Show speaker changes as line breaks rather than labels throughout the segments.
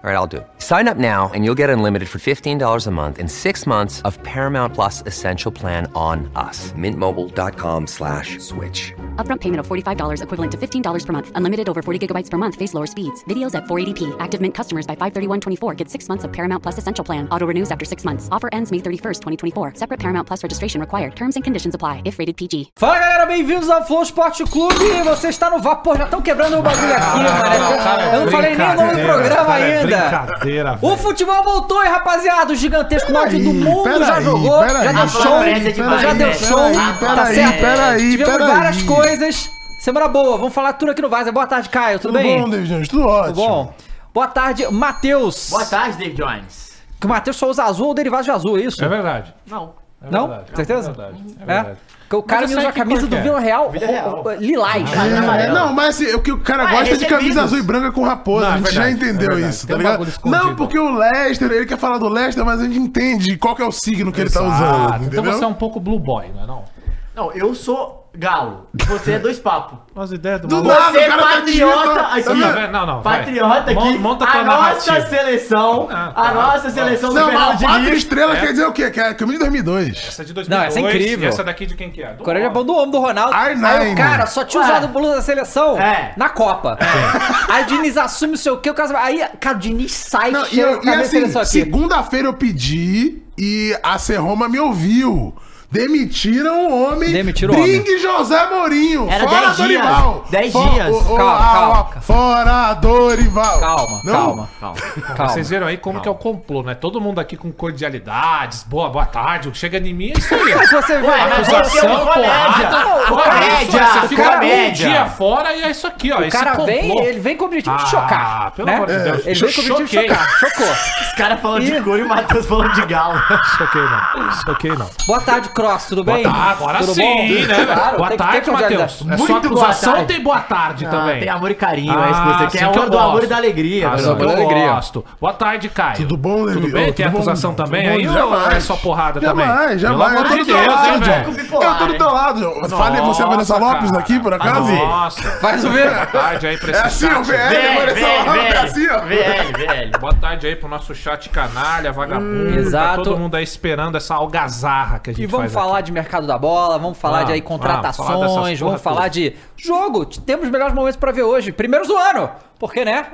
All right, I'll do it. Sign up now and you'll get unlimited for $15 a month and six months of Paramount Plus Essential Plan on us. Mintmobile.com slash switch.
Upfront payment of $45 equivalent to $15 per month. Unlimited over 40 gigabytes per month. Face lower speeds. Videos at 480p. Active Mint customers by 531.24 get six months of Paramount Plus Essential Plan. Auto renews after six months. Offer ends May 31st, 2024. Separate Paramount Plus registration required. Terms and conditions apply if rated PG.
Fala galera, bem-vindos ao Flow Esporte Clube. Você está no vapor, já estão quebrando o bagulho aqui, mano. né? Eu não falei nem o nome do
Ah, brincadeira,
programa
cara, é
ainda.
Brincadeira,
O
velho.
futebol voltou, hein, rapaziada? O gigantesco
Peraí,
áudio do mundo já
peraí,
jogou,
peraí,
já deu
peraí,
show,
peraí,
já
peraí,
deu show, tá
peraí, peraí,
certo?
peraí,
Tivemos
peraí.
várias coisas. Semana boa, vamos falar tudo aqui no Vaza. Boa tarde, Caio, tudo,
Tudo
bem?
bom, David Jones? Tudo ótimo.
Tudo bom. Boa tarde, Matheus.
Boa tarde, David Jones.
Que o Matheus só usa azul ou derivado de azul, é isso?
É verdade.
Não.
É
Não?
verdade,
Certeza?
É verdade. É
É?
verdade.
Porque o cara
eu
me
sei
usa a
que
camisa
cor
do
que é.
Vila Real,
Real.
o- o- lilás.
amarelo.
amarelo.
É. Não, mas assim, o que o cara
Ah,
gosta de
recebidos.
camisa azul e branca com raposa.
é Não, é
a gente já
verdade, é
entendeu
verdade.
isso,
Tem
tá
um
ligado?
bagulho escondido.
Não, porque o Lester, ele quer falar do Lester, mas a gente entende qual que é o signo que ele tá
Exato.
usando, entendeu?
Então você é um pouco blue boy, não é não?
Não, eu sou galo. Você é dois papos.
As ideias
Do
maluco.
nada,
Você é
o cara tá
patriota
digitando-
aqui.
Tá
vendo? Não, não, vai.
Patriota
Mon-
aqui.
monta tua
a nossa
narrativa.
seleção.
Ah,
A
tá.
nossa seleção do
Não, mas
Fernando
quatro
Diniz.
estrelas
né?
quer dizer o quê? Que é a camisa de 2002.
Essa é de
Não,
2002.
essa é incrível.
E essa daqui de quem que é? Do
Coreia é bom do homem do Ronaldo.
R9.
Aí o cara só tinha
Ué.
usado o blusa da seleção
É.
na Copa. Aí o Diniz assume o seu quê, o caso. Aí, cara, o Diniz sai
É. Não, e,
chega
eu,
com
e
a minha
assim, segunda-feira eu pedi e a Serroma me ouviu. Demitiram o homem.
Demitiram o
Bringue José Mourinho.
Era
fora
dez dias,
Dorival.
dez
Fo-
dias.
o-
Calma,
o- a-
calma,
a-
calma.
Fora Dorival.
Calma,
Não?
calma, calma.
Vocês viram aí como que é o complô, né? Todo mundo aqui com cordialidades, boa, boa tarde, o que chega em mim é isso aí.
Mas você vê,
mas
você-
você é um
Acusação,
comédia.
porrada. Porra,
Comédia,
é isso, aí, Você fica
cara,
um
comédia.
dia fora e é isso aqui, ó.
o cara vem, ele vem com o objetivo de chocar.
pelo
né?
amor
É.
de Deus.
Ele vem com o objetivo de
Choquei.
chocar. Chocou.
Os caras falando de cor e o Matheus falando de galo.
Choquei não, choquei não.
Boa tarde, Cross, tudo bem?
Tá, agora
tudo
sim, né?
Claro,
boa
tem que ter
tarde, Matheus.
cordialidade.
É só
Muito
acusação
boa tarde.
tem boa tarde
Ah,
também.
Tem amor e carinho,
Ah,
é isso que você quer. É
assim que
hora
eu
do amor
gosto.
e da alegria.
Ah,
meu
assim que
irmão.
eu
alegria.
gosto. Boa tarde, Caio.
Tudo bom, Levi?
Tudo bem?
Ô,
Tem
tudo bom?
acusação
Tudo
também
bom?
aí? Ou
Jamais.
é só porrada também?
Jamais, jamais.
Pelo amor de
eu tô do
Deus,
teu
hein,
lado,
velho?
John. Eu tô do teu lado, John. Fale você,
Nossa,
Vanessa Lopes,
cara.
aqui, por acaso?
Nossa.
Faz o ver.
Boa tarde aí pra
É
esse
assim,
chat.
o VL, Vanessa Lopes, é assim, ó.
velho, velho.
Boa tarde aí pro nosso chat canalha, vagabundo. tá
Exato.
todo mundo aí esperando essa algazarra que a gente
E vamos
faz
falar de mercado da bola, vamos falar
Vamos,
de aí
vamos,
contratações,
falar
vamos
dessas
falar,
porra toda.
de jogo. T- Temos os melhores momentos pra ver hoje. Primeiros do ano, porque né?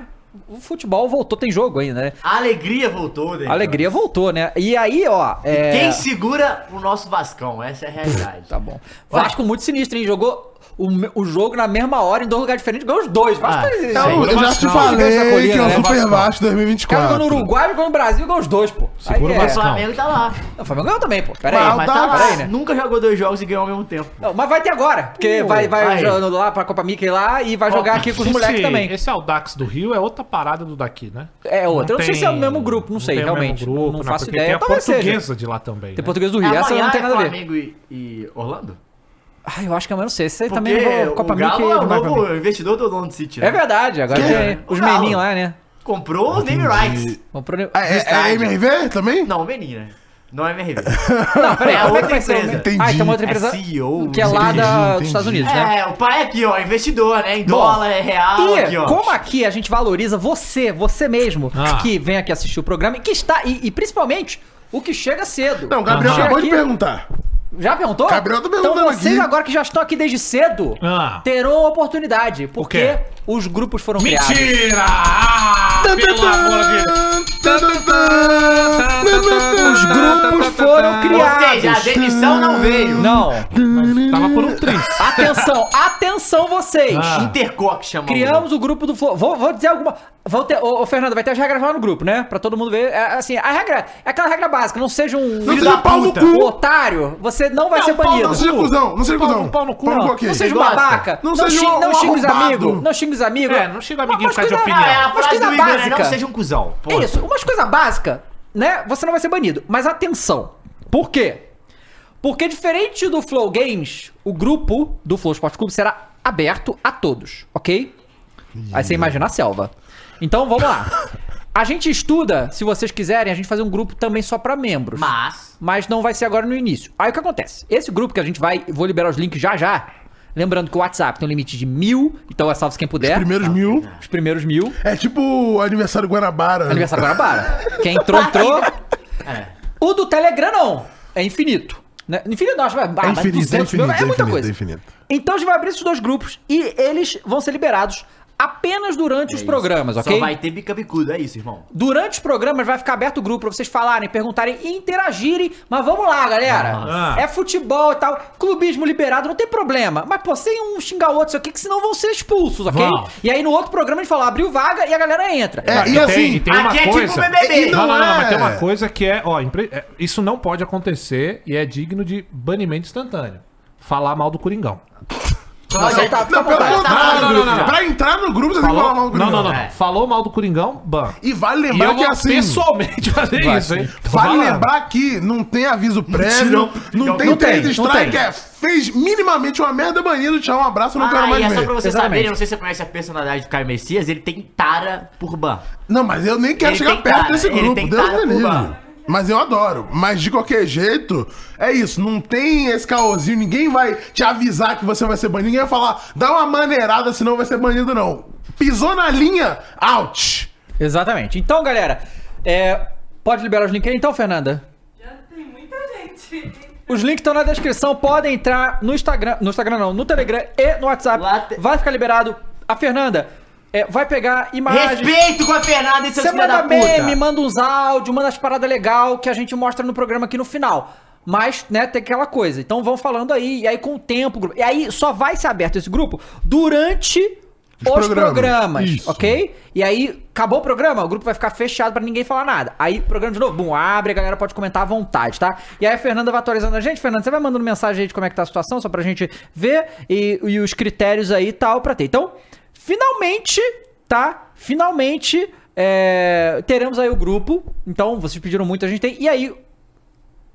O futebol voltou, tem jogo ainda, né?
A alegria voltou, David.
A alegria voltou, né? E aí, ó. É...
Quem segura o nosso Vascão? Essa é a realidade.
Tá bom. Vasco muito sinistro, hein? Jogou o, me- o jogo na mesma hora, em dois lugares diferentes, ganhou os dois. Vasco
Ah,
é-
Eu-
Sim.
eu já te
Essa
Vascão.
falei
colina,
que é o
né,
Super
Vascão?
Vasco
O cara jogou
2024.
no Uruguai, jogou no Brasil, e ganhou os dois, pô.
Segura
Aí
o
é.
O
Vasco.
Flamengo tá lá.
Não, O Flamengo ganhou também, pô. Pera
Mas
aí, mas tá,
tá-
pera aí, né?
Nunca jogou dois jogos e ganhou ao mesmo tempo.
Não, mas vai ter agora, porque vai, vai
vai.
jogando lá pra Copa Mickey lá e vai jogar aqui com os
Esse-
moleques também.
Esse Audax do Rio é outra parada do daqui, né?
É outra. eu não sei
tem-
se é o mesmo grupo, não, sei,
tem o mesmo
realmente.
grupo,
não
né?
faço
Porque
ideia.
Tem a
Talvez
portuguesa
seja.
de lá também.
Tem
né?
português do Rio, essa
Amanhã é
não tem nada a ver.
Flamengo e, e Orlando?
Ah, eu acho que amanhã não sei. Esse aí
Porque
também não vou- Copa
o Galo
Mickey.
é o
não vai pra mim.
novo investidor do Orlando City, né?
É verdade, agora
Que?
tem os
O Galo.
meninos lá, né?
Comprou o name rights.
Vamos pro...
É, é- é MRV também?
Não, o menino, né? Não é MRV.
Não, peraí,
é
como é que
outra
vai ser?
empresa.
Entendi.
Ah, então outra
É
empresa
CEO.
que é lá
Entendi,
da- dos
entendi.
Estados Unidos, né?
É, o pai é aqui, ó, investidor, né? Em
Bom,
dólar, é real,
E
aqui, ó.
como aqui a gente valoriza você, você mesmo,
Ah.
que vem aqui assistir o programa e que está, e, e principalmente, o que chega cedo.
Não, o Gabriel
Chega
acabou de
aqui-
perguntar.
Já perguntou?
Gabriel tá perguntando
Então vocês
aqui.
agora que já estão aqui desde cedo,
Ah.
terão a oportunidade, porque
quê?
os grupos foram criados.
Mentira! Ah, pelo amor de Deus!
Os grupos foram
Ou seja, a
criados.
demissão não veio.
assim? Não.
Tava por um triz.
Atenção, atenção vocês.
Ah.
Intercoque chamou.
Criamos o grupo do Flow. Vou, vou dizer alguma. Vou ter, ô, ô, Fernando, vai ter as regras lá no grupo, né? Pra todo mundo ver. É, assim, a regra. É aquela regra básica. Não seja um.
Não
filho
seja
da
pau no
puta,
cu.
um otário. Você é não vai
Não,
ser
pau-
banido.
Não seja cuzão, não seja
Pau no-
cuzão.
pau no cu,
Pau
não.
ok.
Não seja um
gosta?
babaca.
Não
não
seja
xingue,
um-
não
um
xingue os
arrombado.
amigos. Não xingue os amigos.
É, não xinga amiguinho
Mas
por causa de
coisa-
Não, é
opinião.
a
Mas
frase
coisa
do Igor, né?
básica.
Não seja um cuzão.
É isso, umas coisas básicas, né? Você não vai ser banido. Mas atenção. Por quê? Porque diferente do Flow Games, o grupo do Flow Esporte Clube será aberto a todos, ok? Aí você imagina a selva. Então vamos lá. A gente estuda, se vocês quiserem, a gente fazer um grupo também só pra membros.
Mas.
Mas não vai ser agora no início. Aí o que acontece? Esse grupo que a gente vai, vou liberar os links já já. Lembrando que o WhatsApp tem um limite de mil, então é salve quem puder.
Primeiros mil.
Os primeiros mil.
É tipo o aniversário Guanabara.
Aniversário Guarabara. Quem entrou, entrou. É. O do Telegram não. É infinito. né? Infinito não, acho que vai-
É
ah,
infinito, é
200 mil, é
infinito,
muita
é infinito,
coisa.
é infinito.
Então a gente vai abrir esses dois grupos e eles vão ser liberados apenas durante os programas, ok?
Só vai ter bica bicudo, é isso, irmão.
Durante os programas vai ficar aberto o grupo pra vocês falarem, perguntarem e interagirem. Mas vamos lá, galera.
Ah.
É futebol e tal. Clubismo liberado, não tem problema. Mas, pô, sem um xingar o outro, isso aqui, que senão vão ser expulsos, ok?
Vão.
E aí no outro programa a gente fala, abriu vaga e a galera entra.
É, e assim,
tem uma
aqui é tipo
coisa.
BBB.
E
Não, não, não,
é.
mas tem uma coisa que é, ó, empre- é, isso não pode acontecer e é digno de banimento instantâneo. Falar mal do Coringão.
Mas aí tá- tá
Não, pelo
bom, tá-
contrário.
não, não, não, não.
Pra entrar no grupo, você tem que falar
Falou,
mal do
não, não,
Coringão.
não.
É.
Falou mal do Coringão, ban.
E vale
E
lembrar
eu
que é
vou
assim.
pessoalmente fazer isso, hein?
Vale
Vai lá.
lembrar que não tem aviso prévio,
Tirou-
não,
Não
tem
tem,
três
não
strike,
tem.
é, fez minimamente uma merda, banido, tchau, um abraço, não quero
Ah, e é
mais
só
ver.
pra vocês
Exatamente.
saberem, eu não sei se você conhece a personalidade do Caio Messias, ele tem tara por ban.
Não, mas eu nem quero
Ele
chegar
tem
perto
cara,
desse
ele
grupo,
tem
Deus
cara
me
pro
livre.
bar.
Mas eu adoro. Mas de qualquer jeito, é isso. Não tem esse caôzinho. Ninguém vai te avisar que você vai ser banido. Ninguém vai falar, dá uma maneirada, senão vai ser banido, não. Pisou na linha, out.
Exatamente. Então, galera, é, pode liberar os links aí então, Fernanda?
Já tem muita gente.
Os links estão na descrição, podem entrar no Instagram, no Instagram não, no Telegram e no WhatsApp.
Lá te-
Vai ficar liberado. A Fernanda é, vai pegar imagens.
Respeito com a Fernanda e seus
Ah, Você
filhos
manda
da puta.
meme, manda uns áudios, manda as paradas legal que a gente mostra no programa aqui no final. Mas, né, tem aquela coisa. Então vão falando aí, e aí com o tempo. o grupo- E aí só vai ser aberto esse grupo durante os,
programas.
programas,
Isso.
ok? E aí, acabou o programa, o grupo vai ficar fechado pra ninguém falar nada. Aí, programa de novo, bum, abre, a galera pode comentar à vontade, tá? E aí a Fernanda vai atualizando a gente. Fernanda, você vai mandando mensagem aí de como é que tá a situação, só pra gente ver, e, e os critérios aí e tal pra ter. Então, finalmente, tá? Finalmente, é, teremos aí o grupo. Então, vocês pediram muito, a gente tem. E aí,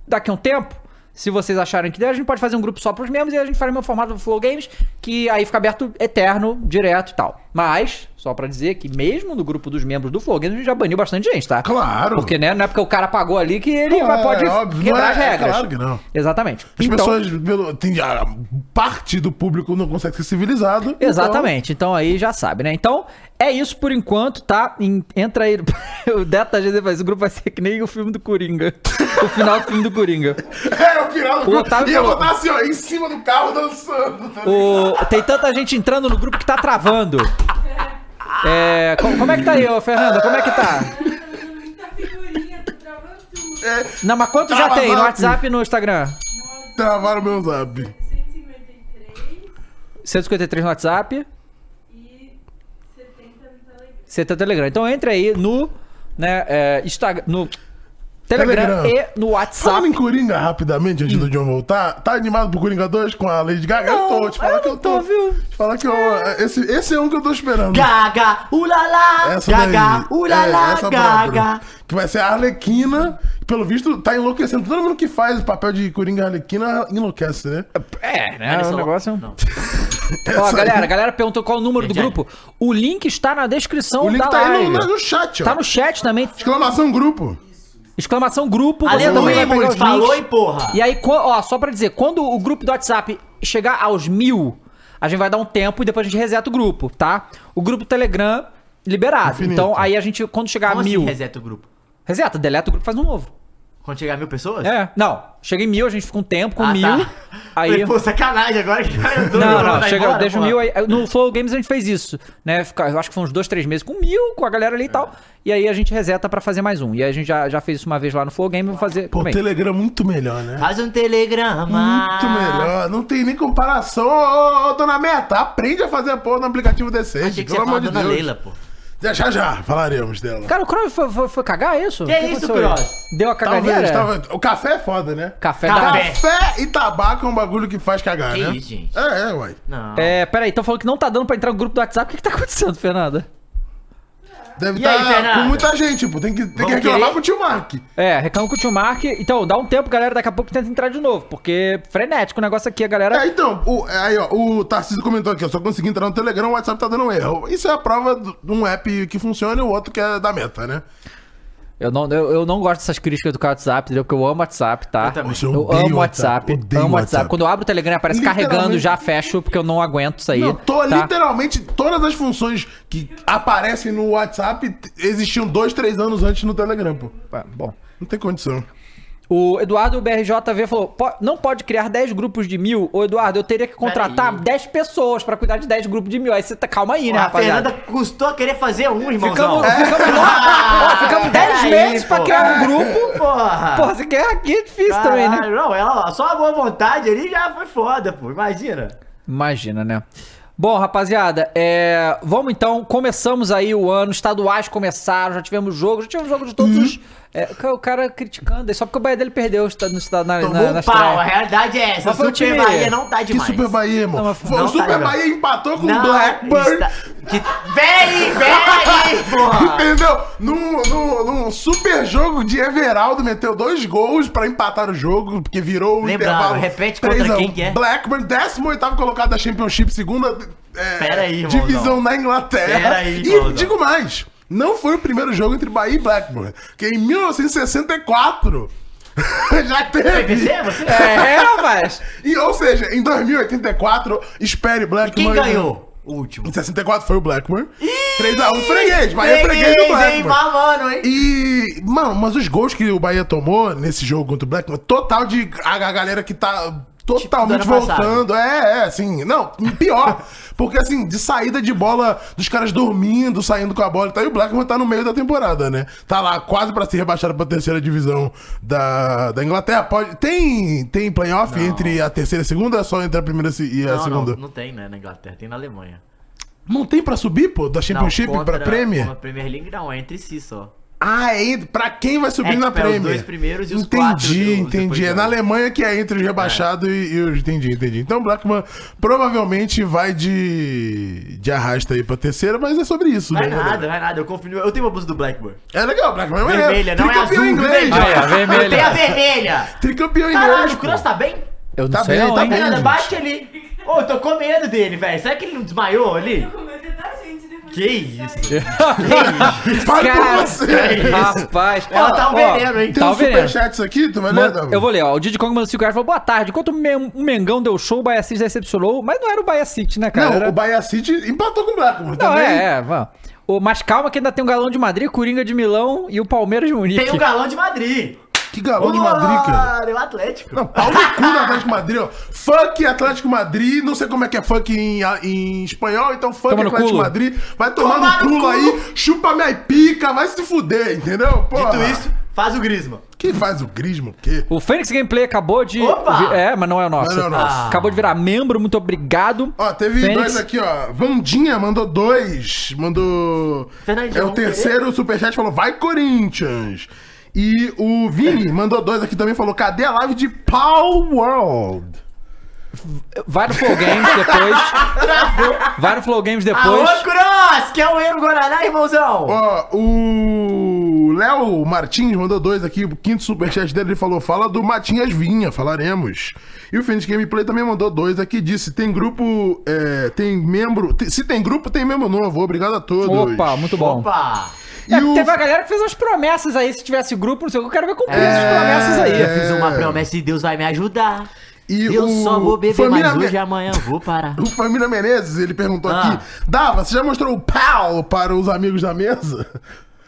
daqui a um tempo, se vocês acharem que der, a gente pode fazer um grupo só pros membros e a gente faz o meu formato do Flow Games, que aí fica aberto eterno, direto e tal. Mas, só pra dizer que mesmo no grupo dos membros do Flow Games, a gente já baniu bastante gente, tá?
Claro.
Porque né, não é porque o cara pagou ali que ele
Não,
vai-
é,
pode
é óbvio,
quebrar
não é-
as
é
regras.
claro que não.
Exatamente.
As
Então-
pessoas, pelo, tem, a parte do público não consegue ser civilizado. então-
Exatamente, então aí já sabe, né? Então, é isso por enquanto, tá? Em- Entra aí. o Data GD faz, o grupo vai ser que nem o filme do Coringa. o final do filme do Coringa.
É, o final do
O Otávio
E eu vou
falou.
estar assim, ó, em cima do carro dançando. tá ligado?
O- Tem tanta gente entrando no grupo que tá travando. É, co- como é que tá aí, ô Fernanda? Como é que tá?
Tá fazendo muita figurinha, tá travando tudo.
Não, mas quanto já
Trava
tem no
zap.
WhatsApp e no Instagram?
Travaram meu zap.
153
153 no WhatsApp,
e 70 no Telegram.
70 no Telegram. Então entra aí no, né, é, Instagram, no Telegram,
Telegram.
e no WhatsApp.
Falando em Coringa, rapidamente, antes do John voltar, tá animado pro Coringa 2 com a Lady Gaga? eu tô, te falar
eu
que
não
eu tô.
tô, viu?
Te falar que eu. Esse, esse é um que eu tô esperando.
Gaga, ulala,
Essa daí.
gaga,
É,
ulala,
essa
gaga.
dobra. Que vai ser a Arlequina. e Pelo visto, tá enlouquecendo. Todo mundo que faz o papel de Coringa e Arlequina enlouquece, né?
É, né?
Olha
o
só.
negócio...
Não.
Ó,
Essa
galera, a
aí.
galera perguntou qual o número do
Gente,
grupo. O link está na descrição
O link
da
tá aí
live.
no, no chat, ó.
Tá no chat também.
Exclamação grupo.
Exclamação grupo, você
Além do
também vai pegar
Igor,
os
falou
links.
e porra.
E aí, qu- ó, só pra dizer, quando o grupo do WhatsApp chegar aos mil, a gente vai dar um tempo e depois a gente reseta o grupo, tá? O grupo do Telegram liberado.
Infinito.
Então, aí a gente, quando chegar
Como
a
assim
mil. reseta?
reseta o grupo?
deleta o grupo e faz um novo.
Quando chegar a mil pessoas?
É, não. Chega em mil, a gente fica um tempo com
Ah,
mil.
tá.
Aí.
Falei, Pô, sacanagem agora que eu tô-
Não, não,
vai
chega,
tá embora,
deixa o
porra.
mil aí. No Flow Games a gente fez isso, né? Fica- eu acho que foi uns dois, três meses com mil, com a galera
É.
ali e tal. E aí a gente reseta pra fazer mais um. E aí a gente já, já fez isso uma vez lá no Flow Games, vou fazer
Pô,
também.
Telegram muito melhor, né?
Faz um telegrama.
Muito melhor, não tem nem comparação. Ô, ô, ô, dona Meta, aprende a fazer a porra no aplicativo decente,
Achei que você ia falar Dona Leila, pô.
Já, já, já falaremos dela.
Cara, o Cross foi, foi, foi cagar é isso?
Que
O
isso,
aconteceu aí?
Cross?
Deu a caganeira?
Talvez, talvez. O café é foda, né?
Café,
Café.
da...
Café e tabaco é um bagulho que faz cagar,
Que
né?
isso, gente?
É, é, uai.
Não.
Ah. É, peraí, então falou que não tá dando pra entrar no grupo do WhatsApp. O que, que tá acontecendo, Fernanda?
Deve
E aí,
estar com
Fernanda?
muita gente, pô. Tem que, tem que
Vamos
reclamar
querer?
pro tio Mark.
É, reclamo com o tio Mark. Então, dá um tempo, galera. Daqui a pouco tenta entrar de novo, porque frenético o negócio aqui, a galera.
É, então, o, aí, ó, o Tarcísio comentou aqui, eu só consegui entrar no Telegram, o WhatsApp tá dando erro. Isso é a prova do- de um app que funciona e o outro que é da meta, né?
Eu não, eu, eu não gosto dessas críticas do cara do WhatsApp, entendeu? Porque eu amo WhatsApp, tá?
Eu também.
Poxa,
Eu
um odeio
amo WhatsApp.
odeio
amo WhatsApp. Quando eu abro o Telegram, aparece
Literalmente.
carregando, já fecho, porque eu não aguento isso aí.
Não, tô,
tá?
literalmente todas as funções que aparecem no WhatsApp t- existiam dois, três anos antes no Telegram, pô.
Ah, Bom.
Não tem condição.
O Eduardo BRJV falou: "Po- não pode criar 10 grupos de mil. Ô, Eduardo, eu teria que contratar
Peraí.
10 pessoas pra cuidar de 10 grupos de mil. Aí você tá. Calma aí, né,
a
rapaziada?
Fernanda custou a querer fazer um, irmãozão.
Ficamos, ficamos, ó, ficamos 10
Ah, Peraí,
meses pra
pô.
criar um grupo.
Porra.
Porra, você quer aqui é difícil também, né?
Caralho, não, ela, só a boa vontade ali já foi foda, pô. Imagina.
Imagina, né? Bom, rapaziada, é, vamos então. Começamos aí o ano, estaduais começaram, já tivemos jogo, já tivemos jogo de todos
Hum.
os. é, o ca- o cara criticando, é só porque o Bahia dele perdeu o estado- no estado na,
Tomou
na,
um
na
Pau, a
estreia.
realidade é essa.
Mas foi o
Super
time-
Bahia não tá
Que
demais.
Super Bahia, irmão.
Não, mas-
Foi-
não
o Super
tá, não.
Bahia empatou com o
Não, é
Blackburn.
está- Que... Vem, vem, porra.
Entendeu? Num, num, num super jogo de Everaldo, meteu dois gols pra empatar o jogo, porque virou o
Lembrando,
intervalo.
repete contra
3 a 1.
quem que é.
Blackburn, 18 colocado da Championship, segunda é,
Pera aí, irmão,
divisão
não.
na Inglaterra.
Pera aí,
e
irmão, não.
digo mais, não foi o primeiro jogo entre Bahia e Blackburn, que em 1964 já teve.
PVC, você?
É, rapaz!
E, ou seja, em 2084, espere Blackburn.
Quem ganhou? O último.
Em 64 foi o Blackburn. 3x1 freguês, Bahia é
é
freguês do
Freguês, hein,
Blackburn.
mamando, hein?
E, mano, mas os gols que o Bahia tomou nesse jogo contra o Blackman, total de. A, a galera que tá totalmente
do ano passado.
voltando. É, é, assim. Não, pior. porque, assim, de saída de bola, dos caras dormindo, saindo com a bola e tal. E o Blackman tá no meio da temporada, né? Tá lá quase pra ser rebaixado pra terceira divisão da, da Inglaterra. Pode, tem, tem playoff entre a terceira e a segunda ou é só entre a primeira e a
não,
segunda?
Não, não tem, né, na Inglaterra, tem na Alemanha.
Não tem pra subir, pô? Da Championship Tipo,
não,
pra Premier?
contra a Premier League não, é entre si só.
Ah, é entre- pra quem vai subir
É,
na
tipo, é os
Premier?
dois primeiros e os
entendi,
quatro do-
Entendi,
depois
É
do-
na Alemanha que é entre os rebaixados e, e os... Entendi, entendi. Então o Blackman provavelmente vai de... de arrasta aí pra terceira, mas é sobre isso,
Não é
né,
nada,
galera?
não é nada. Eu confio. Eu tenho uma blusa do Blackburn.
É legal, Blackman. mas
Vermelha, não é
Tricampeão
azul,
inglês.
vermelha.
Ah, é, vermelha.
Eu tenho a vermelha.
Tricampeão inglês,
Caralho, o
pô.
Cross tá bem?
Eu não é
Tá
sei
bem,
não,
tá
hein?
bem.
Fernanda,
gente.
bate ali. Ô, tô com medo dele, velho. Será que ele não desmaiou ali?
Com medo é da gente né? depois
Que isso?
Fale por
Cara,
É
é,
você.
Rapaz,
Ó, tá um veneno, hein?
Tem
Ah, Tá
um
o veneno.
superchat né, isso aqui, tu vai ler, tá
Mano,
Davi?
eu vou ler, ó. O Didi Kong mandou 5 reais e falou: boa tarde. Enquanto o Men- o Mengão deu show, o Bahia City decepcionou, mas não era o Bahia City, né, cara?
Não,
Era-
o Bahia City empatou com o Blackman.
Não,
também.
é, é, vamos. Ô, Mas calma que ainda tem o Galão de Madrid, Coringa de Milão e o Palmeiras de Munique.
Tem o galão de Madrid.
Que galão Tá de Madrid, cara.
Olha, O Atlético.
Não, pau no cu do Atlético Madrid, ó. Funk Atlético Madrid, não sei como é que é funk em, em espanhol, então funk
Toma no
Atlético
culo.
Madrid, vai tomar
Toma
no
no
culo
culo.
aí, chupa minha pica, vai se fuder, entendeu? Porra.
Dito isso, faz o Grisma.
Quem faz o grismo, o quê?
O Fênix Gameplay acabou de.
Opa! Ah.
vi- É, mas não é o nosso.
Mas não é o nosso.
Acabou de virar membro, muito obrigado.
Ó, teve
Fênix.
dois aqui, ó. Vandinha mandou dois. Mandou.
Fernandinho,
é o
vamos querer?
terceiro superchat, falou: vai, Corinthians. E o Vini mandou dois aqui também, falou: cadê a live de Power World?
Vai no Flow Games depois. Vai no Flow Games depois.
Alô, Cross! Quer um erro Guaraná, irmãozão?
Ó, o Léo Martins mandou dois aqui, o quinto superchat dele, ele falou, fala do Matinhas Vinha, falaremos. E o Fênix Gameplay também mandou dois aqui, disse, tem grupo, é, tem membro, te- se tem grupo, tem membro novo, obrigado a todos.
Opa, muito bom.
Opa!
E
É,
o-
Teve uma galera que fez umas promessas aí, se tivesse grupo, não sei o que, eu quero ver cumprir essas
É.
promessas aí.
Eu fiz uma promessa e Deus vai me ajudar.
E
eu
o-
só vou beber,
Família
mas hoje
Me-
e amanhã eu vou parar.
O Família Menezes, ele perguntou
Ah.
aqui, Dava, você já mostrou o pau para os amigos da mesa?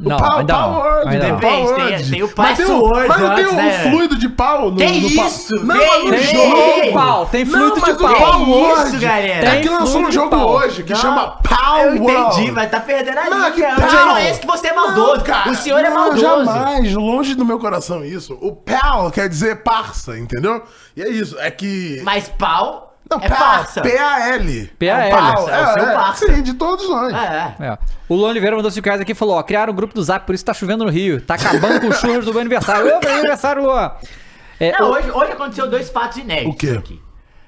O
Não, ainda não, ainda não.
pau
Depende, tem-
Word.
tem o
mas tem o,
password
mas não tem
antes,
o
né?
fluido de pau no,
Tem
no pau.
isso,
Não,
tem,
mas no
tem.
jogo.
Tem pau, tem
Não,
fluido
mas
de
o
pau.
pau
Que isso,
Word.
galera?
É que lançou
Tem
um
fluido de
jogo
pau.
hoje que
Não,
chama Power
Eu entendi,
World.
mas tá perdendo a
Não, que
linha.
pau.
Eu já conheço que você é maldoso.
Não, cara.
o senhor é
Não,
maldoso.
Jamais, longe do meu coração isso. O pau quer dizer parça, entendeu? E é isso, é que...
Mas pau
Não,
é
pau,
parça.
P-A-L.
P-A-L,
pau,
é o seu parça.
Sim, de todos nós.
É, é.
É. O Luan Oliveira mandou 5 reais aqui e falou: ó, criaram um grupo do zap, por isso tá chovendo no Rio. Tá acabando com os churros do meu aniversário. Ô, meu aniversário, Luan! É,
Não,
o-
hoje, hoje aconteceu dois fatos inéditos
O quê?
aqui.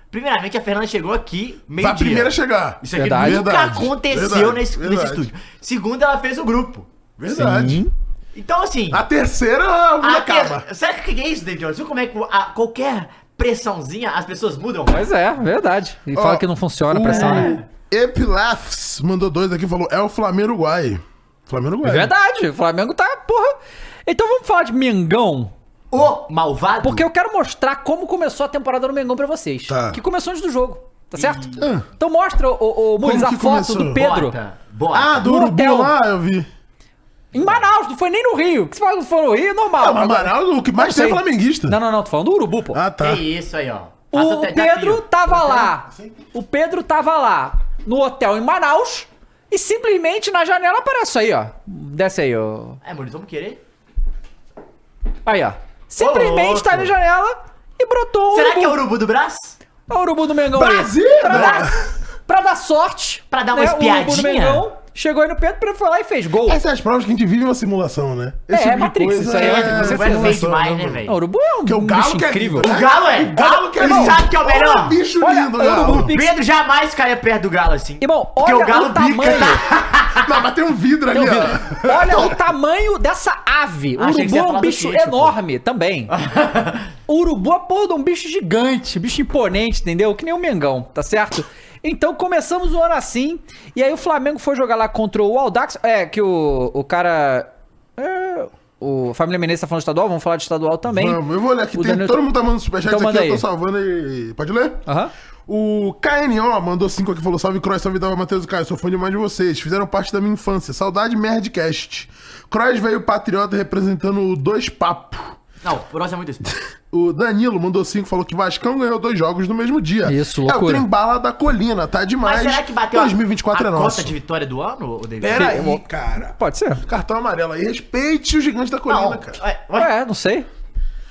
Primeiramente, a Fernanda chegou aqui meio
Foi a
dia.
primeira a chegar.
Isso aqui
Verdade.
nunca
Verdade,
aconteceu
verdade,
nesse,
verdade.
nesse estúdio. Segundo, ela fez o grupo.
Verdade.
Sim.
Então, assim.
A terceira a vida
a ter-
acaba.
Sabe o que é isso, David Jones? Viu como é que a- qualquer pressãozinha as pessoas mudam?
Pois é, verdade. E
Ó,
fala que não funciona a pressão, né?
Epilafs mandou dois aqui e falou: é o Flamengo Uruguai. Flamengo
É
Uruguai.
verdade, o Flamengo tá, porra. Então vamos falar de Mengão,
O malvado.
porque eu quero mostrar como começou a temporada no Mengão pra vocês.
Tá.
Que começou antes do jogo, tá certo?
Ah.
Então mostra, o, Muniz, a
que
foto
começou?
do Pedro
Bota, bota.
Ah, do
No
Urubu
hotel.
lá, eu vi.
em Manaus, não foi nem no Rio. Que se fala que foi no Rio, é normal.
Ah, mas
Agora-
Manaus, o que mais
Não
tem é
sei.
flamenguista.
Não, não, não, tô falando do Urubu, pô.
Ah, tá.
Que isso aí, ó. Faça
O
te-
Pedro
desafio.
tava lá. O Pedro tava lá no hotel em Manaus e simplesmente na janela aparece isso aí, ó. Desce aí, ó.
É, Muniz, vamos querer?
Aí, ó. Simplesmente
louco.
tá na janela e brotou um
Será
urubu.
que é o urubu do Brás?
Ó o urubu do Mengão
Brasil!
aí. Pra dar, pra dar sorte. né,
Pra dar uma
o urubu do
espiadinha. É.
Mengão chegou aí no Pedro, Pedro foi lá e fez gol.
Essas são as provas que a gente vive uma simulação, né?
é Matrix, isso aí é Matrix,
Você
Você
vai
tem
feio
simulação,
demais, né,
mano?
Não, o
velho?
urubu é um
Porque o
bicho
galo quer.
incrível.
O Galo é.
O galo quer.
Ele sabe que é o melhor.
Olha, bicho
Olha,
lindo,
olha o
galo.
urubu pica.
Pedro jamais cairia perto do Galo assim.
Irmão,
Porque
olha
o Galo né?
o tamanho.
Não, mas tem um vidro ali, ó.
Olha o tamanho dessa ave. O
Achei
urubu
que você ia
é
falar
um
do
bicho
bicho, pô.
enorme também. O urubu é porra de um bicho gigante, bicho imponente, entendeu? Que nem o Mengão, tá certo? Então começamos o ano assim. E aí o Flamengo foi jogar lá contra o Aldax. É, que o, o cara. É, o Família Menezes tá falando de estadual, vamos falar de estadual também.
Vamos, eu vou olhar aqui.
O
Tem,
Daniel-
Todo mundo tá mandando superchats
Então
aqui,
manda
eu tô
aí. Ah.
salvando e. Pode ler?
Aham.
O KNO mandou cinco aqui e falou: Salve Cross, salve Dava Matheus e Caio, sou fã demais de vocês. Fizeram parte da minha infância. Saudade Merdcast. Cross veio patriota representando o Dois Papo.
Não, o próximo é muito isso.
O Danilo mandou cinco, falou que Vascão ganhou dois jogos no mesmo dia.
Isso,
É o
loucura.
trembala da colina, tá demais.
Mas será que bateu a-
2024
a,
é nosso.
cota de vitória do ano, ô David?
Pera aí, cara.
Pode ser.
Cartão amarelo aí. Respeite o gigante da colina,
Não,
cara.
ué, ué,
É, não sei.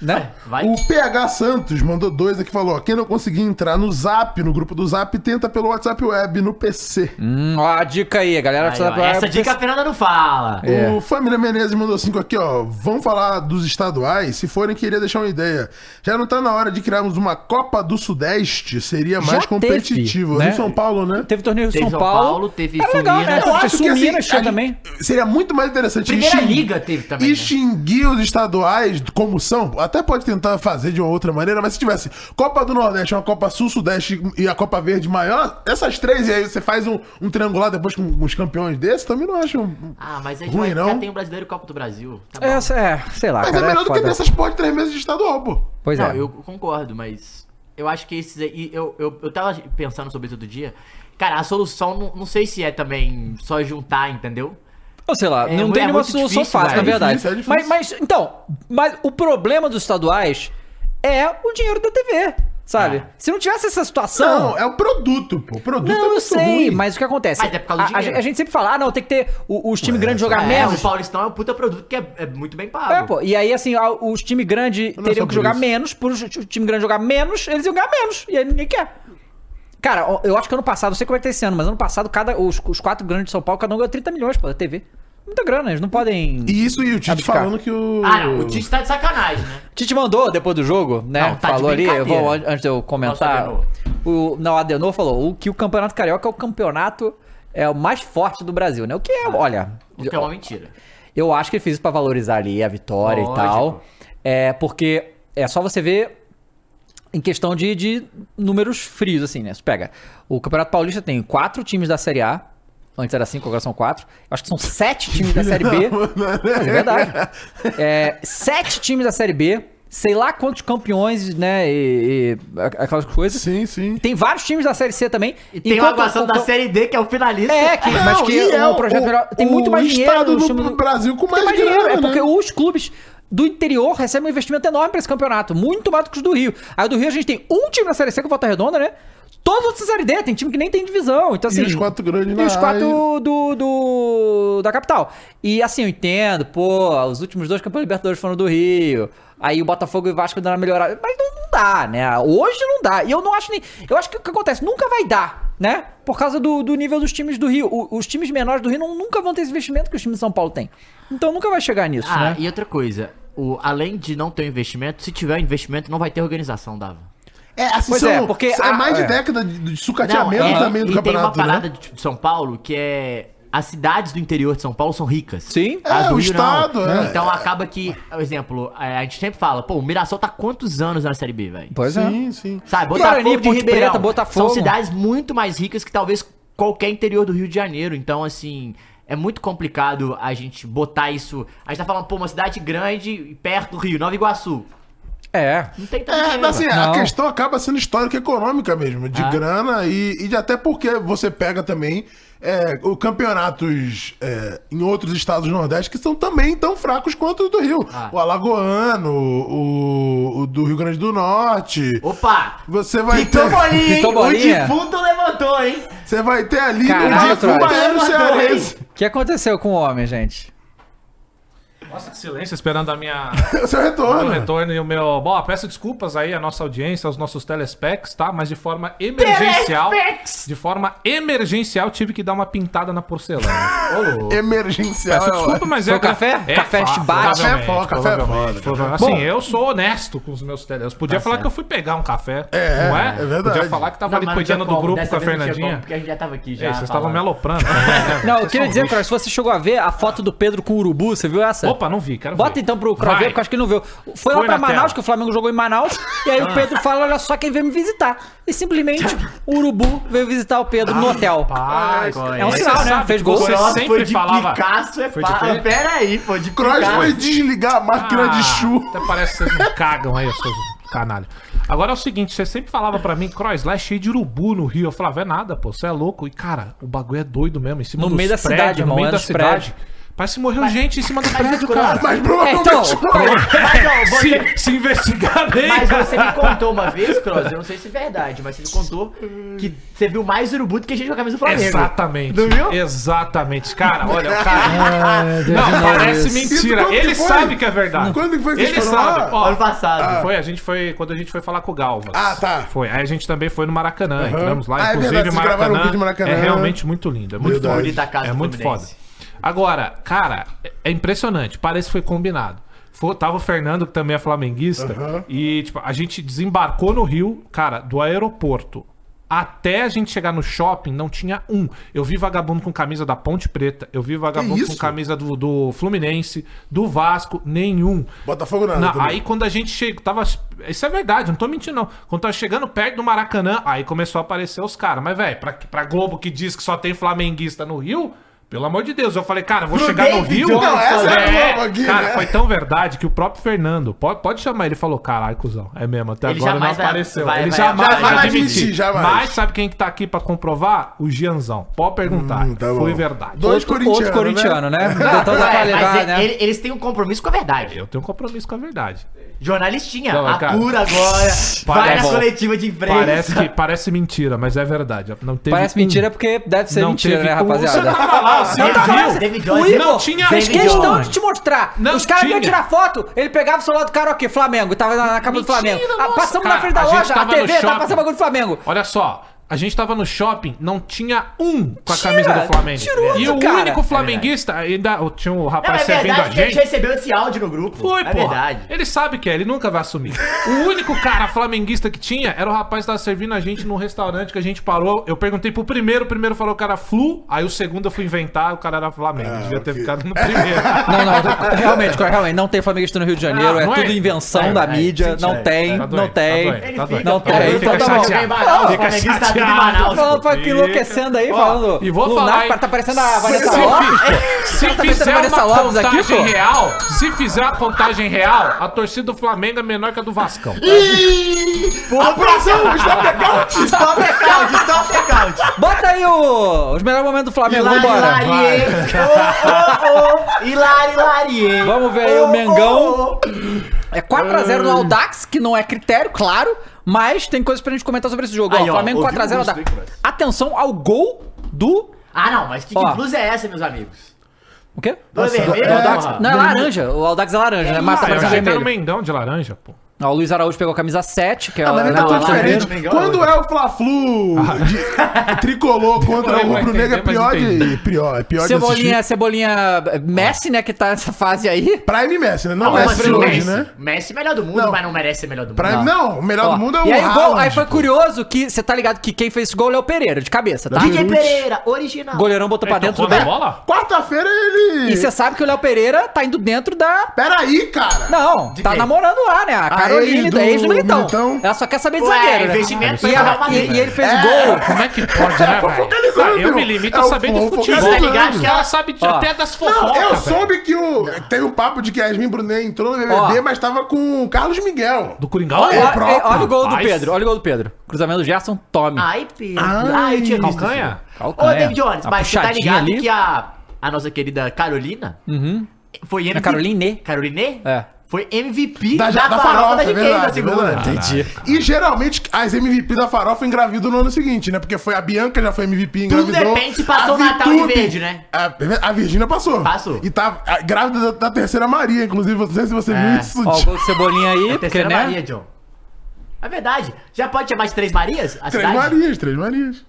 Né?
vai.
O PH Santos mandou dois aqui e falou: ó, quem não conseguir entrar no zap, no grupo do zap, tenta pelo WhatsApp Web no PC.
Hum, ó a dica aí, a galera.
Aí, ó, essa dica a Fernanda não fala.
É.
O Família Menezes mandou cinco aqui, ó. Vamos falar dos estaduais. Se forem, queria deixar uma ideia. Já não tá na hora de criarmos uma Copa do Sudeste? Seria mais
teve,
competitivo.
né?
Em São Paulo, né?
Teve torneio em
Teve
São,
São
Paulo.
Paulo, teve
Era legal, né?
Sul-Minas.
Eu acho que,
Teve
assim,
Sul-Minas, tinha
a-
também.
Seria muito mais interessante
Primeira Liga teve também, né?
extinguir os estaduais como são. Até pode tentar fazer de uma outra maneira, mas se tivesse Copa do Nordeste, uma Copa Sul, Sudeste e a Copa Verde maior, essas três, e aí você faz um, um triangular depois com os campeões desses, também não acho. um-
Ah, mas aí
Ruim,
vai-
não?
já tem o Brasileiro e o Copa do Brasil. Tá bom.
É, é, sei lá.
Mas é
cara,
melhor do que
foda.
ter essas porra de três meses de estadual, pô.
Pois
não,
é.
eu concordo, mas eu acho que esses aí. Eu, eu, eu tava pensando sobre isso outro dia. Cara, a solução não, não sei se é também só juntar, entendeu?
Ou sei lá,
É,
não
é
tem nenhuma
muito
solução
difícil,
fácil, na
velho.
verdade.
É difícil, é
mas,
difícil.
mas, então, mas o problema dos estaduais é o dinheiro da TV, sabe?
É.
Se não tivesse essa
Não,
situação.
é o produto, pô. O produto é
Não, eu
muito
sei,
ruim.
mas o que acontece?
Mas é por causa do
a, a
dinheiro.
gente- a gente sempre fala, ah, não, tem que ter o- os times grandes jogar
É,
menos.
o Paulistão é um puta produto que é, é muito bem pago.
É, pô. E aí, assim, a- os times grandes
é
teriam
só
que
por
jogar
isso.
menos. Por o time grande jogar menos, eles iam ganhar menos. E aí ninguém quer. Cara, ó, eu acho que ano passado, não sei como é que tá esse ano, mas ano passado, cada, os, os quatro grandes de São Paulo, cada um ganhou 30 milhões, pô, da TV. Muita grana, eles não podem.
E isso e o Tite
Abdicar.
falando que o.
Ah, não, o Tite tá de sacanagem, né?
Tite mandou depois do jogo, né?
Não, tá de
falou ali, eu vou,
brincadeira.
an- antes de eu comentar.
Nossa,
o, não, Adenor falou o, que o Campeonato Carioca é o campeonato é o mais forte do Brasil, né? O que é, olha.
O que é uma mentira.
Eu acho que ele fez isso pra valorizar ali a vitória
Lógico.
e tal. É, porque é só você ver em questão de, de números frios, assim, né? Você pega. O Campeonato Paulista tem quatro times da Série A. Antes era cinco, agora são quatro. Eu acho que são sete times da Série B. Mas é verdade. É, sete times da Série B. Sei lá quantos campeões, né? E, e a- aquelas coisas.
Sim, sim.
Tem vários times da Série C também.
E tem o
Enquanto-
aguação da
enquanto-
Série D, que é o finalista.
É, que, mas
Não,
que
e é
o projeto melhor. Tem muito mais dinheiro.
estado
os
do
times-
Brasil com
tem
mais,
mais
grana,
dinheiro, é
né?
porque os clubes do interior recebem um investimento enorme pra esse campeonato, muito mais do que os do Rio. Aí o do Rio a gente tem um time na Série C com volta redonda, né? Todos os outros da Série D, tem time que nem tem divisão. Então,
E
assim,
os quatro grandes
E
na
os quatro
área.
do, do- da capital. E assim, eu entendo, pô, os últimos dois campeões libertadores foram do Rio. Aí o Botafogo e o Vasco deram uma melhorada. Mas não, não dá, né? Hoje não dá. E eu não acho nem. Eu acho que o que acontece? Nunca vai dar, né? Por causa do, do nível dos times do Rio. O- os times menores do Rio não- nunca vão ter esse investimento que os times de São Paulo têm. Então nunca vai chegar nisso,
Ah,
né?
e outra coisa. O, além de não ter um investimento, se tiver um investimento, não vai ter organização, Dava.
É, assim,
Pois
são-
é, porque
É
a-
mais de
é.
década de, de sucateamento
é,
também do
e tem uma
campeonato,
parada
né?
de, de São Paulo que é as cidades do interior de São Paulo são ricas.
Sim.
As
É,
do
o
Rio, não.
estado, é.
Então acaba que, por exemplo, é, a gente sempre fala, pô, o Mirassol tá quantos anos na Série B, velho?
Pois é.
Sim, sim.
Sabe,
Guarani,
Botafogo de
Ponte
Ribeirão.
Preta, Botafogo.
São cidades muito mais ricas que talvez qualquer interior do Rio de Janeiro. Então, assim, é muito complicado a gente botar isso. A gente tá falando, pô, uma cidade grande e perto do Rio, Nova Iguaçu.
É.
Não tem tanto
É,
dinheiro,
mas assim,
velho.
a
Não.
questão acaba sendo histórica e econômica mesmo, de
Ah.
grana e, e de até porque você pega também é, o campeonatos é, em outros estados do Nordeste que são também tão fracos quanto o do Rio.
Ah.
O Alagoano, o, o do Rio Grande do Norte.
Opa!
Você vai
Pitou
ter.
bolinha, hein?
Pitou
O
bolinha?
defunto levantou, hein?
Você vai ter ali um
Caralho,
o de Baiano
Troy.
Cearense.
O que aconteceu com o homem, gente?
Nossa, que silêncio, esperando a minha
É O seu
Ah,
meu
né?
retorno.
retorno e o meu. Bom, peço desculpas aí à nossa audiência, aos nossos telespecs, tá? Mas de forma emergencial.
Telespecs!
De forma emergencial, tive que dar uma pintada na porcelana.
Emergencial.
Peço
é
desculpa, mas
Foi
é.
café?
É,
Café
fa-
Chibate?
Café
provavelmente,
foda, café é
provavelmente.
foda. café
Assim,
foda.
eu sou honesto com os meus telespecs. Podia falar que eu fui pegar um café.
É,
não é?
é verdade.
Podia falar que tava ali
mas Tá não tinha
cuidando do
como,
grupo
dessa
com a
vez não tinha como,
Fernandinha.
Porque a gente já tava aqui, já.
Ei, vocês estavam me
falando.
aloprando. né?
Não, eu
Vocês
queria
são
dizer,
lixo.
Cross, se você chegou a ver a foto do Pedro com o urubu, você viu essa?
Opa, não vi, quero
Bota
ver.
então pro Cross
Vai.
ver, porque eu acho que ele não viu. Foi lá
Põe
pra
na
Manaus,
tela. Ah.
que o Flamengo jogou em Manaus, e aí o Pedro fala, olha só quem veio me visitar. E simplesmente o urubu veio visitar o Pedro
Ah,
no hotel.
Rapaz,
Ah,
É um
Você
sinal, né?
sabe
Fez
que
gol.
você-
Cross
sempre
foi de
falava-
Picasso, é
Foi de
pá.
quê?
Pera aí, pô, de
Cross
Tá.
Picasso.
foi desligar a máquina de
Ah,
chuva.
Até parece que vocês me cagam aí, seus canalha. Agora é o seguinte, você sempre falava pra mim, Crois, lá é cheio de urubu no Rio. Eu falava, é nada, pô, você é louco. E, cara, o bagulho é doido mesmo, em cima
No
dos
meio da
prédios,
cidade, irmão,
no meio
é
da
dos
cidade. Parece que morreu gente em cima do prédio, cara.
Mas provavelmente.
Então,
Mas, ó, você-
Se, se investigar bem,
Mas
cara.
você me contou uma vez, Cross, eu não sei se é verdade, mas você me contou que você viu mais urubu do que gente com a camisa do Flamengo. É,
Exatamente.
Não viu?
Exatamente. Cara, olha, o cara. não,
novo
parece
isso.
Isso,
mentira.
quando
Ele
que foi?
sabe que é verdade.
Quando que foi que
Ele
vocês foram lá?
sabe. Ó, é,
Ano passado.
Foi, a gente foi. Quando a gente foi falar com o Galvas.
Ah, tá.
Foi. Aí a gente também foi no Maracanã. Entramos lá,
Ah, é
inclusive
verdade, vocês gravaram um
Maracanã,
vídeo no Maracanã.
É realmente muito lindo. É muito
Verdade.
foda.
Bonita casa
é
do
muito foda.
Fluminense.
Agora, cara, é- é impressionante. Parece que foi combinado. Fo- tava o Fernando, que também é flamenguista, e tipo, a gente desembarcou no Rio, cara, do aeroporto. Até a gente chegar no shopping, não tinha um. Eu vi vagabundo com camisa da Ponte Preta, eu vi vagabundo com
isso?
camisa do, do Fluminense, do Vasco, nenhum.
Botafogo nada.
Não,
também.
aí quando a gente chega, tava. Isso é verdade, não tô mentindo, não. Quando tava chegando perto do Maracanã, aí começou a aparecer os caras. Mas, velho, pra, pra Globo que diz que só tem flamenguista no Rio, pelo amor de Deus, eu falei, cara, eu vou
Pro
chegar no
David
Rio.
Jones,
Não, essa é a
É,
Globo aqui,
cara,
né?
foi tão verdade que o próprio Fernando, pode, pode chamar ele, falou, caralho, cuzão, é mesmo, até
Ele
agora não
jamais vai-
apareceu.
vai-
ele
vai-
jamais
jamais
vai
vai
admitir.
admitir, jamais.
Mas sabe quem que tá aqui pra comprovar? O Gianzão. Pode perguntar,
Hum, tá bom.
foi verdade.
Dois corintianos,
Outro corintiano, né?
Não,
Então dá pra
é, mas
levar,
ele-
né?
ele- eles têm um compromisso com a verdade.
Eu tenho um compromisso com a verdade.
Jornalistinha,
Não, cara.
apura agora, vai na
bom.
coletiva de imprensa.
Parece, que, parece mentira, mas é verdade. Não teve
Parece
um.
mentira porque deve ser
Não
mentira,
teve
né,
um.
rapaziada?
Você tava lá, você
Não, tá
viu?
lá.
David
o
Jones.
Igor
Não tinha-
fez
David
questão
Jones.
de te mostrar.
Não
Os caras
tinha.
vinham tirar foto, ele pegava o celular do cara, ok, Flamengo, tava na, na capa do
Mentira,
Flamengo. Ah,
nossa.
passamos na
Cara,
frente da
a gente
loja, a
tava no
TV, tava
shopping.
passando bagulho do Flamengo.
Olha só, a gente tava no shopping, não tinha um com a
Tira,
camisa do Flamengo.
tiroso,
e o
cara. É
único flamenguista, ainda tinha um
Não,
rapaz
é
servindo a
verdade que a gente
gente.
recebeu esse áudio no grupo.
Foi,
é
porra.
verdade.
Ele sabe que é, ele nunca vai assumir. O único cara flamenguista que tinha era o rapaz que tava servindo a gente num restaurante que a gente parou. Eu perguntei pro primeiro, o primeiro falou o cara flu, aí o segundo eu fui inventar, o cara era Flamengo. devia ter ficado no primeiro.
Não, não, realmente, cara, realmente, não tem flamenguista no Rio de Janeiro,
Não,
é
não é.
tudo invenção
É,
da
é,
mídia,
sim,
não
é.
tem,
Tá doendo,
não
tá
tem.
doendo.
Ele
Tá doido.
fica-
Não tem,
Ele
fica
fica
chateado.
chateado.
Fica
Flamenguista vive em
chateado.
Manaus.
Fala-
Falando, que enlouquecendo aí,
Ó,
falando.
e vou
Lunar,
falar, hein?
Tá parecendo a
Se,
Vanessa Lopes.
se
Tá parecendo a
fizer
Vanessa
uma
Lopes aqui,
contagem
pô.
real, se fizer a contagem real, a torcida do Flamengo é menor que a do Vascão.
Abração, está pegando!
Stop blackout, stop blackout.
Bota aí o- os melhores momentos do Flamengo,
Hilari,
vambora.
Larie. Oh, oh, oh. Hilari, Larie.
Vamos ver aí o
Oh,
Mengão.
oh, oh.
É 4x0 no Audax, que não é critério, claro, mas tem coisas pra gente comentar sobre esse jogo. Ó,
Aí, ó,
Flamengo
ouviu
4x0
o Bruce
Audax.
Nicolas.
Atenção ao gol do.
Ah, não, mas que, que
Ó.
blusa é essa, meus amigos?
O quê?
Dois
Nossa,
vermelho?
do Audax-
porra?
Não, é laranja. O Audax é laranja, né? Mas tá
Eu
parecendo
achei que era um
vermelho.
Mengão de laranja, pô.
Ó, o Luiz Araújo pegou a camisa 7, que é
Ah,
o.
mas ele tá
Não,
tão
lá
diferente.
dentro, Mengão,
né?
Quando é o Fla-Flu de- tricolor contra
Ninguém
o
vai
Rubro Negro, é
entender, mas
pior de,
entendi.
pior, é pior de assistir.
Cebolinha, Cebolinha Messi, né? Que tá nessa fase aí.
Prime Messi, né? Não,
Não, mas
Messi
foi
de
o
é
hoje,
assim? Messi.
né?
Messi é melhor do mundo,
Não.
mas não merece ser melhor do mundo.
Prime, não, o melhor
Ó,
do mundo é o
e aí, o gol,
Haaland,
aí foi
pô.
curioso que você tá ligado que quem fez esse gol é o Léo Pereira, de cabeça, tá?
DJ
Beirute.
Pereira, original.
É.
O goleirão botou pra
Então,
Ele
Tá dentro
tocou
do
na
Bé.
bola?
Quarta-feira ele.
E você sabe que o Léo Pereira tá indo dentro da.
Peraí, cara.
Não,
De
tá
quem?
namorando lá, né? A Caroline,
Ah, ex do
da ex do Militão.
Militão.
Ela só quer saber de
Ué,
zagueiro, né?
investimento pra
e,
entrar
ela-
no Real Madrid,
e- e ele fez
É.
gol.
Como é que pode, né, velho?
focalizando,
Cara, Eu me
meu.
limito
É
a
o
saber
fo-
do futebol. né?
focalizando.
Tá ligado que
ela sabe de-
Ó.
até das fofocas,
Não, eu
velho.
soube que o. Teve um papo de que Yasmin Brunet entrou no BBB,
Ó.
mas tava com o Carlos Miguel.
Do Coringão?
é
Olha, olha-
próprio,
é, olha o gol do
rapaz.
Pedro, olha o gol do Pedro. Cruzamento do Gerson, tome.
Ai, Pedro. Ai, eu tinha visto.
Calcanha?
isso.
Calcanha.
Ô, David Jones,
A
mas você tá
né? puxadinha
ligado
ali. Uhum.
que a, a nossa querida Carolina foi MVP.
É Caroline.
Caroline?
É.
Foi MVP
Da-
da,
da farofa,
farofa da
é
GK
verdade,
na segunda. Ah,
verdade.
Entendi.
E geralmente as MVP da farofa engravidam no ano seguinte, né? Porque foi a Bianca já foi MVP e
Tudo
engravidou.
depende se passou
A
o Natal de
Vitube-
verde, né?
A, é a Virgínia passou.
Passou. É.
E tá a- grávida da, da terceira Maria, inclusive. Não sei se você viu isso.
Ó, o
tio.
gol do Cebolinha aí, porque,
Terceira
né?
Maria, John. É verdade. Já pode chamar de Três Marias? A
Três
cidade?
Marias, três Marias.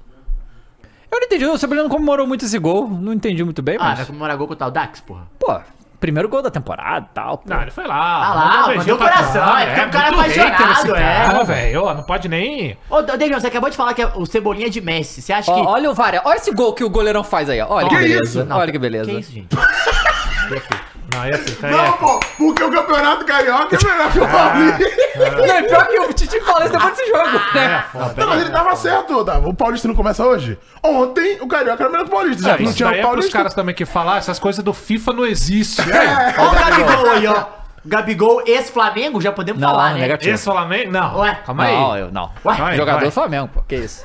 Eu não entendi, o Cebolinha não comemorou muito esse gol, não entendi muito bem,
Ah,
mas...
vai comemorar gol contra o Dax, porra.
Pô, primeiro gol da temporada e tal. pô.
Não, ele foi
Tá
lá.
Ah lá,
mandou um
mandou
beijinho pra
coração,
cá.
é porque
um
o cara é
muito
apaixonado,
hater esse
é.
cara, velho. Ó, Não pode nem...
Ô, David Jones, você acabou de falar que é o Cebolinha de Messi. Você acha
Ó,
que...
olha o VAR, olha esse gol que o goleirão faz aí, ó. Olha que,
Que
beleza.
isso?
Não,
olha que beleza.
Que é isso, gente?
Não, esse cara
Não,
é...
pô, porque o campeonato carioca é melhor que
Ah,
o Paulista.
E aí, pior que o Titi fala isso depois desse jogo,
Ah, é,
né?
Não, mas ele tava certo, Otávio. O Paulista não começa hoje? Ontem o Carioca era melhor que o Paulista. Já
Não,
que não
isso
tinha
daí
o
é pros
Paulista.
caras também que falar, essas coisas do FIFA não né? existem.
Ó o Gabigol aí, ó. Gabigol, ex-Flamengo, já podemos
Não,
falar,
não, é
né?
negativo.
Esse Flamengo... Não,
Ué.
calma aí.
Não, eu não.
Ué,
Vai,
Jogador
vai.
do Flamengo, pô, que isso.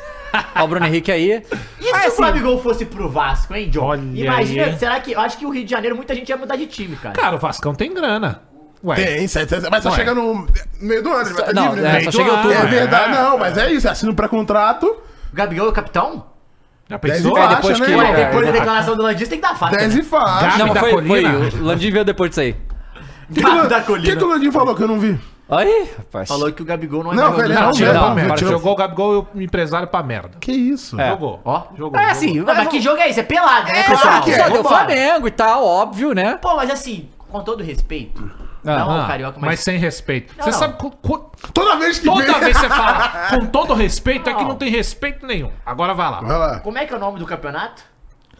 Ó o Bruno Henrique aí.
E se o Gabigol fosse pro Vasco, hein, John?
Olha
Imagina,
aí, hein?
será que... Eu acho que o Rio de Janeiro, muita gente ia mudar de time, cara.
Cara, o Vascão tem grana. Ué,
Tem, certo, certo. mas só
Ué.
chega no no meio do ano, ele vai estar
Não,
livre,
é,
né?
só
Meio
chega em
do
É
outubro.
ano.
verdade,
É.
não, mas é isso, assina um pré-contrato,
O Gabigol é o capitão?
já
10
pensou?
e
É,
faixa,
depois
né?
que-
Ué,
É,
depois da
é.
declaração do Landis tem que dar né? faca.
10 e faixa.
Gabi
Não,
da
foi, foi.
Colina.
O Landim veio depois disso aí.
O que,
da
que,
colina.
que o Landinho falou que eu não vi?
Aí, rapaz.
Falou que o Gabigol não é
Não,
jogador.
velho,
Não,
não,
Ah, Não,
velho.
tirou
não,
pra merda.
tirou-
Jogou o Gabigol e o empresário pra merda.
Que isso?
Jogou.
Ó.
Jogou.
É
jogou.
assim,
Não, mas que jogo é esse? É pelado, né,
É,
pessoal?
só, só deu
Vambora.
Flamengo e tal, óbvio, né?
Pô, mas assim, com todo respeito, não
Ah,
o Carioca,
mas...
mas...
sem respeito.
Não,
você
não.
sabe co- co-
Toda vez que
toda
vem-
vez você fala com todo respeito, é que não tem respeito nenhum. Agora vai lá.
Vai lá.
Como é que é o nome do campeonato?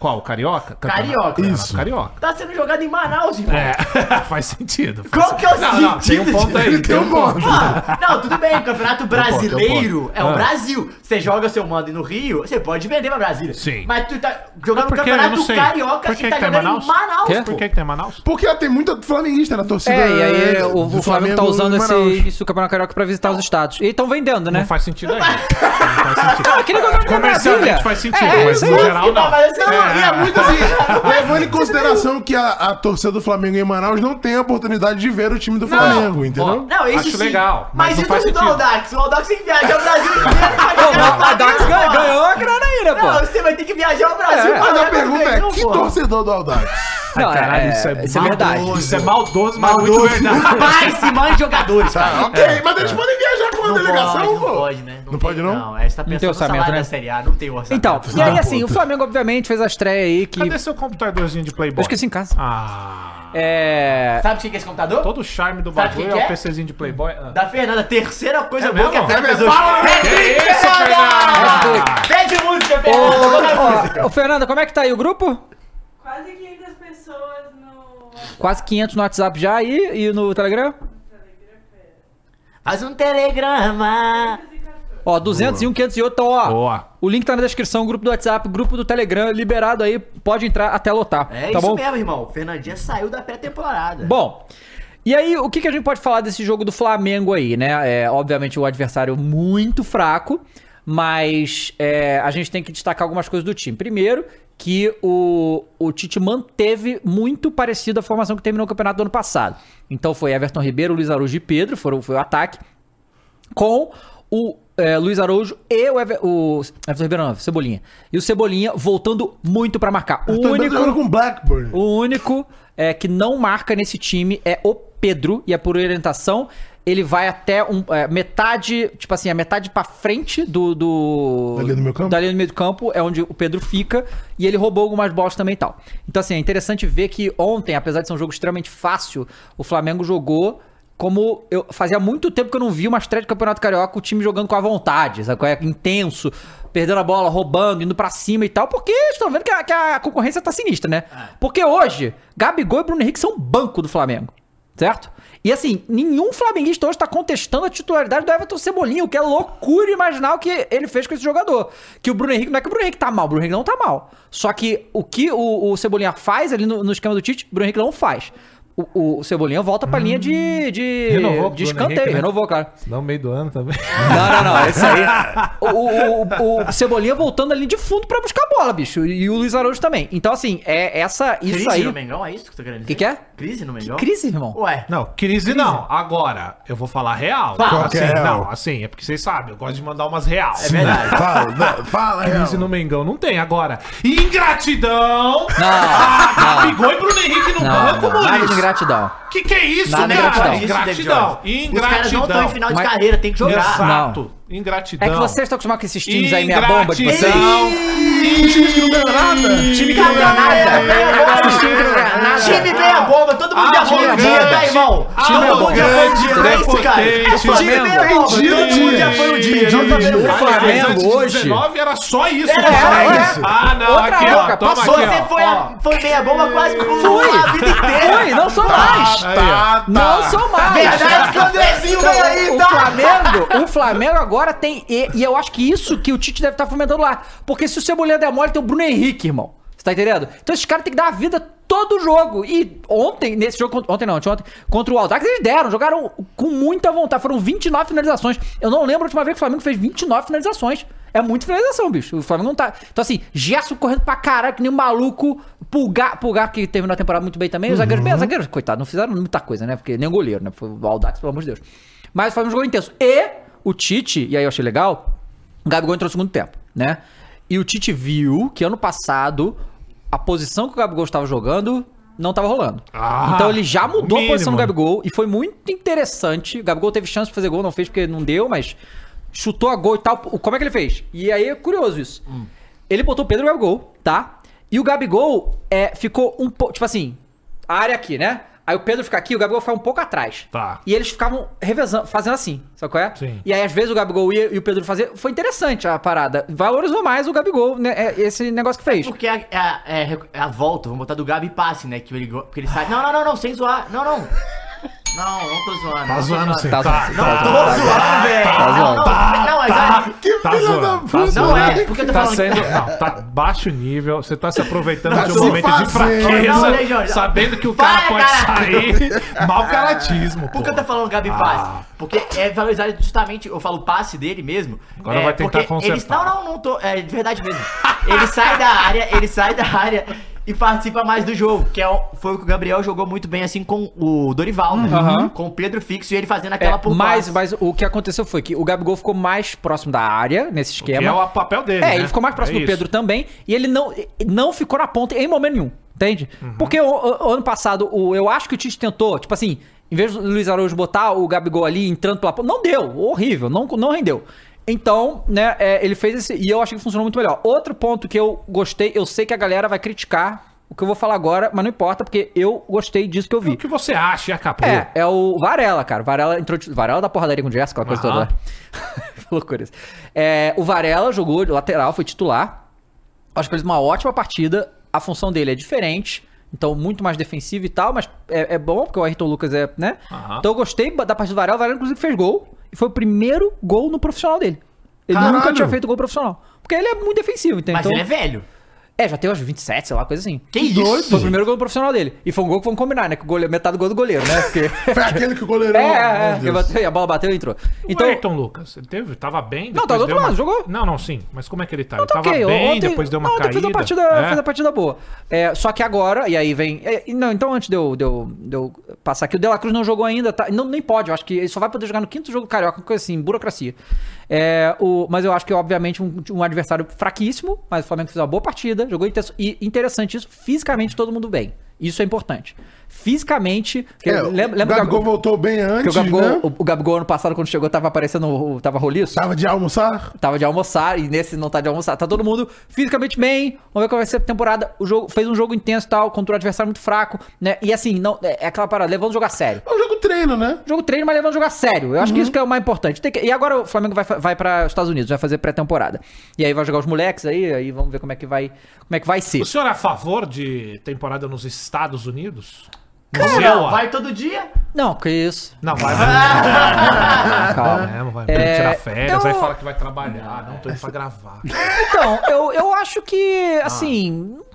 Qual? Carioca?
Carioca.
Isso. Carioca.
Tá sendo jogado em Manaus, irmão.
É, faz sentido.
Qual que é o
Não, não, tem um
sentido
ponto aí. Tem um ponto.
Mano, não, tudo bem, o campeonato brasileiro é o
Ah.
Brasil. Você joga seu mando no Rio, você pode vender pra Brasília.
Sim.
Mas tu tá jogando
Mas por
no
que? Eu não
campeonato
sei.
carioca
Por
e
que
tá
que tá em
jogando
Manaus?
em Manaus.
Quê?
pô.
Por que, que tem Manaus?
Porque tem muito flamenguista na torcida.
É, e aí
do
o, o Flamengo tá
Flamengo
usando
em
esse
Manaus.
isso, o Campeonato Carioca pra visitar os estados. E estão vendendo, né?
Não faz sentido ainda. Não faz sentido.
Aquele governo da é Brasília.
Comercialmente faz sentido,
É,
mas
isso
no
aí.
geral não.
Mas tá não,
E é muito assim, levando em consideração que a, a torcida do Flamengo em Manaus não tem a oportunidade de ver o time do Flamengo, entendeu?
Não, isso
Acho
sim.
legal, mas
Mas,
não faz
e do
sentido.
Aldax? O Aldax tem que viajar o Brasil inteiro pra
Pô,
jogar no
mas a Dax
Flamengo,
ganhou,
pô.
ganhou a grana ainda, pô.
Não, você vai ter que viajar o Brasil.
É.
pra
Mas a
jogar no
pergunta é,
Mengão,
que
pô.
torcedor do Aldax?
Não,
Caralho,
é,
isso é
isso é verdade.
maldoso. Isso é maldoso, mas muito verdade.
Rapaz, se manda jogadores, cara.
Tá, ok, mas eles podem viajar com a delegação,
pode,
pô.
Não pode, né?
Não pode, não?
Não, essa tá pensando
tem
no
orçamento,
salário
né?
da Série A, não tem orçamento.
Então, e aí assim, o Flamengo obviamente fez a estreia aí que...
Cadê seu computadorzinho de Playboy?
Eu esqueci em casa.
Ah,
É...
Sabe o que é esse computador?
todo o charme do
Sabe quem
bagulho
que
é
é?
o PCzinho de Playboy. Ah.
Da Fernanda, terceira coisa
É
boa que a
mesmo?
Fernanda
É
fez hoje.
mesmo?
Replica,
Que isso,
Fernanda! Pede música, Fernanda! toca mais música.
Ô, ô, Fernanda, como é que tá aí o grupo?
Quase 500 pessoas no.
Quase 500 no WhatsApp já e, e no Telegram?
Faz um telegrama.
Ó, 201, 508, então ó...
Boa.
O link tá na descrição, grupo do WhatsApp, grupo do Telegram, liberado aí, pode entrar até lotar, tá
É isso
bom?
mesmo, irmão. Fernandinha saiu da pré-temporada.
Bom, e aí o que, que a gente pode falar desse jogo do Flamengo aí, né? É, obviamente o adversário muito fraco, mas é, a gente tem que destacar algumas coisas do time. Primeiro, que o, o Tite manteve muito parecido a formação que terminou o campeonato do ano passado. Então foi Everton Ribeiro, Luiz Araújo e Pedro, foram, foi o ataque com o é, Luiz Araújo e o, Ever, o Everton Ribeiro, não, Cebolinha. E o Cebolinha voltando muito pra marcar. O
Tô
único
jogando com o Blackburn.
o único é, que não marca nesse time é o Pedro, e é por orientação ele vai até um, é, metade, tipo assim, a metade pra frente do. do
Da linha do meio campo?
da linha do meio do campo, é onde o Pedro fica. E ele roubou algumas bolas também e tal. Então, assim, é interessante ver que ontem, apesar de ser um jogo extremamente fácil, o Flamengo jogou. Como eu fazia muito tempo que eu não vi uma estreia de Campeonato Carioca, o time jogando com a vontade, sabe? qual é? Intenso, perdendo a bola, roubando, indo pra cima e tal, porque estão vendo que a, que a concorrência tá sinistra, né? Porque hoje, Gabigol e Bruno Henrique são um banco do Flamengo. Certo? E assim, nenhum flamenguista hoje tá contestando a titularidade do Everton Cebolinha, o que é loucura imaginar o que ele fez com esse jogador. Que o Bruno Henrique, não é que o Bruno Henrique tá mal, o Bruno Henrique não tá mal. Só que o que o, o Cebolinha faz ali no, no esquema do Tite, o Bruno Henrique não faz. O, o- o Cebolinha volta pra linha de, de,
Renovou com o
de
Bruno
escanteio,
Henrique, né?
renovou, cara.
Senão, meio do ano também.
Não, não, não, é isso aí. O, o- o- o Cebolinha voltando ali de fundo pra buscar a bola, bicho. E o Luiz Araújo também. Então, assim, é essa. Isso
Crise
aí.
no Mengão, é isso que tu tá querendo dizer?
Que que é?
Crise no Mengão?
Crise, irmão.
Ué,
Não, crise não. Agora, eu vou falar real.
Qual que
assim,
é real?
Não, assim, é porque vocês sabem, eu gosto de mandar umas real.
é verdade.
Fala, não, fala, é.
Crise
Real.
no Mengão não tem agora. Ingratidão!
Não,
Gabigol e Bruno Henrique no
não,
banco,
não, nada de
Muniz.
gratidão.
Que que é isso,
Nada de
cara?
Isso, David
Ingratidão.
Jones. Os caras não estão em
Ingratidão.
final de
Mas-
carreira, tem que jogar.
Exato. Ingratidão.
Então,
É que vocês estão acostumados com esses times aí, meia bomba de vocês.
Ingratidão.
Os times que não ganham nada.
Time
Não ganha nada, meia bomba.
time que né? não ganha nada.
é, Time meia bomba, todo mundo já foi
Arrogante.
dia, tá, irmão?
Time
Todo mundo já foi um dia, não é isso, cara?
Prepotente.
O Flamengo
Time
meia bomba, todo mundo já foi um dia. Não tá vendo
O
nada.
Flamengo hoje-
19 era só isso.
Era,
né?
era
isso.
Ah, não,
Outra
aqui,
época,
ó. Toma
passou,
aqui,
Você
ó.
foi, a- foi meia bomba quase com a vida inteira.
Fui, não sou mais.
Tá, tá,
Não sou mais. Então,
Verdade que Então, o Andrezinho veio aí,
o
tá?
Flamengo, o Flamengo agora tem. E, e eu acho que isso que o Tite deve estar fomentando lá. Porque se o Cebolinha der mole, tem o Bruno Henrique, irmão. Você tá entendendo? Então esses caras têm que dar a vida todo jogo. E ontem, nesse jogo, contra- ontem não, ontem, contra o Aldax, eles deram, jogaram com muita vontade. Foram 29 finalizações. Eu não lembro a última vez que o Flamengo fez 29 finalizações. É muita finalização, bicho. O Flamengo não tá. Então, assim, Gerson correndo pra caralho, que nem um maluco. Pulgar, Pulgar que terminou a temporada muito bem também. Os zagueiros, bem, os zagueiros, coitado, não fizeram muita coisa, né? Porque nem o goleiro, né? Foi o Aldax, pelo amor de Deus. Mas o Flamengo jogou intenso. E o Tite, e aí eu achei legal, o Gabigol entrou no segundo tempo, né? E o Tite viu que ano passado a posição que o Gabigol estava jogando não estava rolando.
Ah,
então ele já mudou a
mínimo.
posição do Gabigol e foi muito interessante. O Gabigol teve chance de fazer gol, não fez porque não deu, mas chutou a gol e tal. Como é que ele fez? E aí é curioso isso.
Hum.
Ele botou o Pedro e o Gabigol, tá? E o Gabigol é, ficou um pouco. Tipo assim, a área aqui, né? Aí o Pedro fica aqui, o Gabigol fica um pouco atrás.
Tá.
E eles ficavam revezando, fazendo assim, sabe qual é?
Sim.
E aí, às vezes, o Gabigol ia e o Pedro fazia. Foi interessante a parada. Valorizou mais o Gabigol, né? É Esse negócio que fez.
Porque a, a- é, rec- a volta, vamos botar do Gabi passe, né? Que ele, go- que ele sai. Não, não, não, não, sem zoar. Não, não. Não, não tô zoando.
Tá
não tô
zoando você.
Tá
Tá,
zoando, Tá
Tô
tá.
zoando, velho. Não, não, não, mas olha,
Que
Tá
filha da
zoando, tá
puta.
Não é, porque eu tô
Tá
falando.
sendo. Não, tá baixo nível. Você tá se aproveitando
Tá
de
se
um momento de
fazendo.
Não,
fraqueza.
não, não, não.
sabendo que o cara
Para,
pode
caralho.
sair. Mal caratismo.
Por que eu
pô. Ah.
tô falando Gabi Passe? Porque é valorizado justamente, eu falo o passe dele mesmo.
Agora
é,
vai tentar
porque
consertar.
Eles, não, não, não tô. É de verdade mesmo. ele sai da área, ele sai da área e participa mais do jogo. Que é, o- foi o que o Gabriel jogou muito bem, assim, com o Dorival, né?
Aham.
Com o Pedro fixo e ele
Uhum.
fazendo
É,
aquela por
mas,
passe.
mas o que aconteceu foi que o Gabigol ficou mais próximo da área nesse
Que
esquema.
é o papel dele.
É,
né?
ele ficou mais próximo
É
do
isso.
Pedro também. E ele não, não ficou na ponta em momento nenhum. Entende?
Uhum.
Porque o, o- o ano passado, o, eu acho que o Tite tentou, tipo assim, em vez do Luiz Araújo botar o Gabigol ali entrando pela ponta. Não deu. Horrível. Não, não rendeu. Então, né, é, ele fez esse. E eu achei que funcionou muito melhor. Outro ponto que eu gostei, eu sei que a galera vai criticar o que eu vou falar agora, mas não importa, porque eu gostei disso que eu
É
vi.
O que você acha, e acabou.
É, é o Varela, cara. Varela entrou. de- Varela da porradaria com o Jess, aquela coisa
Aham.
toda lá. Que Loucura isso. É, o Varela jogou de lateral, foi titular. Acho que ele fez uma ótima partida. A função dele é diferente. Então, muito mais defensivo e tal, mas é, é bom, porque o Ayrton Lucas é, né?
Aham.
Então eu gostei ba- da partida do Varela. O Varela, inclusive, fez gol. E foi o primeiro gol no profissional dele. Ele nunca
Caralho!
tinha feito gol profissional. Porque ele é muito defensivo, entendeu?
Mas
Então,
ele é velho.
é, já tem uns 27, sei lá, coisa assim.
Que isso?
Foi o primeiro gol profissional dele. E foi um gol que vamos combinar, né? Que o goleiro, metade do gol do goleiro, né? Porque...
Foi aquele que o goleiro.
É, é, é. que bateu- a bola bateu e entrou.
Então,
Então,
o Ayrton Lucas, ele teve, tava bem,
Não,
depois
tá do outro
deu uma-
lado, jogou.
Não, não, sim, mas como é que ele tá? Ele
tá
tava
ok.
bem,
Ontem-
depois deu uma
ontem
caída.
fez uma partida,
é.
fez uma partida boa. É, só que agora, e aí vem... é, e não, então antes de eu, de eu- de eu passar aqui, o De La Cruz não jogou ainda, tá? Não, nem pode, eu acho que ele só vai poder jogar no quinto jogo do Carioca, uma coisa assim, burocracia. É, o, mas eu acho que, obviamente, um, um adversário fraquíssimo, mas o Flamengo fez uma boa partida, jogou intenso, e interessante isso, fisicamente todo mundo bem. Isso é importante. fisicamente.
É,
Lem- lembra
o
do
Gabigol
Gabigol?
voltou bem
Que o
antes,
Gabigol,
né?
o, o Gabigol ano passado, quando chegou, tava aparecendo. o- Tava roliço?
Tava de almoçar?
Tava de almoçar e nesse não tá de almoçar. Tá todo mundo fisicamente bem. Vamos ver qual vai ser a temporada. O jogo fez um jogo intenso e tal, contra um adversário muito fraco, né? E assim, não é é aquela parada, levando o jogo a sério.
É um jogo treino, né?
Jogo treino, mas levando o jogo a sério. Eu acho que isso que é o mais importante. Tem que- E agora o Flamengo vai, fa- vai para os Estados Unidos, vai fazer pré-temporada. E aí vai jogar os moleques aí, aí vamos ver como é que vai, como é que vai ser.
O senhor é a favor de temporada nos Estados Unidos?
Como
Você é
não?
o-
Vai todo dia?
Não, que isso.
Não, vai. vai.
Calma.
É, não vai
É,
tirar férias,
então-
aí fala que vai trabalhar. Não, tô indo pra gravar.
Então, eu, eu acho que, assim. eu-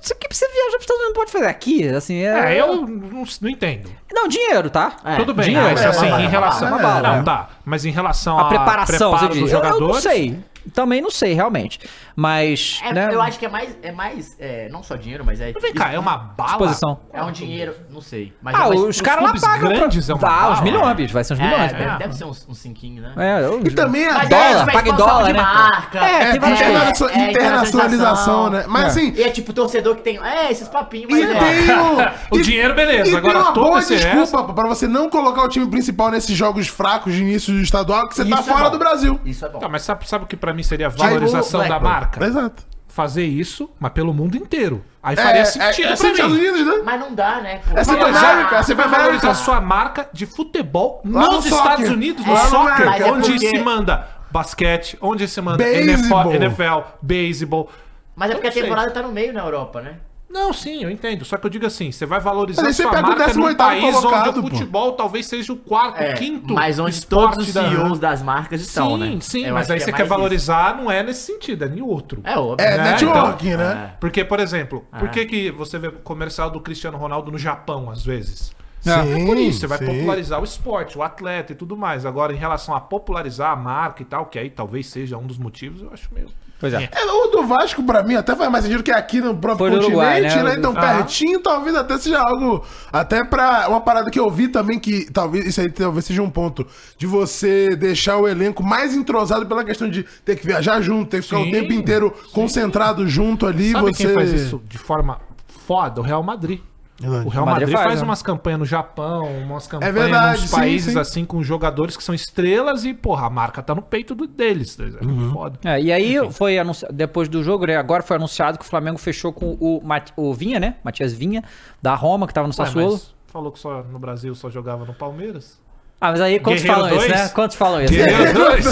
Isso que você viaja pros Estados Unidos pode fazer aqui, assim.
É, eu não, não entendo.
Não, dinheiro, tá?
É,
Tudo bem,
dinheiro,
mas
é uma
assim,
bala, é
em
uma
relação.
bala, é uma bala.
não, tá. Mas em relação
a
à
preparação, você
preparo
diz.
dos
Eu, eu
jogadores.
não sei. Também não sei, realmente. Mas.
É,
né,
Eu acho que é mais. É mais. é, não só dinheiro, mas é.
Vem cá, é uma bala.
Disposição.
É um dinheiro, não sei. Mas
Ah,
é mais-
os caras lá
clubes
pagam.
grandes é uma
ah, uns
bala,
milhões, bicho. Vai ser uns milhões,
né?
é,
pô.
deve- deve ser uns, uns cinquinho, né?
É, eu-
E também a
Mas
dólar,
tipo, a
paga em
expansão
dólar,
de
né?
marca,
É, tem várias
interna-
é, é
internacionalização, né? Mas assim,
E é tipo torcedor que tem. É, esses papinhos,
E
mas é.
tem o,
O
assim, né? e-
dinheiro, beleza.
E
Agora,
tem uma
todo
boa
esse
desculpa pô, pra você não colocar o time principal nesses jogos fracos de início do estadual, que você tá
Isso é
fora
bom.
do Brasil.
Isso é bom.
Tá, mas sabe, sabe o que pra mim seria a valorização
Blackburn.
da marca?
Exato.
Fazer isso, mas pelo mundo inteiro. Aí faria sentido
é, é
pra
sempre Estados
mim.
Unidos, né?
Mas não dá, né?
É sempre
Mas
América, é
Você
sempre
vai valorizar
América.
sua marca de futebol
Lá
nos
no soccer.
Estados Unidos, no
Lá no
soccer,
América,
onde
é porque-
se manda basquete, onde se manda
Beisebol.
NFL, beisebol.
Mas é porque a
Não sei.
temporada tá no meio na Europa, né?
Não, sim, eu entendo. Só que eu digo assim, você vai valorizar
Mas aí você
sua
pega o
marca num
18º
país
colocado,
onde o
pô.
futebol talvez seja o quarto,
É,
quinto
mas onde
esporte
todos os
da-
CEOs das marcas estão,
Sim,
né?
sim,
Eu
mas
acho
aí
que é
você quer
mais
valorizar, não é nesse sentido, é em outro.
isso. É Ah. óbvio.
É,
né?
networking,
Então,
né?
Porque, por exemplo, por que, que você vê o comercial do Cristiano Ronaldo no Japão, às vezes?
Sim,
é por isso, você vai
sim.
popularizar o esporte, o atleta e tudo mais. Agora, em relação a popularizar a marca e tal, que aí talvez seja um dos motivos, eu acho meio.
Pois é.
É, o do Vasco, pra mim, até faz mais sentido que é aqui no próprio
Foi no
continente,
Uruguai, né?
né? Então,
Aham.
pertinho, talvez até seja algo. Até pra. Uma parada que eu vi também, que talvez isso aí talvez seja um ponto. De você deixar o elenco mais entrosado pela questão de ter que viajar junto, ter que ficar
Sim,
o tempo inteiro concentrado junto ali.
Sabe
você... É
quem faz isso de forma foda? O Real Madrid.
Verdade.
O Real
O Madrid
Madrid, faz,
faz, né?
umas campanhas no Japão, umas campanhas
É verdade,
nos
sim,
países
sim.
assim com jogadores que são estrelas e, porra, a marca tá no peito do- deles. tá ligado?
Uhum.
Foda.
É, e aí foi anunciado, depois do jogo, né, agora foi anunciado que o Flamengo fechou com o, Mat- o Vinha, né? Matias Vinha, da Roma, que tava no
Ué,
Sassuolo.
mas falou que só no Brasil só jogava no Palmeiras?
Ah, mas aí quantos
Guerreiro
falam isso,
dois?
né? Quantos falam isso?
É,
né?
Guerreiro dois.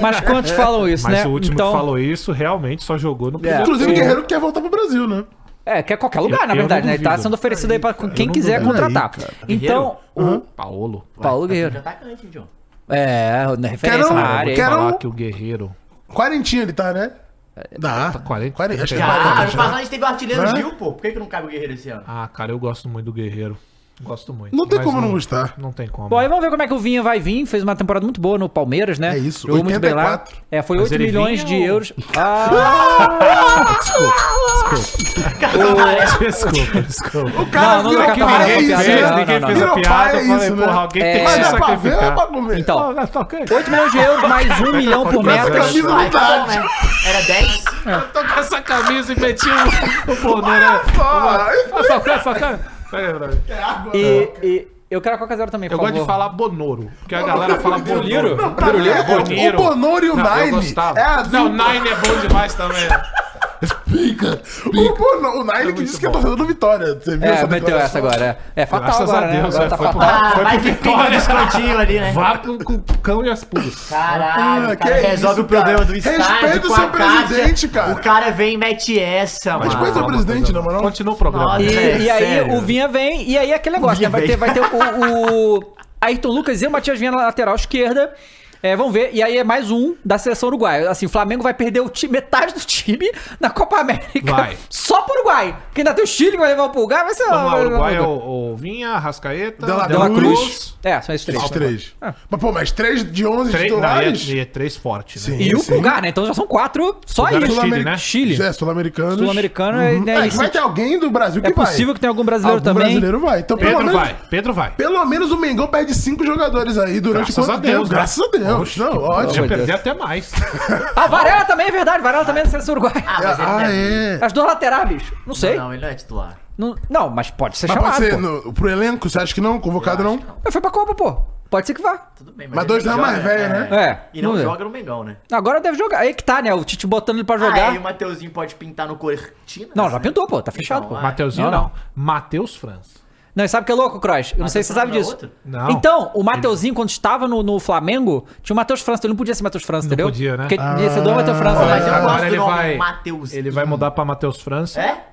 Mas quantos falam isso,
Mas
né?
o último que falou isso realmente só jogou no primeiro.
Inclusive,
É,
o
o-
Guerreiro quer voltar pro Brasil, né?
É, que é qualquer lugar,
Eu-
na
eu
verdade,
não
né? Ele tá
duvido.
sendo oferecido aí pra quem
não
quiser
duvido. É,
contratar.
Peraí, cara.
então,
Uhum.
Paulo.
Paulo
De
Guerreiro.
atacante, John.
É, na referência
Quero-
na área. aí.
quero-
Falar
um-
que o Guerreiro.
Quarentinha ele tá, né?
É, tá
Dá.
quarenta.
Quarenta, Acho que é
Já, ano
quarenta.
passado Ah, a gente teve o artilheiro
Hã?
Gil, pô. Por que, que não cabe o Guerreiro esse ano?
Ah, cara, eu gosto muito do Guerreiro. Gosto muito.
Não tem
Mas
como não gostar.
Não tem como.
Bom, aí vamos ver como é que o Vinha vai vir. Fez uma temporada muito boa no Palmeiras, né?
É isso,
Jogou muito bem lá.
84.
É, foi
Mas
8
ele
milhões
vinha
de
ou-
euros. Ah!
Desculpa, desculpa.
O cara
Não, não
virou
dá
que
pra
pai,
falar
é
ninguém
piada,
isso,
fez,
não,
né?
ninguém
não,
fez a
Virou
piada.
pai,
eu falei,
isso, né?
porra, alguém
É.
tem que
Mas
se
dá pra ver ou dá pra
sacrificar.
comer?
Então,
Ah, tá ok.
8 milhões de euros mais 1 milhão por
Mas
metro.
camisa tá
Ah,
não
tá
tá.
bom, né? Era 10.
Eu tô com essa camisa e meti o, o boné, né?
Pô,
Ah, só cara, só cara. Pega aí pra mim.
E, e eu quero a Coca Zero também, por
Eu gosto de
favor.
falar Bonoro, porque a galera fala Boniro.
Não, pra mim, é o Bonoro e o
Não, eu
Nine.
gostava.
É a
Não, o
dupla.
Nine é bom demais também.
Tá
Pica. O, Bono, o Nine que disse que é torcedor do Vitória. Você viu
É, meteu
declaração?
essa agora. É, é fatal
Graças
agora,
a
né?
Deus,
Agora
é,
tá
foi pro-
fatal.
Ah,
Foi pro
vai que fica um
Vitória.
descontinho ali, né?
Vá com com o cão e as pulgas.
Caralho,
Ah,
o cara
que
resolve
isso,
o problema
cara.
do estádio
Respeita o
com a
seu
Cássia.
presidente, cara.
O cara vem e mete essa, mano.
Respeita é o presidente, na moral.
um- Continua o programa.
Nossa.
E,
É,
e aí
sério.
o Vinha vem, e aí é aquele negócio, né?
Vinha
Vai
vem.
ter, vai ter o, o Ayrton Lucas e o Matias Vinha na lateral esquerda. É, vamos ver. E aí é mais um da seleção uruguaia. Assim, o Flamengo vai perder o ti- metade do time na Copa América.
Vai.
Só pro Uruguai. Porque ainda tem o Chile que vai levar pro Uruguai, vai ser...
Vamos lá,
vai-
Uruguai é
vai-
o, o Vinha, Rascaeta,
De La
De La
Cruz.
É, são esses três.
Esses três. Mas, pô, mas três de 11
Três, não,
titulares?
e, é, e é três forte, né?
Sim.
E o
Sim.
lugar, né? Então já são quatro. Só
Lugar é
isso.
Chile, né?
Chile.
É, sul-americanos.
Sul-americano é- né,
É,
isso-
vai ter alguém do Brasil que
É
vai.
possível que tenha algum brasileiro
Algum
também.
brasileiro vai. Então, pelo
Pedro
menos,
vai, Pedro vai.
pelo menos o Mengão perde cinco jogadores aí durante
Graças
quanto
a Deus,
tempo?
né?
Graças a Deus. Não,
Já
Meu
ótimo.
perdi
Deus.
até mais.
Ah, Varela também, é verdade. Varela também é da seleção uruguaia.
Ah, mas ele não
Ah, é.
é.
As duas laterais, bicho. Não sei.
Não, ele não é titular.
Não, não, mas pode ser
Mas
chamado.
pode ser
pô.
no- pro elenco, você acha que não? Convocado não?
Mas foi pra Copa, pô. Pode ser que vá.
Tudo bem,
Mas
ele
dois
nem
anos
joga,
mais velho, né?
É.
E não
vamos ver.
joga no Mengão, né?
Agora deve jogar. Aí que tá, né? O Tite botando ele pra jogar.
Ah, e o Mateuzinho pode pintar no Cortina?
Não, já pintou, pô. Tá fechado,
Então,
pô.
ah.
Mateuzinho
Não,
não.
não.
Matheus França.
Não, e sabe o que é louco, Croix? Eu não
Mas
sei
tá
se você sabe
falando
disso.
da outra?
Não.
Então, o Mateuzinho, quando estava no, no Flamengo, tinha o Matheus França. Então, Ele não podia ser Matheus França, entendeu?
podia, né?
Porque ia ser do Matheus França,
É,
Mas é eu
né?
gosto
Agora
do
ele
nome,
vai.
Mateuzinho.
Ele vai mudar pra Matheus França.
É?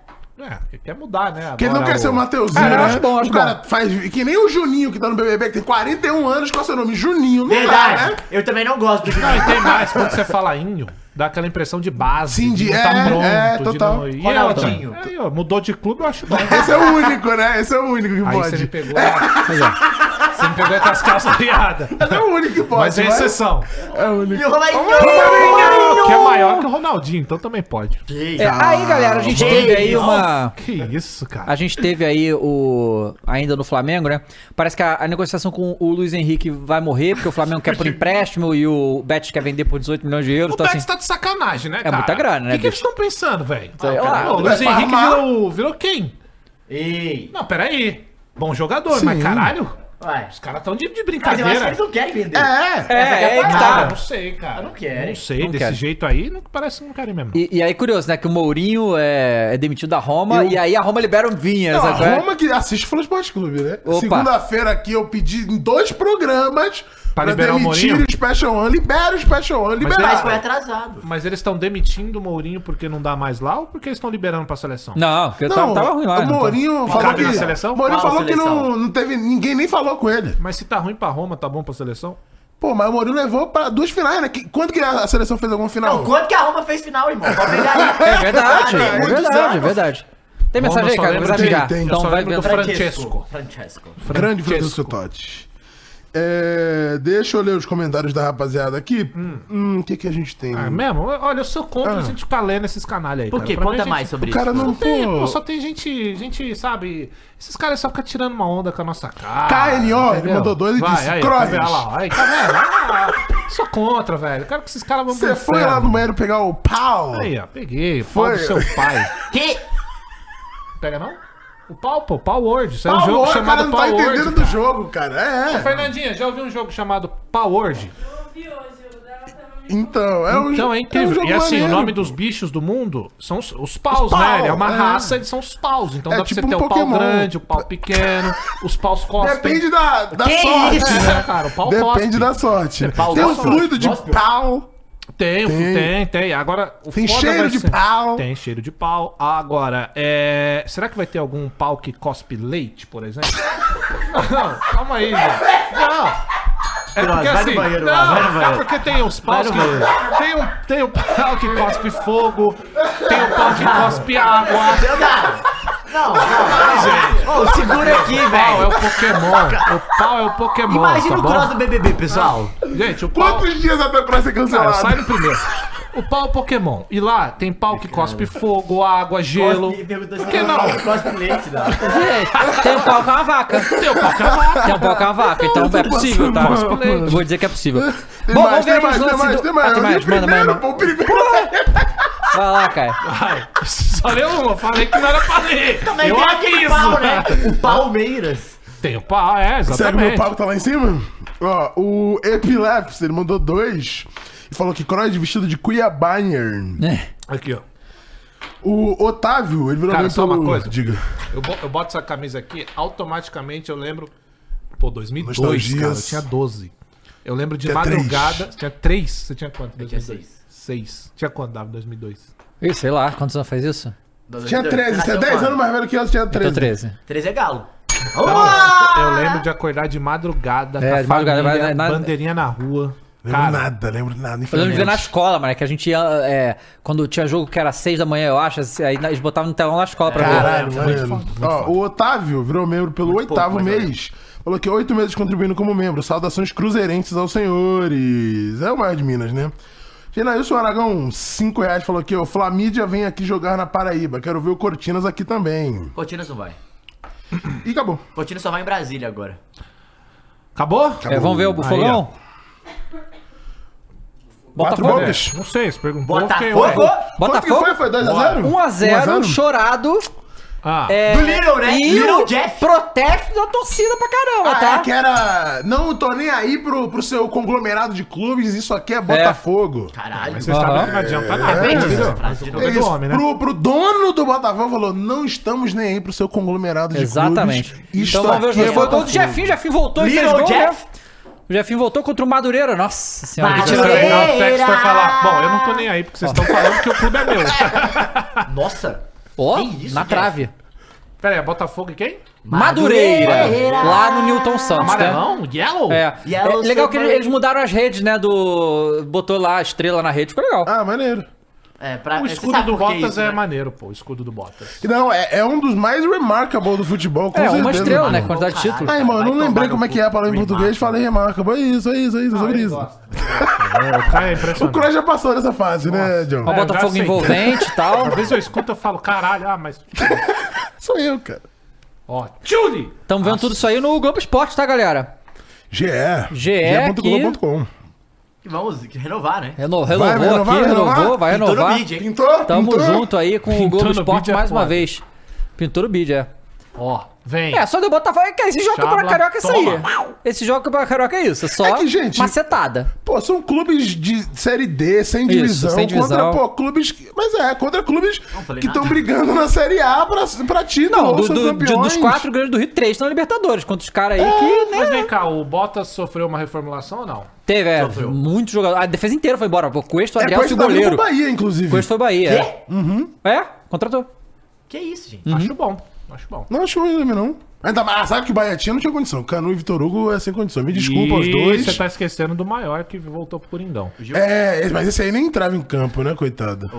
É, porque quer mudar, né?
Porque ele não
Agora
quer ser o Mateuzinho,
Ah, eu
né?
acho bom, acho
o cara faz. Que nem o Juninho que tá no BBB, que tem 41 anos, qual é o seu nome? Juninho, não dá, né?
Verdade. Eu também não gosto do
Não, e
Juninho.
tem mais, quando você fala inho, dá aquela impressão de base.
Sim, de-
não
é, é,
de
total.
não- E
Ronaldinho.
outra? Aí, ó, mudou de clube, eu acho bom.
Esse é o único, né? Esse é o único que
Aí você me
pode.
pegou. né? Você me pegou com as calças piadas.
Esse é o único que pode.
Mas é
vai.
exceção.
É o único.
E o Romarinho.
Que é maior que o Ronaldinho, então também pode.
É, aí, galera, a gente
Gente,
teve aí uma.
Que isso, cara.
A gente teve aí o. Ainda no Flamengo, né? Parece que a, a negociação com o Luiz Henrique vai morrer, porque o Flamengo quer por empréstimo e o Betis quer vender por 18 milhões de euros.
O
Então,
Betis
assim,
tá de sacanagem, né, cara?
muita grana, né,
O que, que eles estão pensando, velho?
Então,
sei lá.
Pô, O Luiz
Vai
Henrique
farmar.
virou, virou quem?
Ei.
Não, peraí. Bom jogador, mas caralho,
Vai.
os caras estão de, de
Mas eu acho que
brincadeira.
eles não querem vender.
É.
é,
Essa
é,
que é a
aí que
Ah,
tá.
não sei, cara.
Eu não quero.
Não sei,
Não
desse
quero.
jeito aí, não, parece que não querem mesmo.
E, e aí, curioso, né? Que o Mourinho é, é demitido da Roma e aí a Roma libera o Vinha,
Não, a
sabe? qual é?
Roma que assiste o Flow Esporte Clube, né?
Opa.
Segunda-feira aqui eu pedi em dois programas
Pra liberar o Mourinho?
o Special One. Libera o Special One,
Mas foi
libera.
atrasado.
Mas eles estão demitindo o Mourinho porque não dá mais lá ou porque eles estão liberando pra seleção?
Não, porque tava, tava ruim lá. né?
o Mourinho falou
Cabe
que,
na seleção?
Mourinho
Fala,
falou que não,
seleção.
não teve... Ninguém nem falou com ele.
Mas se tá ruim pra Roma, tá bom pra seleção?
Pô, mas o Mourinho levou pra duas finais, né? Que- Quando que a seleção fez alguma final?
Não, quanto que a Roma fez final, irmão? Pode pegar
É
aí.
verdade,
Cara,
é
muitos
verdade, é
anos.
verdade. Tem mensagem aí,
só
cara,
lembro
vamos
de-
amigar.
tem, eu
Então
só
vai
lembro do
vendo.
Francesco.
Francesco.
Grande Francisco Totti. É, deixa eu ler os comentários da rapaziada aqui. Hum, o que, que a gente tem?
Ah, mesmo? Olha, eu sou contra a gente ficar lendo esses canalha aí.
Hum. Ah. Por
cara.
quê?
Pra mim,
Conta
a gente-
mais sobre
o
isso.
cara não.
Tem,
É, pô,
pô, só tem gente, gente, sabe? Esses caras só ficam tirando uma onda com a nossa cara.
KNO, ele mandou dois e
Vai,
disse:
aí, tá
Croix,
vendo? Olha lá, aí, tá vendo? Ah, sou contra, velho. Quero que esses caras vão
você foi lá no banheiro pegar o pau.
um Aí, ó, peguei. Foi. Pau do
Foi.
seu pai.
Que?
Pega não? O pau, pô, Pau World. Isso é um
Pau,
jogo
o cara
chamado
não tá
Pau
entendendo
World.
do jogo, cara. É, é.
Fernandinha, já ouviu um jogo chamado Pau World?
Eu vi hoje, eu dava- tava me
Então, é um
Então é
um
incrível.
jogo
e assim,
maneiro.
o nome dos bichos do mundo são os, os paus,
Os pau,
né? É uma
é.
raça, eles são os paus. Então
É
dá pra
tipo
você ter
um
o pau
Pokémon.
grande, o pau pequeno, os paus cospem.
Depende da, da
Que
sorte.
isso?
né?
É, cara, o pau
Depende
cospe.
da sorte.
É
pau
Tem um
cospe?
fluido de
Cospe?
pau.
Tem,
Tem.
tem, tem, Agora, o
Tem
foda
cheiro
vai
de pau.
Tem cheiro de pau. Agora, é... será que vai ter algum pau que cospe leite, por exemplo? não, calma aí, velho. Não. É
Vai
porque
no
assim,
banheiro
não,
lá, vai no
é
banheiro.
porque tem os paus
Vai
que
no banheiro.
tem um, tem um pau que cospe fogo, tem um pau que cospe água.
Seu Galo. Não, não, não. Ô, segura aqui,
O pau é
velho.
o Pokémon. O pau é o Pokémon.
Imagina
tá
o cross
bom? Ah,
do BBB, pessoal.
Gente, o pau.
Quantos dias até o Cross ser
Cara,
cancelado?
sai no primeiro. O pau é o Pokémon. E lá tem pau que cospe fogo, água, gelo.
Cospe- perguntou se
Por que
tem
não?
pau, Cospe leite, não.
Gente, Tem um pau com uma vaca.
Tem o pau que é vaca.
Tem um pau com uma vaca, então é possível, tá? Eu vou dizer que é possível.
Tem
Bom,
mais,
vamos ver
tem
aí os
mais, tem
lances
mais,
do-
tem mais.
Ah, tem
Eu li
mais.
o
Manda,
primeiro,
manda.
pô, o primeiro.
Vai lá, Caio.
Ai, só leu uma, falei que não era pra ler.
Mas
Eu
tem aquele
aviso.
pau, né? O Palmeiras.
Tem o pau, é,
Será que meu
exatamente.
pau tá lá em cima? Ó, o Epilepsy, ele mandou dois e falou que Croix vestido de Cuiabiner.
Aqui, ó.
O Otávio, ele virou
Cara,
nome
só uma coisa.
Diga.
Eu, bo- eu boto essa camisa aqui, automaticamente eu lembro. Pô, 2002,
Nostalgias.
cara. Eu tinha 12. Eu lembro de
Tinha
madrugada. Tinha 3. Você tinha quanto? Eu
tinha
6. Tinha quanto dava em 2002?
Ih, sei lá, quantos anos faz isso?
Tinha 13, você é 10 anos mais velho que eu, você tinha
Tô
13.
13.
13 é galo.
Tá
Ah!
Eu lembro de acordar de madrugada.
É,
com a
de madrugada,
família,
vai- na-
bandeirinha na rua.
Lembro
Cara,
nada, lembro nada,
Eu lembro de ver na
infelizmente.
escola, mano, que a gente ia. é, quando tinha jogo que era seis da manhã, eu acho, assim, aí eles botavam no telão na escola pra ver.
Caralho,
Muito
mano.
foda, muito
Ó,
foda.
o Otávio virou membro pelo oitavo
pouco, mas
mês. Falou que oito meses contribuindo como membro. Saudações cruzeirenses aos senhores. É o maior de Minas, né? Genailson Aragão, cinco reais, falou que o Flamídia vem aqui jogar na Paraíba. Quero ver o Cortinas aqui também.
Cortinas não vai.
E acabou.
Cortinas só vai em Brasília agora.
acabou?
É, vamos ver o fogão?
Quatro
Botafogo.
gols.
Não sei, se perguntou. eu é. fiquei,
Botafogo?
ué.
Quanto que Um
Botafogo?
foi? Foi 2x0?
1x0,
1x0?
chorado.
Ah.
É,
Do Little, né?
E
Little
o
Jeff.
protesto da torcida pra caramba,
Ah,
tá?
é, que era. Não tô nem aí pro, pro seu conglomerado de clubes, isso aqui é Botafogo.
Caralho.
Mas vocês tá sabem que não adianta nada.
Repete
entendeu?
essa frase de novo.
É
É
do
isso,
homem, né?
pro, pro dono do Botafogo falou: não estamos nem aí pro seu conglomerado de
Exatamente.
clubes.
Então vamos ver os
aqui
dois. Foi o
é
gol do
Botafogo."
Jefinho, o Jefinho voltou e fez
Little
gol,
Jeff.
né? O Jefinho voltou contra o Madureira, nossa senhora.
Mas-
que
Porque
time.
será legal o
Madureira!
Tex vai falar, bom, eu não tô nem aí, porque vocês estão falando que o clube é meu.
Nossa.
Ó,
Que isso,
na
Jeff?
trave.
Pera aí, é Botafogo e quem?
Madureira,
Madureira!
Lá no Newton Santos, né?
Amarelão? Yellow?
É.
Yellow
É legal
Submarine.
que eles mudaram as redes, né? Do. Botou lá a estrela na rede, ficou legal.
Ah, maneiro.
É, pra...
O
você
escudo
sabe
do
por que
Bottas
isso,
é
né?
maneiro, pô. O escudo do Bottas.
Não, é, é um dos mais remarkable do futebol, com
é,
certeza.
uma estrela, né?
mano.
Quantidade de
Caralho.
títulos.
Ai, mano, eu não
Vai
lembrei
tomar
como é
no
que é a palavra em
cu. Ah,
português, falei remarkable. É isso, é isso, é isso, é sobre isso.
O cara é
O Croy
impressionante.
já passou dessa fase, né, John?
Uma
É, eu já
Botafogo
aceitei.
envolvente e tal.
Às vezes eu escuto e falo, caralho, ah, mas...
Sou eu, cara.
Ó, Julie!
Estamos vendo tudo isso aí no Globo Esporte, tá, galera?
GE.
GE.globo.com.
Que Vamos renovar,
É.
né?
Reno,
Vai,
renovou
vai renovar,
aqui,
vai renovar?
renovou, vai
Pintou no
renovar.
bid, hein?
Pintou?
Tamo
Pintou?
junto aí com o
Pintou
Globo
no
Esporte
bid é
mais uma
foda.
vez. Pintura o bid, é.
Ó, vem.
É, só deu Botafogo. Cara, esse jogo
Chabla,
Campeonato Carioca é isso aí.
toma.
Esse jogo Campeonato Carioca é isso. É só
É que, gente,
macetada.
Pô, são clubes de série D, sem
Isso,
divisão,
sem divisão.
contra pô, clubes. que- Mas é, contra clubes
falei
que
nada.
estão brigando na série A pra, pra título.
Não,
ou
do-
são
do- de-
campeões. É,
dos quatro grandes do Rio, três estão na Libertadores. Contra os caras aí que
Mas vem cá, o Bottas sofreu uma reformulação ou não?
teve, é, muito jogador. A defesa inteira foi embora. Pô, Cuesto,
É,
Adriel e
Coelho
o
tá vindo
goleiro.
pro Bahia, inclusive.
Cuesto foi Bahia. é. É, contratou.
Que isso, gente?
Acho bom, acho bom.
Não acho ruim também, não. Ainda mais, ah, sabe que o Bahia tinha, não tinha condição. Canu e Vitor Hugo é sem condição. Me desculpa os
E
dois.
é
você tá esquecendo do maior que voltou pro Coringão.
É, mas esse aí nem entrava em campo, né, coitado?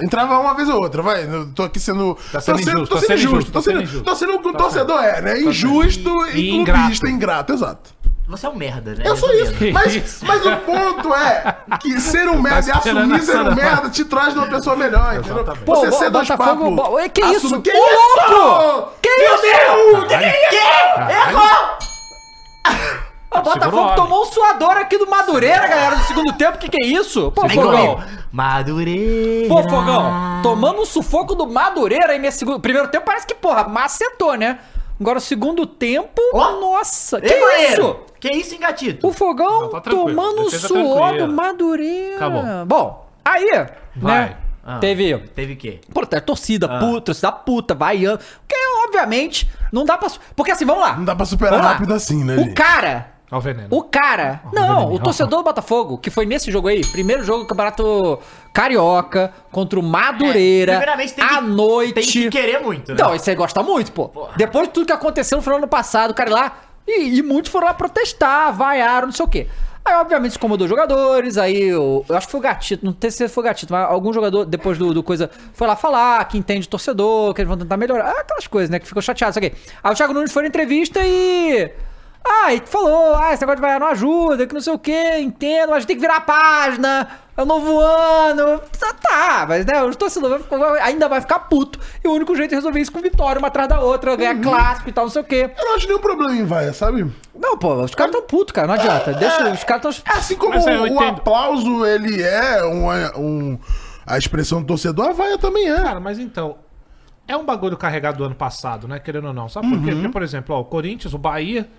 Entrava uma vez ou outra, vai. Eu tô aqui sendo.
Tá sendo
tô
injusto,
tô
tá
sendo
sendo
injusto, tô sendo injusto. Tô sendo o que o torcedor é, né? Injusto
E
e
ingrato.
clubista, ingrato, exato.
Você é um merda, né?
É só isso.
Resumindo.
Mas, mas o ponto é que ser um merda e
esperando
assumir
a
ser um
Sandra.
merda te traz de uma pessoa melhor, entendeu?
Pô,
Você
bo-
ser dois
Botafogo,
papos.
bo- Ei, que
assume-
isso?
Que
Ô,
isso?
louco! Que isso?
Meu Deus! é
O
Ah, Segurou o
Botafogo
homem.
tomou um suador aqui do Madureira, galera, do segundo tempo. Que que é isso? Pô,
Vem
Fogão.
comigo. Madureira.
Pô, Fogão. Tomando um sufoco do Madureira aí nesse segundo... Primeiro tempo parece que, porra, macetou, né? Agora o segundo tempo...
Ó.
Nossa,
Ei,
que é
goleiro.
isso?
Que isso, hein, gatito?
O Fogão
Não, tá tranquilo.
tomando um
Defesa
suor
tranquila.
do Madureira.
Acabou.
Bom, aí, né?
Vai.
Ah.
Teve...
Teve o quê?
Puta, é torcida, puta, torcida puta, vaiando. Porque, obviamente, não dá pra... su- Porque assim, vamos lá.
Não dá pra superar
Vamos lá.
rápido assim, né,
O
gente?
cara...
Ó o veneno.
O cara. Não, o torcedor do Botafogo, que foi nesse jogo aí, primeiro jogo do Campeonato Carioca, contra o Madureira.
É, Primeiramente, tem que,
à noite.
tem que querer muito, né?
Não, isso aí gosta muito, pô. Depois de tudo que aconteceu no final do ano passado, o cara lá. E, e muitos foram lá protestar, vaiaram, não sei o quê. Aí, obviamente, se incomodou os jogadores, aí eu, eu acho que foi o Gatito, não sei se foi o Gatito, mas algum jogador, depois do, do coisa, foi lá falar que entende o torcedor, que eles vão tentar melhorar, Ah, aquelas coisas, né, que ficou chateado, isso aqui. Aí o Thiago Nunes foi na entrevista e... Ah, e falou, ah, esse negócio de vaiar não ajuda, que não sei o quê, entendo, mas tem que virar a página, é um novo ano. Tá, tá, mas né, o torcedor vai ficar- ainda vai ficar puto. E o único jeito é resolver isso com vitória, uma atrás da outra, ganhar clássico e tal, não sei o quê.
Eu não acho nenhum problema em vaia, sabe?
Não, pô, os caras tão putos, cara, não adianta. Deixa, os caras
É
tão.
assim como
Mas é, eu
o
entendo.
aplauso, ele é uma- um, a expressão do torcedor, a vaia também é.
Cara, mas então. É um bagulho carregado do ano passado, né? Querendo ou não. Sabe por
Uhum.
quê? Porque, por exemplo, ó, o Corinthians, o Bahia,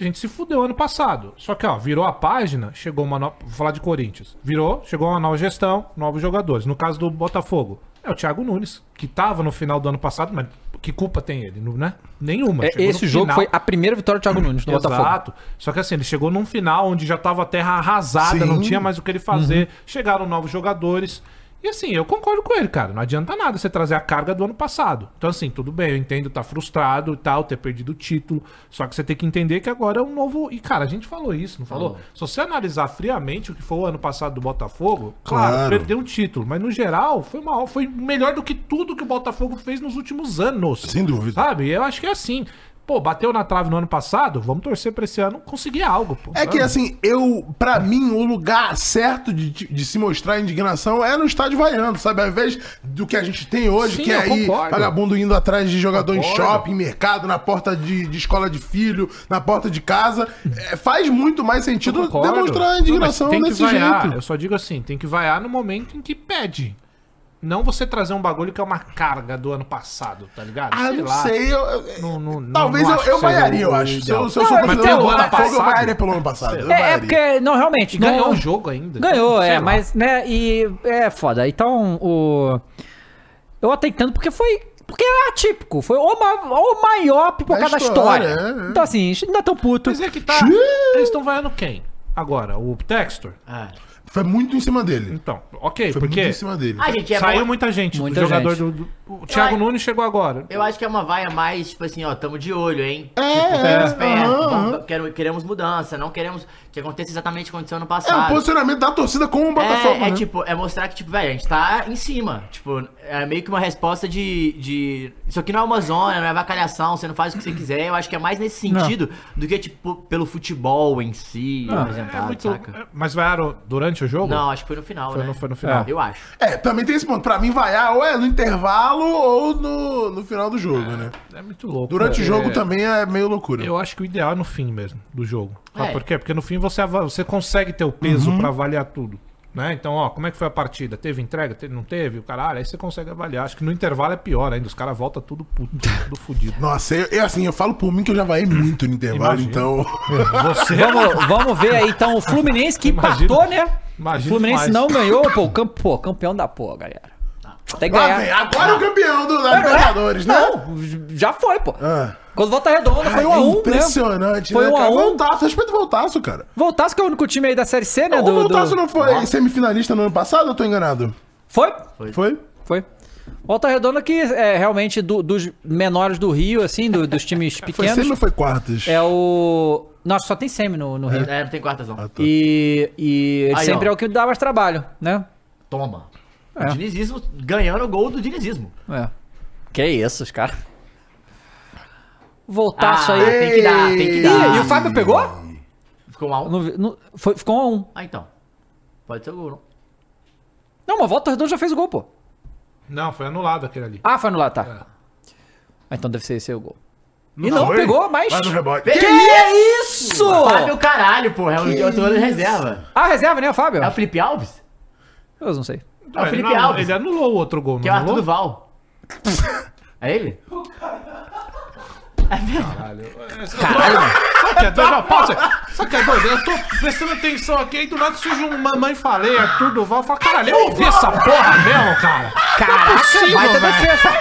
a gente se fudeu ano passado. Só que, ó, virou a página, chegou uma nova. Vou falar de Corinthians. Virou, chegou uma nova gestão, novos jogadores. No caso do Botafogo, é o Thiago Nunes, que tava no final do ano passado, mas que culpa tem ele, não- né? Nenhuma.
É,
Chegou no
esse jogo
final.
foi a primeira vitória do Thiago Nunes no Botafogo.
Exato. Só que assim, ele chegou num final onde já tava a terra arrasada,
Sim.
não tinha mais o que ele fazer. Chegaram novos jogadores. E assim, eu concordo com ele, cara. Não adianta nada você trazer a carga do ano passado. Então, assim, tudo bem, eu entendo, tá frustrado e tal, ter perdido o título. Só que você tem que entender que agora é um novo. E, cara, a gente falou isso, não falou? Se você analisar friamente o que foi o ano passado do Botafogo, claro,
Claro.
perdeu o título. Mas no geral, foi uma foi melhor do que tudo que o Botafogo fez nos últimos anos.
Sem dúvida.
Sabe? Eu acho que é assim. Pô, bateu na trave no ano passado, vamos torcer pra esse ano conseguir algo, pô.
É que
Sabe?
assim, eu, pra mim, o lugar certo de, de se mostrar indignação é no estádio vaiando, sabe? Ao invés do que a gente tem hoje,
Sim,
que é
eu
aí
concordo.
vagabundo indo atrás de jogador em
Concordo.
shopping, mercado, na porta de, de escola de filho, na porta de casa. É, faz muito mais sentido
Concordo.
demonstrar a
Não, mas
indignação
tem que
desse
vaiar.
jeito.
Eu só digo assim, tem que vaiar no momento em que pede. Não você trazer um bagulho que é uma carga do ano passado, tá ligado?
Ah, não
lá.
sei. eu- eu-
Não- não- não-
Talvez
não
eu,
acho
eu
que seja
vaiaria, eu
o
acho. Se eu, se eu
ideal.
sou
Não, mas
torcedor do
pelo ano
Botafogo, eu
passado.
vaiaria pelo ano passado. eu
É, é
vaiaria.
porque, não, realmente.
Ganhou
não-
o jogo ainda.
Ganhou,
Sei
é,
lá.
mas, né, e é foda. Então, o. Eu atei tanto porque foi. Porque é atípico. Foi o, ma o maior pipocada da
Da
história.
história, é, é.
Então, assim, ainda tão puto.
Mas é que tá. Eles estão vaiando quem? Agora, o Textor?
Ah.
Foi muito em cima dele.
Então, ok,
Foi
porque
muito em cima dele.
Ah, gente, é
saiu
bom-
muita gente.
Muita
o jogador
gente.
do, do- O Thiago
Eu-
Nunes chegou agora.
Eu acho que é uma vaia mais, tipo assim, ó, tamo de olho, hein?
É,
Tipo, esperto,
aham,
vamos-
aham.
quero- queremos mudança, não queremos que aconteça exatamente o que aconteceu ano
É o
passado.
posicionamento da torcida com o Botafogo,
É, é
né?
tipo, é mostrar que, tipo, velho, a gente tá em cima. Tipo, é meio que uma resposta de. de isso aqui não é uma zona, não é vacalhação, você não faz o que você quiser. Eu acho que é mais nesse sentido do que, tipo, pelo futebol em si,
É
Ah,
apresentado,
muito-
saca?
é, Mas vaiaram durante o jogo?
Não, acho que foi no final,
Foi
né?
no- foi no final.
Eu acho.
É, também tem esse ponto. Pra mim, vaiar ou é no intervalo ou no, no final do jogo, né?
É muito louco.
Durante o
É,
jogo também é meio loucura.
Eu acho que o ideal é no fim mesmo do jogo. Sabe
É.
por quê? Porque no fim você, ava- você consegue ter o peso
Uhum.
pra avaliar tudo. Né? Então, ó, como é que foi a partida? Teve entrega? Teve- não teve? O caralho, aí você consegue avaliar. Acho que no intervalo é pior ainda. Os caras voltam tudo puto, tudo fudido.
Nossa, eu, eu, assim, eu falo por mim que eu já vaiei muito no intervalo,
Imagino.
então.
Você
Vamos, vamos ver aí, então, o Fluminense que
Imagino.
empatou, né?
Imagino
o Fluminense
demais.
não ganhou, pô, o camp- pô, campeão da porra, galera. Tem que
Tá. Lá vem,
ganhar. É,
agora é o campeão do, da Libertadores, né?
Não, já foi, pô.
Ah.
Quando volta redonda, foi
É
1 a né? 1
Impressionante,
Foi
né?
um a
cara?
um.
Voltaço, respeito o Voltaço, cara.
Voltasse que é o único time aí da Série C, né?
o Voltaço não foi semifinalista no ano passado, eu tô enganado?
Foi?
Foi?
Foi. Volta Redonda que é realmente do- dos menores do Rio, assim, do- dos times
Foi
pequenos.
semi ou foi quartas?
É o. Nossa, só tem semi no, no Rio.
É, não tem quartas, não.
tá.
E, e ele
Aí,
sempre
ó.
é o que dá mais trabalho, né?
Toma.
É.
O dinizismo ganhando o gol do dinizismo.
É. Que isso, os caras. Voltaço aí.
Tá, tem que dar, tem que dar.
Ih, e o Fábio pegou?
Ficou um a um?
Não vi- não- foi- ficou um a um.
Ah, então. Pode ser o gol, não.
Não, mas Volta Redonda já fez o gol, pô.
Não, foi anulado aquele ali.
Ah, foi anulado, tá. Ah, Então deve ser esse o gol. e não,
É. Foi?
pegou, mas.
Mas no rebote.
Que isso?
Fábio, caralho, porra. É o jogador de reserva.
Ah, reserva, né, Fábio?
É o Felipe Alves?
Eu não sei.
É o
ele,
Felipe
não-
Alves.
ele anulou o outro gol,
Que é
não
o Arthur
anulou?
Duval. É ele?
Sabe que é doido? Não, pausa. Sabe que é doido? Eu tô prestando atenção aqui, aí do nada surge um mamãe falei, Arthur Duval. Eu falo, caralho, eu ouvi essa porra mesmo, cara.
Caraca,
possível,
baita
velho.
defesa.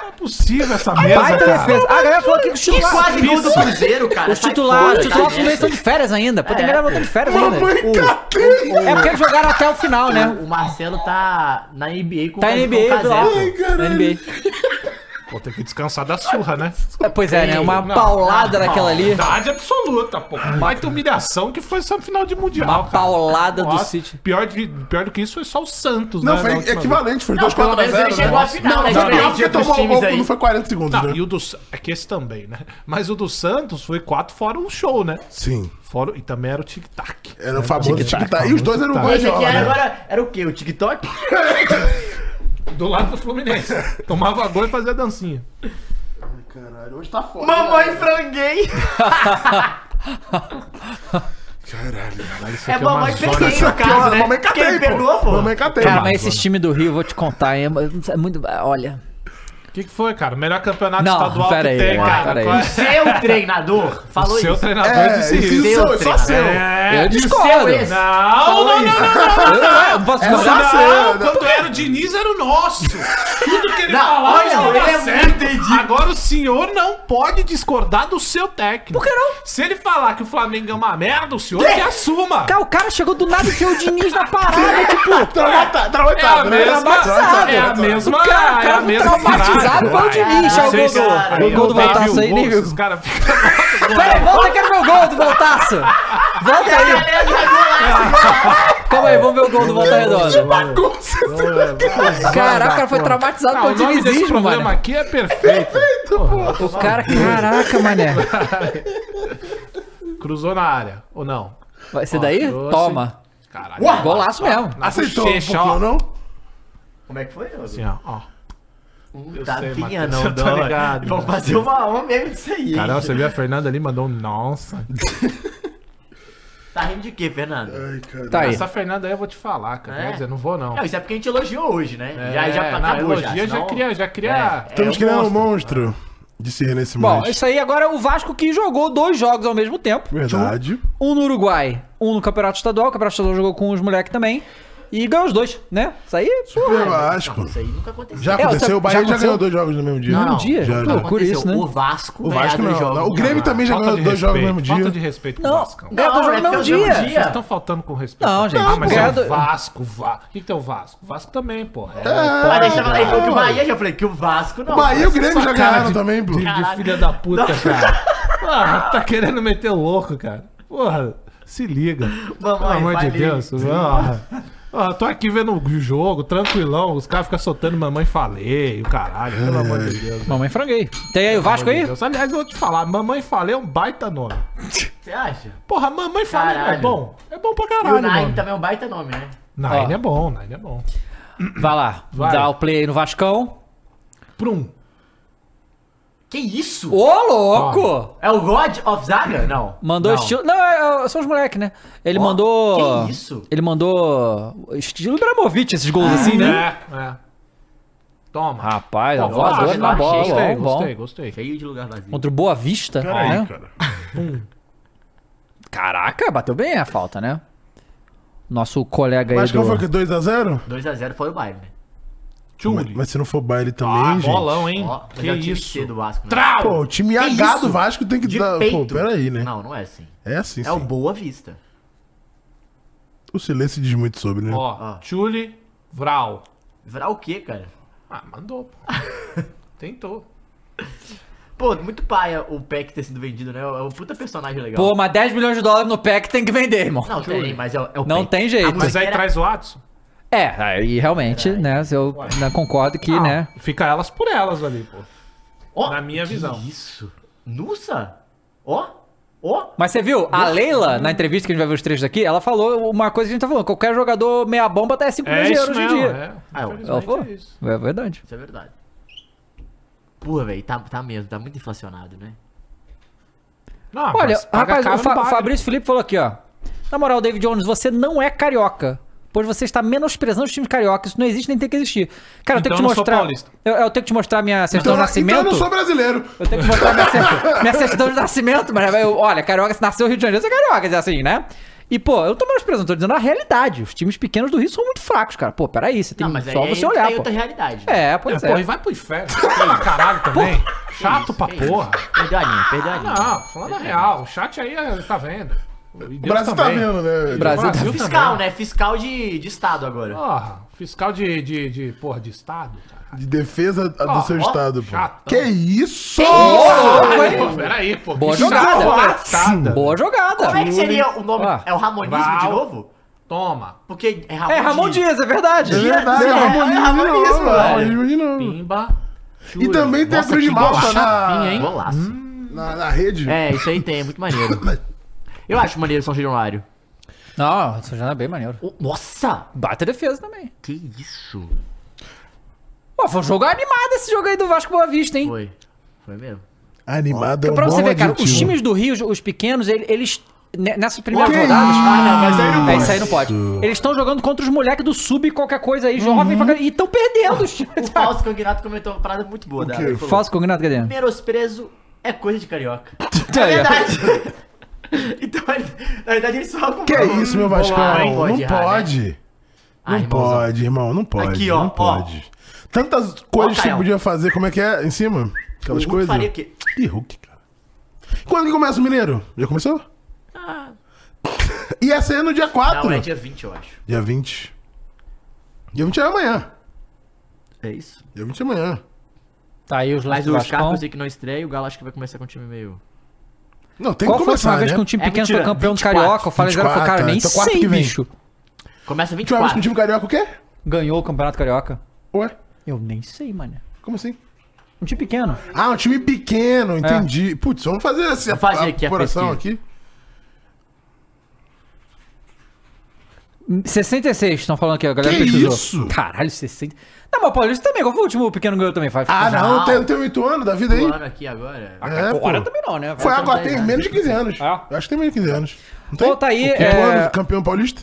Não é possível essa mesa,
Baita
cara.
defesa. A galera falou que os titulares.
Quase gol do Cruzeiro, cara.
Os
Sai
titulares, os
fora,
titulares do
cara.
Fluminense estão de férias ainda. Pô, tem
É.
galera voltando de férias ainda.
Mamãe catei!
É porque eles jogaram até o final, né?
O Marcelo tá na NBA com
Tá
com
NBA,
Casé,
lá.
pô.
Na NBA.
Pô, tem que descansar da surra, né?
É, Pois é, né? Uma
Não,
paulada
não,
daquela ali.
Verdade absoluta, pô. Baita humilhação que foi essa final de Mundial,
Uma paulada do
Nossa,
City.
Pior, de, pior do que isso foi só o Santos,
Não,
né?
foi
na última
equivalente, foi
Não,
2
pelo
contra
menos
0.
ele chegou à final, né?
Não, não, não,
Diferente
porque
dos
tomou o
times
gol
aí.
não foi 40 segundos,
vez. Não,
né?
e o do... Sa- É que esse também, né? Mas o do Santos foi quatro fora um show, né?
Sim.
Fora... E também era o tic-tac.
Era o famoso tic-tac. E os dois eram
Tic-tac.
gols de
Esse aqui era,
hora. né?
agora, era o quê? O TikTok?
Do lado do Fluminense. Tomava gol e fazia dancinha.
Caralho, hoje tá foda.
Mamãe franguei!
Caralho, caralho. isso
É
aqui uma
mamãe
zona.
franguei
Isso
no
aqui é uma-
caso, né?
Mamãe catei,
Quem
pô.
pegou, pô?
Mamãe catei.
Cara, mas esses times do Rio, eu vou te contar, hein? é muito. Olha.
O que, que foi, cara? Melhor campeonato
Não,
estadual
pera
que
aí,
tem,
vai,
cara.
pera
Qual
aí.
é?
Seu treinador falou
Seu
isso.
treinador
É,
disse
isso,
isso.
isso,
Seu
só seu.
É.
Eu
Seu
discordo.
ex.
Não, não, não, não, não, não.
Eu não- eu posso
Só
discordar?
seu.
Não, quando era o Diniz era o nosso. Tudo que ele
Não,
falava
olha,
estava
ele é
certo.
muito ridículo.
Agora o senhor não pode discordar do seu técnico. Por
que não?
Se ele falar que o Flamengo é uma merda, o senhor que assuma.
Cara, o cara chegou do nada e fez o Diniz na parada, tipo.
Traumatado,
É a
traumatado. né?
mesma,
Traumatizado,
é a
traumatizado.
Cara, tá um o
mesma, é
cara
a
foi
mesma
traumatizado pelo
parada.
Diniz.
Caralho,
O gol
cara.
do, o gol do
Nem viu
Voltaço aí,
gol,
nem viu.
Os caras ficam...
Pera, volta que era meu gol do Voltaço. Volta aí. Calma aí, vamos ver o gol do Volta Redonda. Caraca, o cara foi traumatizado
Ah, o
pelo
nome desse
dinizismo,
programa
mano.
aqui é perfeito.
O cara, caraca, mané.
Cruzou na área, ou não?
Vai ser daí?
trouxe.
Toma.
Caralho.
Uau!
Golaço mesmo.
Aceitou,
Bochecha,
pô,
ó.
não?
Como é que foi?
Assim, ó, ó.
Um
Eu
tapinha
sei, Matheus,
não,
eu tô
dói.
ligado.
Vamos fazer uma alma mesmo disso aí. hein?
Caralho, você viu a Fernanda ali, mandou um nossa.
Tá rindo de quê, Fernando?
Ai, cara.
Tá aí.
Essa Fernanda aí eu vou te falar, cara.
É?
Quer dizer, não vou não.
Não, isso é porque a gente elogiou hoje, né?
É,
já já
não,
acabou
elogia, já,
senão-
cria, já cria.
É.
Estamos
um
criando um monstro de ser nesse
Bom,
mês.
isso aí agora é o Vasco que jogou dois jogos ao mesmo tempo.
Verdade.
Um no Uruguai, um no Campeonato Estadual. O Campeonato Estadual jogou com os moleques também. E ganhou os dois, né? Isso aí,
Super
porra.
Vasco.
Isso aí nunca aconteceu.
Já
É,
aconteceu,
você-
o Bahia
já
já,
aconteceu?
ganhou dois jogos no mesmo dia.
Não, não.
dia?
Já,
Que
já.
loucura isso, né?
O Vasco,
O Vasco
ganhar
não.
dois jogos.
não. O Grêmio também já ganhou
Falta de
dois jogos no mesmo
respeito, Falta de
dia.
respeito com o
Não,
Vascão.
né? ganhou dois jogos no
é
mesmo
porque o
tá um dia.
dia-
Vocês estão faltando com respeito.
Não, gente,
Ah, mas é
ganhado-
o Vasco, Vasco. O que que tem o Vasco? O Vasco também, porra. É,
Mas deixa eu falar, ele falou que o Bahia, já falei que o Vasco não.
O Bahia e o Grêmio
Essa
já
cara
ganharam
de-
também,
de,
Bruno.
de filha da puta, cara. Ah, tá querendo meter o louco, cara. Porra, se liga.
Mamãe,
Pelo amor de
vai
Deus. Ah, ah, tô aqui vendo o jogo, tranquilão. Os caras ficam soltando mamãe falei, o caralho. Pelo amor
É.
de Deus. pelo
Mamãe franguei. Tem aí o Vasco
amor de
aí?
Deus. Aliás, eu vou te falar, mamãe falei é um baita nome.
Você acha?
Porra, mamãe falei é
Caralho.
bom. É bom pra
E o
caralho,
Nine
mano.
também é um baita nome, né?
Nine é bom, Nine é bom.
Vai lá,
Vai.
dá o play aí no Vascão.
Prum.
Que isso?
Ô, louco!
É o God of Zaga? Não.
Mandou
não.
estilo. Não, é, é, são os moleques, né? Ele
Ó,
mandou.
que isso?
Ele mandou. Estilo Ibrahimovic, esses gols assim, né?
É, é. Toma.
Ah,
Rapaz, a
Pô,
voz
voadora
achei,
na bola,
Gostei,
bom, bom.
gostei, gostei.
Cheio de lugar vazio.
Contra o Boa Vista. né?
Peraí, cara.
Caraca, bateu bem a falta, né? Nosso colega aí
Mas
do...
qual foi que 2x0?
2x0 foi o baile, né?
Tchuli.
Mas se não for baile também,
Ah,
gente.
bolão, hein?
Ó,
que
já tive
isso.
C do Vasco, né?
Trau!
Pô, o time
Que
H
isso?
do Vasco tem que
De
dar.
peito.
Pô, peraí, né?
Não, não é assim.
É assim,
É o
sim.
Boa Vista.
O silêncio diz muito sobre, né?
Ó,
Ah.
Tchuli, Vral.
Virar o quê, cara?
Ah, mandou, pô. Tentou.
Pô, muito paia o Peck ter sido vendido, né? É um puta personagem legal.
Pô, mas 10 milhões de dólares no PEC tem que vender, irmão.
não, tem, mas é, o- é o
Não
Peck.
tem jeito.
Ah,
Mas aí
Era-
traz o Watson.
É, aí realmente, né? se Eu né, concordo que,
Ah,
né?
Fica elas por elas ali, pô.
Ó,
na minha
que
visão.
Isso. Nossa! Ó! Ó!
Mas você viu, a Leila, na entrevista que a gente vai ver os trechos aqui, ela falou uma coisa que a gente tá falando: qualquer jogador meia bomba tá 5 milhões
É
de
isso
euros hoje em
mesmo,
dia.
é.
Ah, eu-
Infelizmente
Ela falou?
é isso.
É verdade.
Isso é verdade. Porra, velho, tá, tá mesmo, tá muito inflacionado, né?
Não,
Olha,
mas paga
rapaz,
caro
o Fa-
no Bayern.
Fabrício Felipe falou aqui, ó. Na moral, David Jones, você não é carioca. Pois você está menosprezando os times carioca. Isso não existe nem tem que existir. Cara, eu tenho que
Então
te
eu não sou
mostrar.
paulista.
Eu, eu tenho que te mostrar minha certidão
Então,
de nascimento.
então eu não sou brasileiro.
Eu tenho que mostrar minha, cer- minha certidão de nascimento, mas eu- olha, carioca, se nasceu no Rio de Janeiro, você é carioca, quer dizer assim, né? E, pô, eu não tô menosprezando, tô dizendo a realidade. Os times pequenos do Rio são muito fracos, cara. Pô, peraí, você tem
não, mas
só
aí
você olhar,
tem é,
pô.
outra realidade. né?
É,
É,
pois é.
porra, e vai pro inferno. Pra caralho também. Chato pra
Que isso.
porra.
Perdeu a linha, perdeu a linha.
Não, falando a real. O chat aí eh, tá vendo.
O Brasil tá vendo, né?
Bra- Brasil tá
O fiscal, né? Fiscal de, de Estado agora.
Porra, fiscal de, de, de, porra, de estado, cara.
Ah, De defesa do
Ó,
seu
ó,
estado, pô.
chatão.
Que isso?
Pô, peraí, pô.
Boa
que né?
jogada.
chata.
Boa jogada.
Como é que seria o nome?
Ah.
É o Ramonismo de
Brau.
novo?
Toma.
Porque é Ramon,
É, Ramon
Dias.
Dias, é verdade.
É verdade,
É,
é harmonismo de
harmonismo,
novo,
velho.
harmonismo de novo.
Pimba.
E também tem a Cruz de Malta
chapinha,
na,
hein?
Golaço.
na, na rede.
É, isso aí tem, é muito maneiro. Eu acho maneiro São Januário.
Não, isso já é bem maneiro.
Oh, Nossa!
Bate a defesa também.
Que isso?
Pô, foi um jogo animado esse jogo aí do Vasco Boa Vista, hein?
Foi. Foi mesmo.
Animado é um
Pra
bom
você ver, cara, os
adjetivo.
times do Rio, os pequenos, ele- eles. ne- Nessas primeiras
Que
rodadas.
isso?
Ah, não, mas aí não
É,
pode.
isso aí não pode. Eles estão jogando contra os moleques do sub qualquer coisa aí, jovem pra caralho, E estão perdendo os
Uhum. O
times.
Fausto Cognato comentou uma parada muito boa dela.
quê?
Ele falou,
Falso cognato, cadê?
Menosprezo é coisa de carioca.
Tá aí, ó.
É verdade. então, ele- na verdade, ele só
Que é isso, meu Vascão?
Bolado, hein?
não
Pode errar, né?
pode.
Ah,
Não
irmãozão.
pode, irmão. Não pode.
Aqui, ó,
Não
ó.
pode. Tantas coisas que você
Caio.
podia fazer. Como é que é? Em cima? Aquelas
O Hulk
coisas.
faria o quê?
Ih, Hulk, cara. Quando que começa o Mineiro? Já começou? Ia ser no dia 4.
Ah. Não, é dia 20, eu acho.
Dia 20. Dia 20 é amanhã.
É isso.
Dia 20 é amanhã.
Tá aí os lances
Mas
do
o Scarpa
Vascão.
eu sei que não estreia e o Galo acho que vai começar com um time meio.
Não, tem
Qual
que
foi a última
começar, né?
vez que um time
É
pequeno foi
mentira,
campeão do
24,
Carioca? Eu falei, cara, eu falei, cara, nem
então quarto
sei,
que vem.
bicho.
Começa
Última vez que
24.
um time carioca o quê?
Ganhou o Campeonato Carioca?
Ué?
Eu nem sei, mano.
Como assim?
Um time pequeno.
Ah, um time pequeno,
É.
entendi. Putz, vamos fazer essa
Vou fazer aqui a
apuração
pesquisa.
aqui.
66, estão falando aqui, a galera
Que
pesquisou.
isso?
Caralho, 60. Não, mas Paulista também, qual foi o último pequeno ganhou também? Faz,
Ah, não,
Não.
tem, tem 8 anos da vida aí.
Pulando aqui agora.
É,
Agora
pô.
também não, né?
Foi
Vai-
agora, tem
né?
menos de 15 anos.
Ah.
Eu acho que tem menos de 15 anos. Não
Pô, tá aí,
Oito
é-
anos, campeão paulista?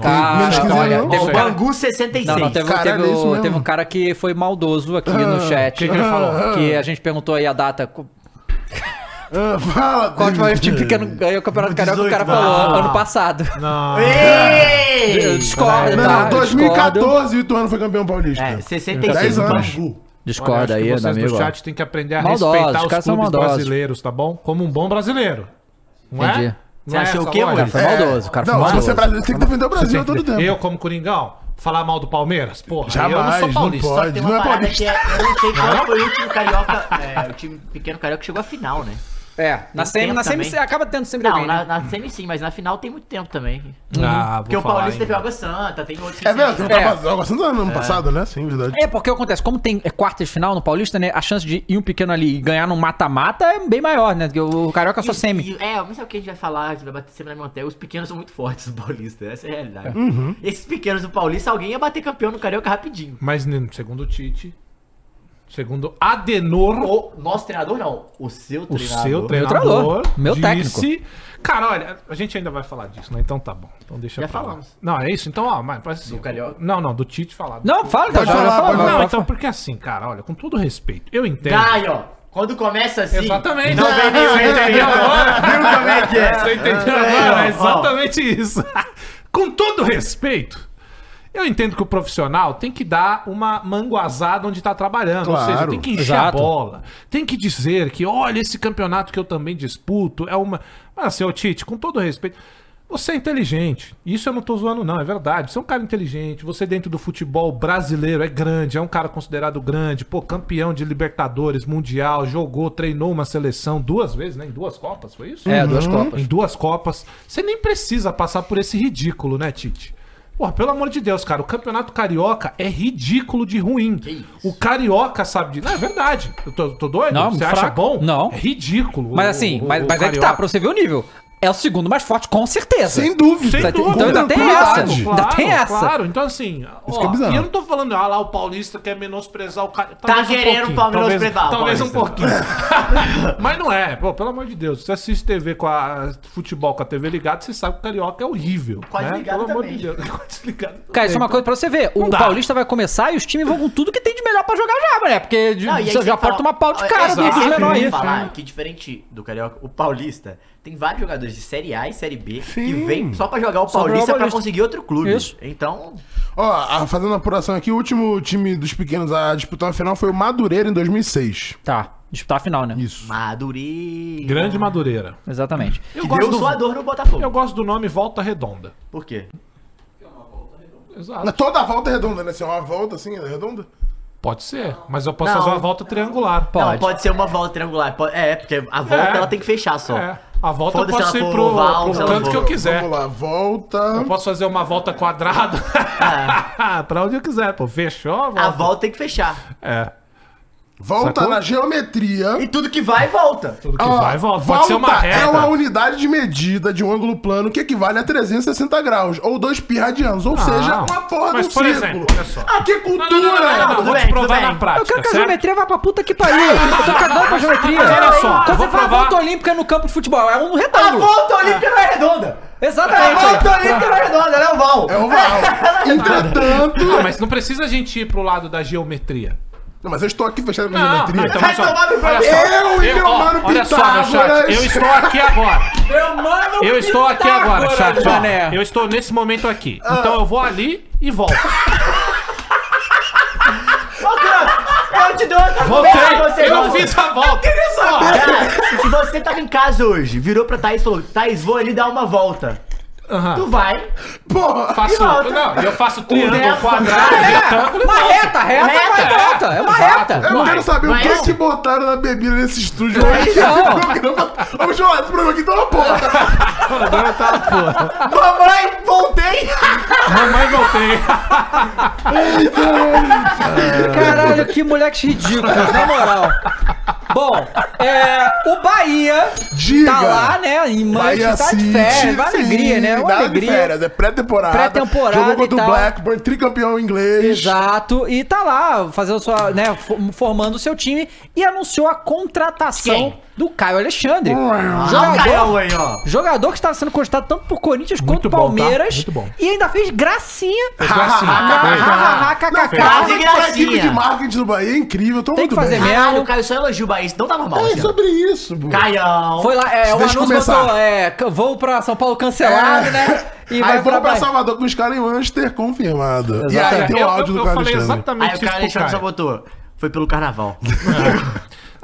Cara,
menos de 15
olha,
anos, não?
teve
Ó,
um
o
cara-
Bangu 66.
Não, não, teve,
Caralho,
teve
é
o-
isso mesmo.
teve um cara que foi maldoso aqui no chat.
que que ele falou?
Que a gente perguntou aí a data. co-
Ah, fala.
Qual o último time um pequeno ganhou o Campeonato Carioca? O cara
18,
falou
ah.
ano passado.
Não.
Eu
Ei!
discordo,
Não,
tá? Eu discordo.
2014 o Ituano foi campeão paulista.
É, 66.
10 anos.
Bangu.
Olha,
Discorda
acho
aí,
que
meu
vocês do
amigo. ó.
chat têm que aprender a
Maldosos,
respeitar
caras
os
são
clubes
maldosos.
brasileiros, tá bom? Como um bom brasileiro. Não
Entendi.
é?
Você achou
essa
o quê,
lógica?
Murilo?
Foi maldoso, o cara é foi
Não, se
maldoso.
você é brasileiro, tem que defender o Brasil a
Tem
todo
que-
tempo.
Eu, como Coringão, falar mal do Palmeiras? Porra, eu não
Jamais,
sou
não
paulista.
Só que
pode.
tem
Não
uma
é
parada
paulista.
que é, eu não sei qual foi o último carioca, é, o time pequeno carioca que chegou à final, né?
É, na
Tem
semi,
tempo
na semi
também.
você acaba tendo sempre
Não,
alguém. né?
na, na semi sim, mas na final tem muito tempo também.
Ah, vou
Porque o
falar,
Paulista
hein.
teve o Água Santa, tem outros que
É
se-
verdade,
É.
eu tava gostando do ano passado, né? Sim, verdade.
É, porque acontece, como tem é, quartas de final no Paulista, né? A chance de ir um pequeno ali e ganhar num mata-mata é bem maior, né? Porque o o Carioca é só semi.
E- É, mas sabe o que a gente vai falar? A gente vai bater sempre na mesma tela. Os pequenos são muito fortes do Paulista, essa é a realidade.
Uhum.
Esses pequenos do Paulista, alguém ia bater campeão no Carioca rapidinho.
Mas né, segundo o Tite, segundo Adenor,
O nosso treinador não, o seu
o
treinador.
seu
Meu
treinador,
treinador, meu
técnico. Cara, olha, a gente ainda vai falar disso, né? Então tá bom. Então deixa
Já
pra lá.
falamos.
Não, é isso. Então, ó, mas faz assim,
Do Carioca.
Não, não, do Tite falar.
Não, fala,
Pode
tá,
falar,
vai,
pode
vai,
Não,
vai,
então
vai.
porque assim, cara, olha, com todo respeito, eu entendo.
Gaio, quando começa assim.
Exatamente.
Não vem nenhum,
Você entendeu agora?
Viu como é que é?
Você entendeu agora? É exatamente isso. Com todo respeito, eu entendo que o profissional tem que dar uma manguazada onde está trabalhando. Ou seja,
Claro.
tem que encher a
Exato.
bola. Tem que dizer que, olha, esse campeonato que eu também disputo é uma. Mas, seu Tite, com todo respeito. Você é inteligente. Isso eu não tô zoando, não, é verdade. Você é um cara inteligente. Você, dentro do futebol brasileiro, é grande, é um cara considerado grande, pô, campeão de Libertadores, Mundial, jogou, treinou uma seleção duas vezes, né? Em duas Copas, foi isso?
É, duas copas.
Em duas Copas. Você nem precisa passar por esse ridículo, né, Tite? Porra, pelo amor de Deus, cara, o campeonato carioca é ridículo de ruim. O carioca sabe de. Não, é verdade. Eu tô, tô doido?
Não,
você acha
fraco.
bom?
Não.
É ridículo.
Mas
o-
assim,
o-
mas,
o
mas é que tá,
carioca.
pra você ver o nível. É o segundo mais forte, com certeza.
Sem dúvida.
Sem
Tá-
dúvida.
então ainda tem
Claro,
essa. Ainda
Claro,
tem essa.
claro. Então, assim,
que é
ó,
bizarro.
e eu não tô falando, ah lá, o paulista quer menosprezar o cara.
Tá querendo o Palmeiras
talvez,
prezar,
Talvez um pouquinho.
Paulista.
Mas não é. Pô, pelo amor de Deus, você assiste TV com a futebol com a TV ligada, você sabe que o carioca é horrível.
Quase
né?
ligado
pelo amor
também.
de Deus. Quase ligado
Cara, isso é uma
também.
coisa pra você ver. O
Não dá.
Paulista vai começar e os times vão com tudo que tem de melhor pra jogar já, mané. Porque de-
Não, e aí
você
você
já
fala-
pode tomar pau de
É,
cara
é,
do- dos né?
é,
menores.
eu
aí.
ia falar que diferente do Carioca, o Paulista tem vários jogadores de Série A e Série B que
Sim.
vêm só pra jogar o
Só pra jogar o
Paulista pra
Paulista.
conseguir outro clube.
Isso.
Então,
Ó, a- fazendo a apuração aqui, o último time dos pequenos a disputar a final foi o Madureira em 2006.
Tá, disputar a final, né?
Isso.
Madureira.
Grande Madureira.
Exatamente.
Eu
Que
gosto,
deu
do,
sua dor no Botafogo.
eu gosto do nome Volta Redonda.
Por quê?
Exato.
Mas Toda a volta é redonda, né? Assim, uma volta assim, é redonda.
Pode ser, mas eu posso
Não.
fazer uma volta triangular.
Não,
Pode.
pode ser uma volta triangular. pode- É, porque a volta
É.
ela tem que fechar só.
É. A volta eu
Foda-se
posso
se
ir
ela
pro,
for oval,
pro
se ela
canto que eu
for-
quiser.
Vamos lá, volta.
Eu posso fazer uma volta quadrada.
Ah.
pra onde eu quiser, pô. Fechou a volta.
A volta tem que fechar.
É.
Volta
Sacou?
na geometria.
E tudo que vai, volta.
Tudo que
Ó,
vai, volta. Pode ser uma reta.
é uma unidade de medida de um ângulo plano que equivale a 360 graus, ou 2 pi radianos, ou seja, uma porra
Ah. Mas,
do
por
círculo.
exemplo, olha só.
Ah, que
Não,
cultura!
não, não, não, não, não,
tudo
Vou te
bem, tudo
provar
bem.
na prática,
Eu quero que a
certo?
geometria vá pra puta que pariu. Eu tô cagando pra geometria.
Mas olha só, eu
Quando você
vou
fala
provar-
volta olímpica no campo de futebol, é um
A
retângulo.
volta olímpica não é redonda.
É,
A
Exatamente.
volta
olha.
um
olímpica não é redonda, ela é oval.
É oval. Entretanto...
Não, Ah, mas não precisa a gente ir pro lado da geometria.
Não, mas eu estou aqui fechado com a
Não,
geometria.
não, então,
Vai
olha só,
tomar no
olha
cu.
só.
Eu e meu
ó,
mano
Olha só, meu chat,
Pitágoras.
eu estou aqui agora.
Meu mano,
Eu estou aqui agora, chat. ó.
Mané.
Eu estou nesse momento aqui.
Ah.
Então eu vou ali e volto.
Ô, Clã, Eu te dou outra conversa,
Voltei!
você
Eu
volta.
fiz a volta!
Cara, se você tava em casa hoje, virou pra Thaís e falou: Thaís, vou ali dar uma volta.
Aham.
Tu vai. Né?
Porra!
Faço,
volta.
não, eu faço triângulo,
Dessa.
quadrado,
É,
retângulo e
Uma
volto.
reta, reta,
Reta,
vai
é.
volta. É uma reta.
Eu
Vai,
quero saber o
vai,
que
não.
que botaram na bebida nesse estúdio hoje. Esse
Não.
programa... Vamos chamar esse programa aqui, tá uma porra.
Agora tá, porra.
Mamãe, voltei!
Mamãe, voltei.
Caralho, que moleque ridículo, na moral. Bom, é, o Bahia
Diga.
tá lá, né? Em Manchester, tá de férias. Uma alegria, né? Uma
nada de
alegria.
férias, é pré-temporada.
Pré-temporada
Jogou
e
contra o
tal.
Blackburn, tricampeão inglês.
Exato, e tá lá fazendo sua, né, fo- formando o seu time e anunciou a contratação
Quem?
do Caio Alexandre.
Olha o Caio
jogador,
aí, ó.
jogador que estava sendo cogitado tanto por Corinthians quanto
Muito bom, tá?
Palmeiras
Muito bom.
e ainda fez gracinha.
Então,
assim,
Ah, kkk.
Cara,
Cara, que
a um equipe
gracinha.
de marketing do Bahia é incrível, tô
Tem que
muito
fazer
bem.
Caralho,
mesmo.
o Caio só elogia o Bahia, isso não tá normal.
É
assim, ó.
sobre isso, bu.
Caião.
Foi lá, é, o
Deixa eu
anúncio
começar.
botou, é, c- voo pra São Paulo cancelado,
É.
né? E
Aí
vai
vamos pra,
pra Bahia.
Salvador com os caras em Manchester confirmado. E aí
Exatamente.
tem
Eu-
o áudio
eu,
do
eu
Caio
falei
Alexandre.
exatamente
Aí o
isso
Caio
pro
Alexandre só
Caio.
botou. Foi pelo carnaval.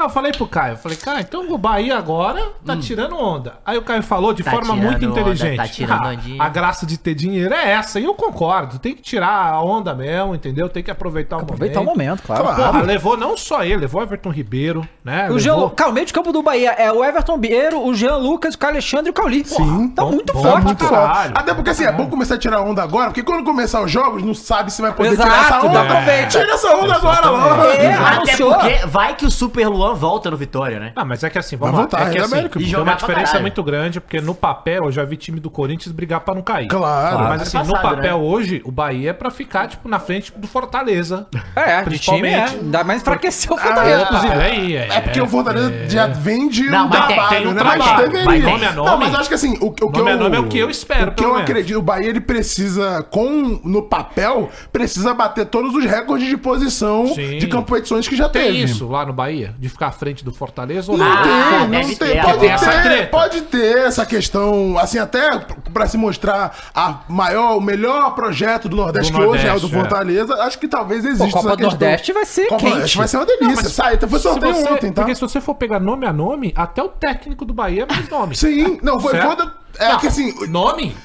Ah, eu falei pro Caio, eu falei, cara, então o Bahia agora tá tirando onda. Aí o Caio falou de
Hum. Tá
forma
tirando
muito
onda,
inteligente.
tá tirando
Ah,
ondinha.
a graça de ter dinheiro é essa, e eu concordo. Tem que tirar a onda mesmo, entendeu? Tem que aproveitar o
Aproveitar o
momento.
momento, claro.
Porra, levou não só ele, levou Everton Ribeiro, né?
O Jean,
levou...
cara, o meio de campo do Bahia é o Everton Bieiro, o Jean Lucas, o Caio Alexandre e o Cauli. Sim. Tá
bom-
muito
bom,
forte,
muito
cara.
forte.
Caralho. Até porque assim, é bom começar a tirar onda agora, porque quando começar os jogos, não sabe se vai poder tirar essa
Exato,
onda.
dá proveito.
Tira essa onda agora logo.
É,
Até
anunciou.
porque vai que o Super Luan volta no Vitória, né?
Ah, mas é que assim,
Vai
vamos
voltar,
lá. É que
Real
assim,
América, pô.
E
tem
jogar
uma
pra
diferença
caralho.
muito grande, porque no papel eu já vi time do Corinthians brigar pra não cair.
Claro.
Mas assim, no
Passado,
papel
né?
hoje, o Bahia é pra ficar, tipo, na frente do Fortaleza.
É, de time é.
Principalmente.
Ainda mais enfraqueceu o
Ah,
Fortaleza.
inclusive,
Ah, aí, é,
É porque o Fortaleza já vem de
Não,
um
mas tem-
trabalho,
tem um
né?
trabalho.
Mas
Mas
deveria.
nome
é nome.
Não, mas acho que assim, o, o que
Nome
eu...
é nome é o que eu espero,
O que
pelo
eu
menos.
acredito, o Bahia, ele precisa, com, no papel, precisa bater todos os recordes de posição
Sim.
de competições que já
Tem
teve.
isso lá no Bahia? De ficar à frente do Fortaleza ou
Não
Ah,
tem, não
deve
tem.
ter,
pode,
tem
ter
essa treta.
pode ter essa questão, assim, até pra se mostrar a maior, o melhor projeto do Nordeste,
Do
que hoje é o do
Nordeste, é.
Fortaleza, acho que talvez exista
Pô, Copa do Nordeste vai ser
Copa do Nordeste
quente.
vai ser uma delícia. Sai, então foi
Se
sorteio
você-
ontem, tá?
Porque se você for pegar nome a nome, até o técnico do Bahia é mais nome.
Sim, não, foi
Certo?
foda. É
Não,
que assim.
Nome?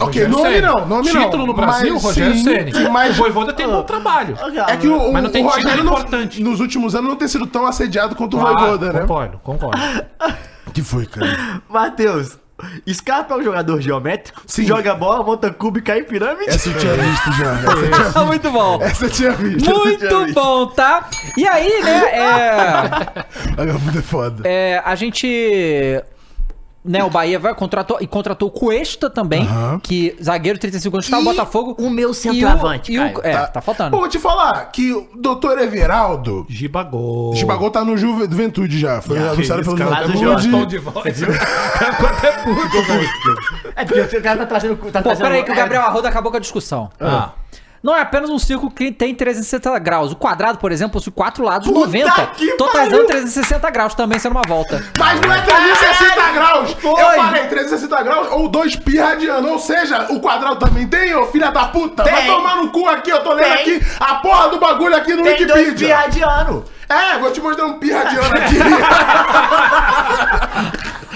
Ok,
Rogério
nome
Ceni.
não, nome não.
Título no Brasil,
Mas
Rogério
sim,
Ceni.
sim, mas-
O Voivoda tem bom trabalho.
É que o, o,
Mas não tem
o
título
Rogério não-
importante.
nos últimos anos não tem sido tão assediado quanto o
Ah,
Voivoda, né?
Concordo, concordo.
Que foi, cara?
Matheus, Scarpa é um jogador geométrico?
Sim.
Joga bola, monta cubo e cai em
É
pirâmide?
assim,
Essa eu tinha visto já. Essa eu tinha,
Tá muito bom.
essa eu tinha visto. essa eu tinha
Muito
visto.
bom, tá? E aí, né,
Vagabundo é foda.
é, é, a gente... Né, o Bahia vai, contratou, e contratou o Cuesta também, que zagueiro 35 anos, tá no
E
Botafogo.
o meu
E
centroavante,
e o-
Caio.
É, tá faltando.
Pô, vou te falar que o doutor Everaldo.
Gibagol.
Chibagol tá no Juventude já. Foi
Que
anunciado
isso,
pelo
cara.
Mas o
Juventude.
Tom de voz. Quanto é puto, velho.
É porque o cara tá trazendo. Tá
Pô,
trazendo
peraí que o Gabriel Arruda acabou com a discussão.
Ah.
Não é apenas um círculo que tem 360 graus. O quadrado, por exemplo, possui quatro lados,
Puta
90,
que
totalizando
pariu!
360 graus, também sendo uma volta.
Mas não é 360 graus!
Foi.
Eu falei 360 graus ou dois pi radiano. Ou seja, o quadrado também tem, ô filha da puta! Vai
Tem.
tomar no cu aqui, eu tô lendo
Tem.
aqui a porra do bagulho aqui no
Tem dois
Wikipedia.
pirradiano.
É, vou te mostrar um pi radiano aqui.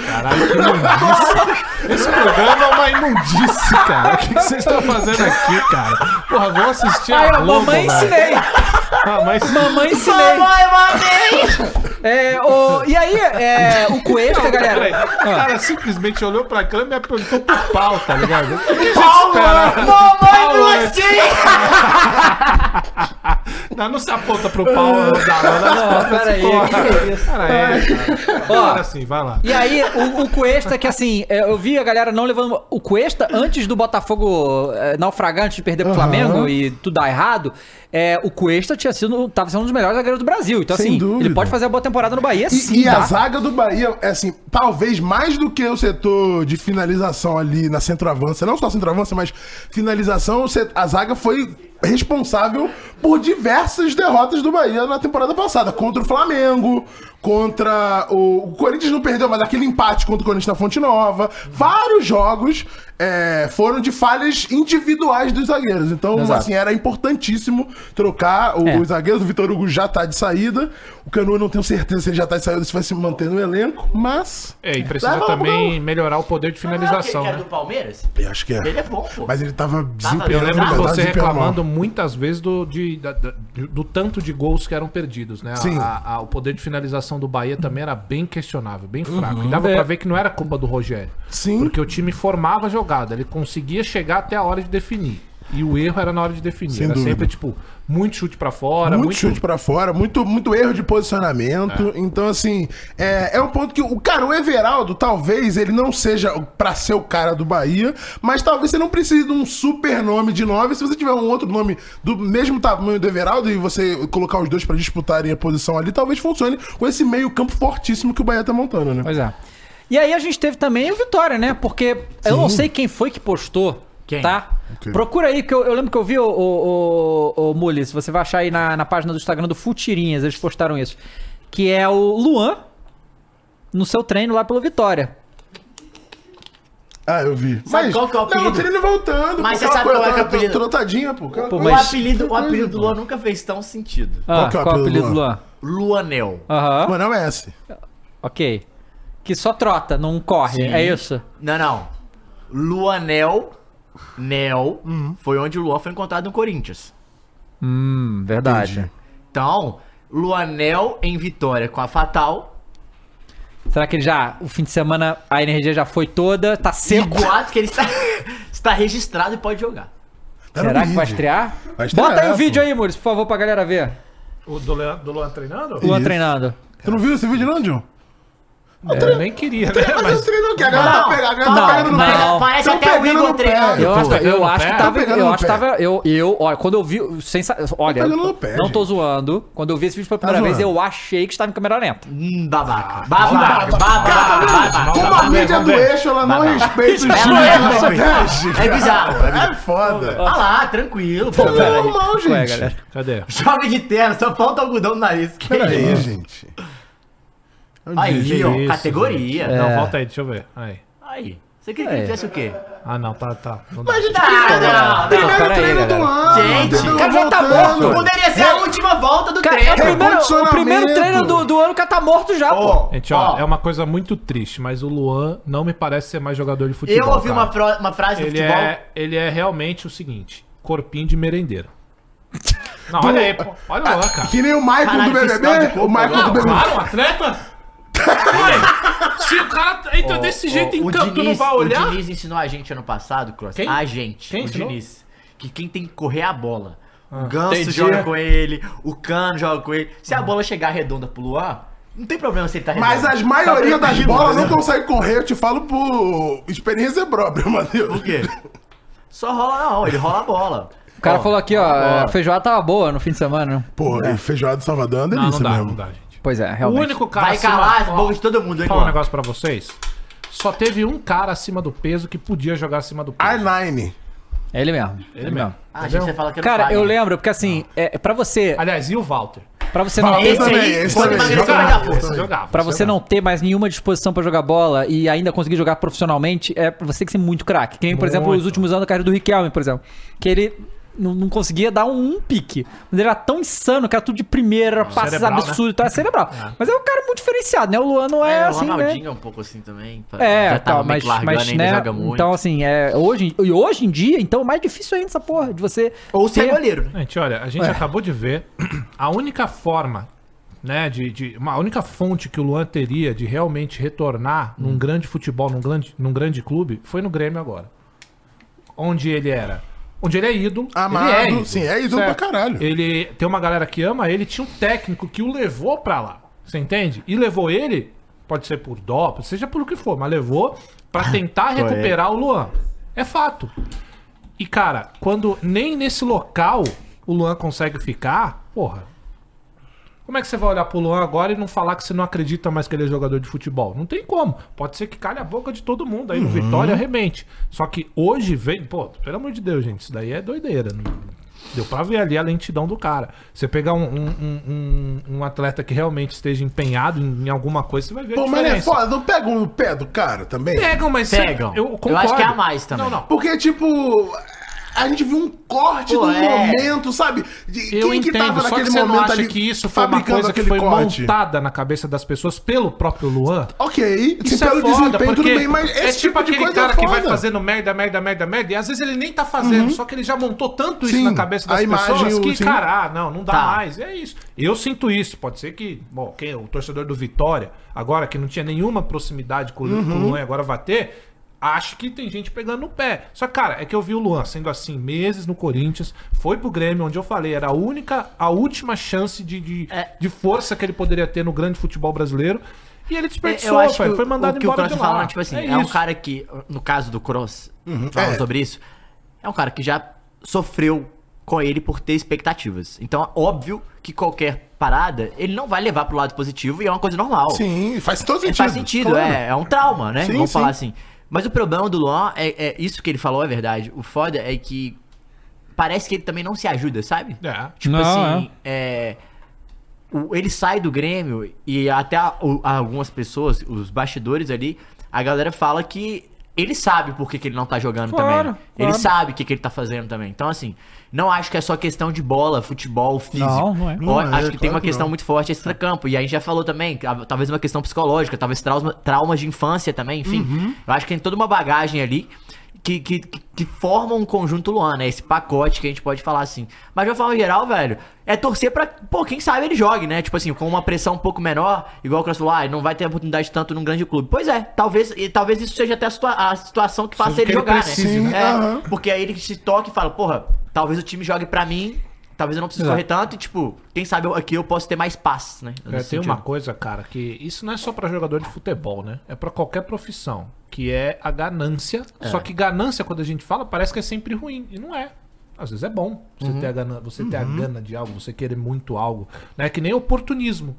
Caralho, que imundice. Esse programa é uma imundice, cara. O que que vocês estão fazendo aqui, cara? Porra, vou assistir
Aí,
a
ó,
Globo,
mamãe
velho.
ensinei.
Ah, mas...
Mamãe ensinei. É, o, e aí, é, o Cuesta,
Peraí,
galera.
O cara simplesmente olhou pra câmera e me apontou pro pau, tá ligado?
Paulo,
Mamãe
Assim!
Não, não se aponta pro pau não, da
Não, peraí, que é isso? Ó.
Agora sim, vai lá.
E aí, o, o Cuesta, que assim, é, eu vi a galera não levando. O Cuesta, antes do Botafogo é, naufragar, antes de perder pro Flamengo e tudo dar errado, é, o Cuesta tinha sido, tava sendo um dos melhores zagueiros do Brasil. Então,
Sem
assim,
dúvida.
ele pode fazer uma boa temporada no Bahia,
E,
sim.
e a
tá?
zaga do Bahia, é assim, talvez mais do que o setor de finalização ali na centroavança, não só centroavança, mas finalização, o set- a zaga foi responsável por diversas derrotas do Bahia na temporada passada, contra o Flamengo, contra o, o Corinthians não perdeu, mas aquele empate contra o Corinthians na Fonte Nova, vários jogos é, foram de falhas individuais dos zagueiros, então assim, era importantíssimo trocar o,
É.
os zagueiros, o Vitor Hugo já tá de saída. O Canu eu não tenho certeza se ele já tá de saída, se vai se manter no elenco, mas.
É, e precisa
Leva logo,
também melhorar o poder de finalização,
Que é
né?
do Palmeiras?
Eu acho que é.
Ele é bom, pô.
Mas ele tava
Eu
desempenhando.
lembro de
tava
você
desempenhando mal.
reclamando muitas vezes do, de- da- da- do tanto de gols que eram perdidos, né? A-
Sim.
a- a- o poder de finalização do Bahia também era bem questionável, bem fraco. E dava pra ver que não era culpa do Rogério.
Sim.
Porque o time formava a jogada, ele conseguia chegar até a hora de definir. E o erro era na hora de definir.
Sem
era
dúvida.
sempre, tipo, muito chute pra fora,
muito,
muito,
chute pra fora, muito, muito erro de posicionamento. Então, assim, é, é um ponto que o cara, o Everaldo, talvez ele não seja o- pra ser o cara do Bahia, mas talvez você não precise de um super nome de nove. Se você tiver um outro nome do mesmo tamanho do Everaldo e você colocar os dois pra disputarem a posição ali, talvez funcione com esse meio-campo fortíssimo que o Bahia tá montando, né?
Pois é. E aí a gente teve também o Vitória, né? Porque eu não sei quem foi que postou.
Quem?
Tá?
Ok.
Procura aí, que eu, eu lembro que eu vi o, o, o, o Mules, você vai achar aí na, na página do Instagram do Futirinhas, eles postaram isso. Que é o Luan no seu treino lá pelo Vitória.
Ah, eu vi.
Sabe qual que é o
Não, o
apelido?
treino voltando. pô,
Mas você
aquela
sabe
coisa,
qual é que é o
aquela
apelido?
Trotadinha, pô. aquela
Pô,
coisa.
O
mas-
apelido, o apelido do Luan nunca fez tão sentido.
Ah,
que é o
qual é o
apelido
apelido do
do
Luan?
Luanel.
Aham,
Mano, não é esse.
ok. Que só trota, não corre,
Sim.
é isso?
Não, não. Luanel, Nel, foi onde o Luan foi encontrado no Corinthians.
Hum, verdade.
Então, Luanel em vitória com a Fatal.
Será que ele já, o fim de semana, a energia já foi toda, tá seco?
Igual que ele está, está registrado e pode jogar.
Tá no
Será que vai
vídeo.
estrear?
Vai estrear,
Bota aí o
pô.
vídeo aí, Mules, por favor, pra galera ver.
O do, Lean- do Luan treinando?
Luan
Isso.
treinando.
Tu não viu esse vídeo, não, John?
É.
Eu nem queria, né?
É, Mas,
Mas
o treino que a galera tá
Não,
pegando, a galera
não,
tá pegando no
não.
pé.
Parece
Tão
até o
pegando
Igor
no pé,
treinando,
pô.
Eu acho,
pegando
eu
no
acho que
pé? Tá
tava.
pegando
eu
no
acho que
pé.
tava. Eu, eu, olha, quando eu vi. Sem, sa- olha,
pegando
eu-
no pé,
não tô
gente. Tá
zoando. Quando eu vi esse vídeo pela primeira vez,
zoando.
eu achei que estava em câmera lenta.
Hum, babaca. Babaca, babaca, babaca.
Como a mídia do eixo, ela não respeita os
Ela
juízes
não
pedestres,
É
cara.
bizarro, é bizarro.
É foda.
Olha lá, tranquilo. pô.
Isso é normal,
Ué,
gente.
galera.
Cadê?
Joga de terno, só falta algodão no nariz. Que
Peraí,
isso?
gente. Onde
Aí,
isso?
ó,
isso, É.
categoria.
Não, volta aí, deixa eu ver. Aí.
Aí. Você queria que ele fizesse o quê?
Ah, não, tá, tá. Não dá.
Mas, gente,
Ah, não,
primeiro
pera aí,
treino do
galera.
ano.
Gente,
entendeu?
o
cara já tá
Voltando.
morto.
Poderia ser a última volta do
Cara, é o
treino.
primeiro- o
condicionamento.
primeiro treino do, do ano que tá morto já, pô.
Ó,
Gente,
ó,
ó, é uma coisa muito triste, mas o Luan não me parece ser mais jogador de futebol.
Eu ouvi
cara.
uma, fro- uma frase do
Ele
futebol.
é, ele é realmente o seguinte: corpinho de merendeiro. Não, olha aí, pô. Olha o Luan, cara.
Que nem o Michael
Caralho,
do
fiscal de
BBB.
corpo,
O Michael do
Não,
BBB.
claro, um atleta. Ué, se o cara entra desse jeito em
o
campo, tu não
Diniz-
vai
O
olhar?
Diniz ensinou a gente ano passado, Cross.
Quem?
A gente.
Quem
o
ensinou?
Diniz. Que quem tem que correr é a bola.
Ah,
O Ganso joga com ele, o Cano joga com ele. Se a bola chegar redonda pro Luan, não tem problema se ele tá redonda.
Mas as maioria das
tranquilo, né?
bolas não
entendeu?
consegue correr, eu te falo por experiência própria, Matheus.
Por quê? Só rola na hora, ele rola a bola.
O cara falou aqui, ó, a feijoada tava boa no fim de semana. né?
Pô, e feijoada de Salvador é uma
Não, não
delícia
dá,
mesmo.
não dá, gente.
Pois é,
O
realmente.
único cara
Vai
acima-
calar as
Ó,
bolas de todo mundo,
Vou
hein,
falar um
Luan?
negócio pra vocês. Só teve um cara acima do peso que podia jogar acima do peso.
R9.
É ele mesmo. Ele, mesmo.
Ah, gente, você fala que
Cara,
falha.
eu lembro, porque assim, é, pra você.
Aliás, e o Walter?
Pra você não
Fala,
ter.
Esse
também,
aí,
esse
quando
também.
emagrecer,
Joga
vai
nada.
dar força.
Esse jogava.
Pra você não ter mais nenhuma disposição pra jogar bola e ainda conseguir jogar profissionalmente, é você tem que ser muito craque. Que nem, por exemplo,
Muito.
os últimos anos da carreira do Riquelme, por exemplo. Que ele não, não conseguia dar um, pique. Mas ele era tão insano que era tudo de primeira, passes
cerebral,
absurdos, então era cerebral. Mas é um cara muito diferenciado, né? O Luan não é,
É, o
assim,
Ronaldinho
né?
é um pouco assim também. pá,
É,
já tava
tá,
meio
mas,
que largando
mas
ainda,
né,
joga muito.
então assim, é, hoje, e hoje em dia, então, é mais difícil ainda essa porra, de você...
Ou ser
ter-
goleiro, né?
Gente, olha, a gente
É.
acabou de ver a única forma, né, de, de- uma única fonte que o Luan teria de realmente retornar
Hum.
num grande futebol, num grande, num grande clube, foi no Grêmio agora. Onde ele era. Onde ele é ídolo.
Amado,
ele
sim, é ídolo
certo?
pra caralho.
Ele tem uma galera que ama ele, tinha um técnico que o levou pra lá. Você entende? E levou ele, pode ser por dó, seja pelo que for, mas levou pra tentar recuperar o Luan. É fato. E, cara, quando nem nesse local o Luan consegue ficar, porra. Como é que você vai olhar pro Luan agora e não falar que você não acredita mais que ele é jogador de futebol? Não tem como. Pode ser que calhe a boca de todo mundo aí
Uhum.
no Vitória arrebente. Só que hoje vem. Pô, pelo amor de Deus, gente, isso daí é doideira. Não- Deu pra ver ali a lentidão do cara. Você pegar um, um, um, um- um atleta que realmente esteja empenhado em, em alguma coisa, você vai ver a
Pô, mas
diferença. É.
é foda, não pega o pé do cara também?
Pegam, mas
Pegam. Eu acho que é a mais também.
Não, não.
Porque, tipo, a gente viu um corte
Pô,
do
é.
momento, sabe? De
Eu entendo, só que você não acha que isso foi uma
fabricando
coisa que
aquele
foi
corte?
montada na cabeça das pessoas pelo próprio Luan?
Ok,
Isso
se
é
pelo
foda,
tá
porque
desempenho, tudo bem, mas esse
é tipo,
tipo, de
aquele
coisa
cara
é
que vai
foda. Uhum.
fazendo merda, merda, merda, merda, e às vezes ele nem tá fazendo, só que ele já montou tanto isso
Sim,
na cabeça das
a imagem,
pessoas
o-
que,
sim.
cara, ah, não, não dá
Tá.
mais, é isso. Eu sinto isso, pode ser que, bom, é
Uhum.
quem, o torcedor do Vitória, agora que não tinha nenhuma proximidade com, o- com o Luan, agora vai ter... acho que tem gente pegando no pé. Só que, cara, é que eu vi o Luan sendo assim meses no Corinthians, foi pro Grêmio, onde eu falei, era a única, a última chance de, de,
É.
de força que ele poderia ter no grande futebol brasileiro. E ele
É, eu
desperdiçou,
acho
velho,
que
foi
o-
mandado
o que
embora de
o Cross
lá.
falou, tipo assim, é, um
isso.
cara que, no caso do Cross,
Uhum.
falando
é.
sobre isso, é um cara que já sofreu com ele por ter expectativas. Então, óbvio que qualquer parada, ele não vai levar pro lado positivo e é uma coisa normal.
Sim, faz todo
É,
sentido.
faz sentido,
claro.
é, é um trauma, né?
Sim,
Vamos
sim.
falar assim. Mas o problema do Luan é, é isso que ele falou, é verdade. O foda é que parece que ele também não se ajuda, sabe?
É.
Tipo
Não,
assim, é, o- ele sai do Grêmio e até a- o- algumas pessoas, os bastidores ali, a galera fala que ele sabe por que, que ele não tá jogando
Claro,
também. né? Ele
claro.
sabe o que, que ele tá fazendo também. Então, assim, não acho que é só questão de bola, futebol, físico.
Não, não é.
Ó,
Não é,
acho que tem
claro
uma
que
questão
não.
muito forte extracampo. E a gente já falou também, que, ah, talvez uma questão psicológica, talvez trauma, traumas de infância também, enfim.
Uhum.
Eu acho que tem toda uma bagagem ali que, que, que- que forma um conjunto Luan, né? Esse pacote que a gente pode falar assim. Mas de uma forma geral, velho, é torcer pra, pô, quem sabe ele jogue, né? Tipo assim, com uma pressão um pouco menor, igual o Cross falou, ah, não vai ter oportunidade tanto num grande clube. Pois é, talvez, e talvez isso seja até a, situa- a situação que faça
Sim,
ele
que ele
jogar,
precise,
né?
né?
É,
Aham.
Porque aí ele se toca e fala, porra, talvez o time jogue pra mim, talvez eu não precise correr tanto, e tipo, quem sabe eu- aqui eu posso ter mais passes, né?
É,
Nesse
tem
sentido.
uma coisa, cara, que isso não é só pra jogador de futebol, né? É pra qualquer profissão, que é a ganância. Só que ganância, quando a gente fala, parece que é sempre ruim. E não é. Às vezes é bom você, ter, a gana, você ter a gana de algo, você querer muito algo. Não é que nem oportunismo.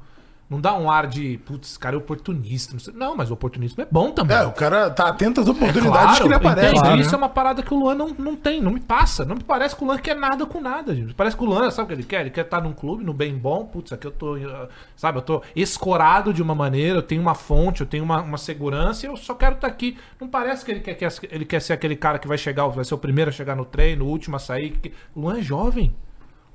Não dá um ar de, putz, esse cara é oportunista. Não, sei. Não, mas oportunismo é bom também.
É, o cara tá atento às oportunidades
É Claro,
que ele aparece.
entende?
né?
Isso é uma parada que o Luan não, não tem, não me passa. Não me parece que o Luan quer nada com nada, gente. Parece que o Luan, sabe o que ele quer? Ele quer estar num clube, no bem bom. Putz, aqui eu tô, eh, sabe, eu tô escorado de uma maneira, eu tenho uma fonte, eu tenho uma, uma segurança e eu só quero estar aqui. Não parece que ele quer, que as- ele quer ser aquele cara que vai chegar, vai ser o primeiro a chegar no treino, o último a sair. que- O Luan é jovem.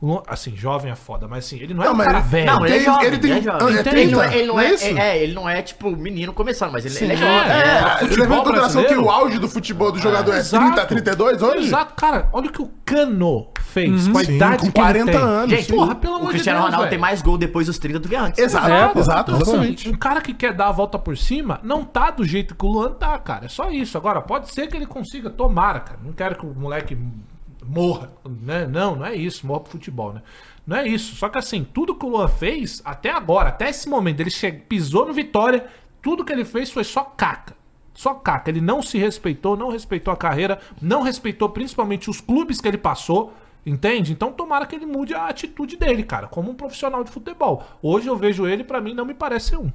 O Luan, assim, jovem é foda, mas assim, ele não é
Não,
um
mas
cara
ele-
velho.
Não, ele,
Tem-
é jovem,
ele
ele,
tem-
é
ele
jovem.
é
Então, ele não é,
30,
ele não
não é
é,
isso?
é, ele não é, tipo, menino começando, mas ele, ele é
Sim,
jovem.
é,
é.
É,
futebol
levando em consideração que
brasileiro-
o auge do futebol do jogador é
Exato.
30, 32 hoje?
Exato, cara, olha o que o Cano fez com a
Sim,
idade
com
que ele
40
tem.
anos.
Gente,
Porra, pelo
o
amor de
Cristiano
Deus,
Ronaldo
velho. É,
tem mais gol depois dos 30 do que antes.
Exato,
Exato.
exato, exatamente.
Um cara que quer dar a volta por cima não tá do jeito que o Luan tá, cara. É só isso. Agora, pode ser que ele consiga, tomara, cara. Não quero que o moleque morra, né? Não, não é isso. Morra pro futebol, né? Não é isso. Só que assim, tudo que o Luan fez até agora, até esse momento, ele che- pisou no Vitória, tudo que ele fez foi só caca. Só caca, ele não se respeitou, não respeitou a carreira, não respeitou principalmente os clubes que ele passou, entende? Então tomara que ele mude a atitude dele, cara, como um profissional de futebol. Hoje eu vejo ele, pra mim não me parece ser um.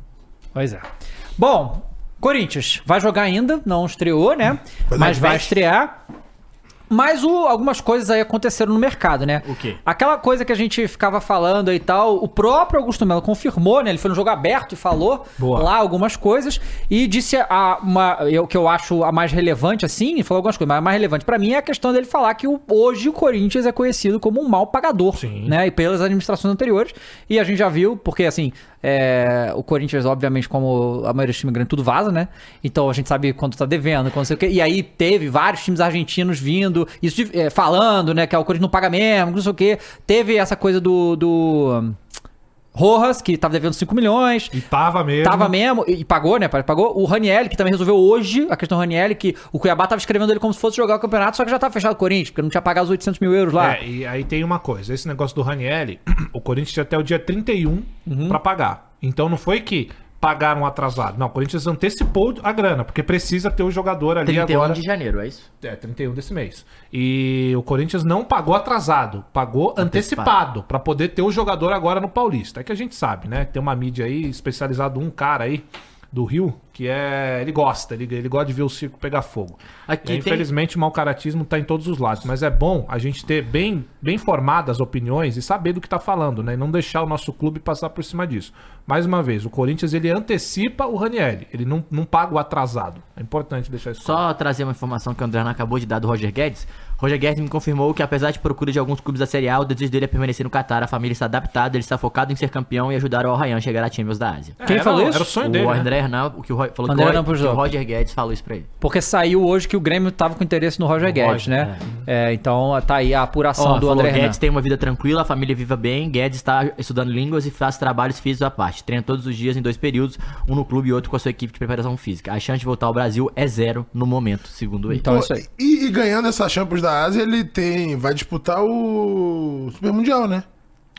Pois é. Bom, Corinthians vai jogar ainda, não estreou, né? Mas vai estrear. Mas o- algumas coisas aí aconteceram no mercado, né?
O quê?
Aquela coisa que a gente ficava falando e tal, o próprio Augusto Melo confirmou, né? Ele foi no jogo aberto e falou
Boa.
lá algumas coisas e disse a uma eu que eu acho a mais relevante assim, ele falou algumas coisas, mas a mais relevante pra mim é a questão dele falar que o- hoje o Corinthians é conhecido como um mau pagador,
Sim.
né? E pelas administrações anteriores. E a gente já viu, porque assim, é, o Corinthians, obviamente, como a maioria dos times grandes, tudo vaza, né? Então a gente sabe quando tá devendo, quando não sei o quê. E aí teve vários times argentinos vindo, isso de- é, falando, né? Que ah, o Corinthians não paga mesmo, não sei o quê. Teve essa coisa do. do Rojas, que tava devendo 5 milhões.
E tava mesmo.
Tava mesmo, e e pagou, né? Pagou. O Raniel, que também resolveu hoje a questão do Raniel, que o Cuiabá tava escrevendo ele como se fosse jogar o campeonato, só que já tava fechado o Corinthians, porque não tinha pagado os 800 mil euros lá.
É, e aí tem uma coisa, esse negócio do Ranieri, o Corinthians tinha até o dia 31 pra pagar. Então não foi que pagaram atrasado. Não, o Corinthians antecipou a grana, porque precisa ter o jogador ali
31
agora.
de janeiro, é isso?
É, 31 desse mês. E o Corinthians não pagou atrasado, pagou antecipado, pra poder ter o jogador agora no Paulista. É que a gente sabe, né? Tem uma mídia aí especializada, um cara aí do Rio, que é. Ele gosta, ele, ele gosta de ver o circo pegar fogo.
Aqui
E aí,
tem-
Infelizmente, o mau caratismo tá em todos os lados, mas é bom a gente ter bem, bem formadas as opiniões e saber do que tá falando, né? E não deixar o nosso clube passar por cima disso. Mais uma vez, o Corinthians ele antecipa o Ranieri, ele não, não paga o atrasado. É importante deixar isso claro.
Só trazer uma informação que o André acabou de dar do Roger Guedes. Roger Guedes me confirmou que, apesar de procura de alguns clubes da Série A, o desejo dele é permanecer no Catar. A família está adaptada, ele está focado em ser campeão e ajudar o Al Rayyan a chegar à Champions da Ásia.
Quem
era,
falou isso?
Era o sonho dele.
o
né?
André Hernan, o que o, Ro- falou que
André
o-
Hernan
que
Pujol.
o Roger Guedes falou isso pra ele.
Porque saiu hoje que o Grêmio tava com interesse no Roger Guedes, né? É, então tá aí a apuração
Ó,
do
falou,
André Hernan.
Guedes tem uma vida tranquila, a família viva bem, Guedes está estudando línguas e faz trabalhos físicos à parte. Treina todos os dias em dois períodos, um no clube e outro com a sua equipe de preparação física. A chance de voltar ao Brasil é zero no momento, segundo ele.
Então é isso aí.
E, e ganhando essa Champions da Ásia, ele tem, vai disputar o Super Mundial, né?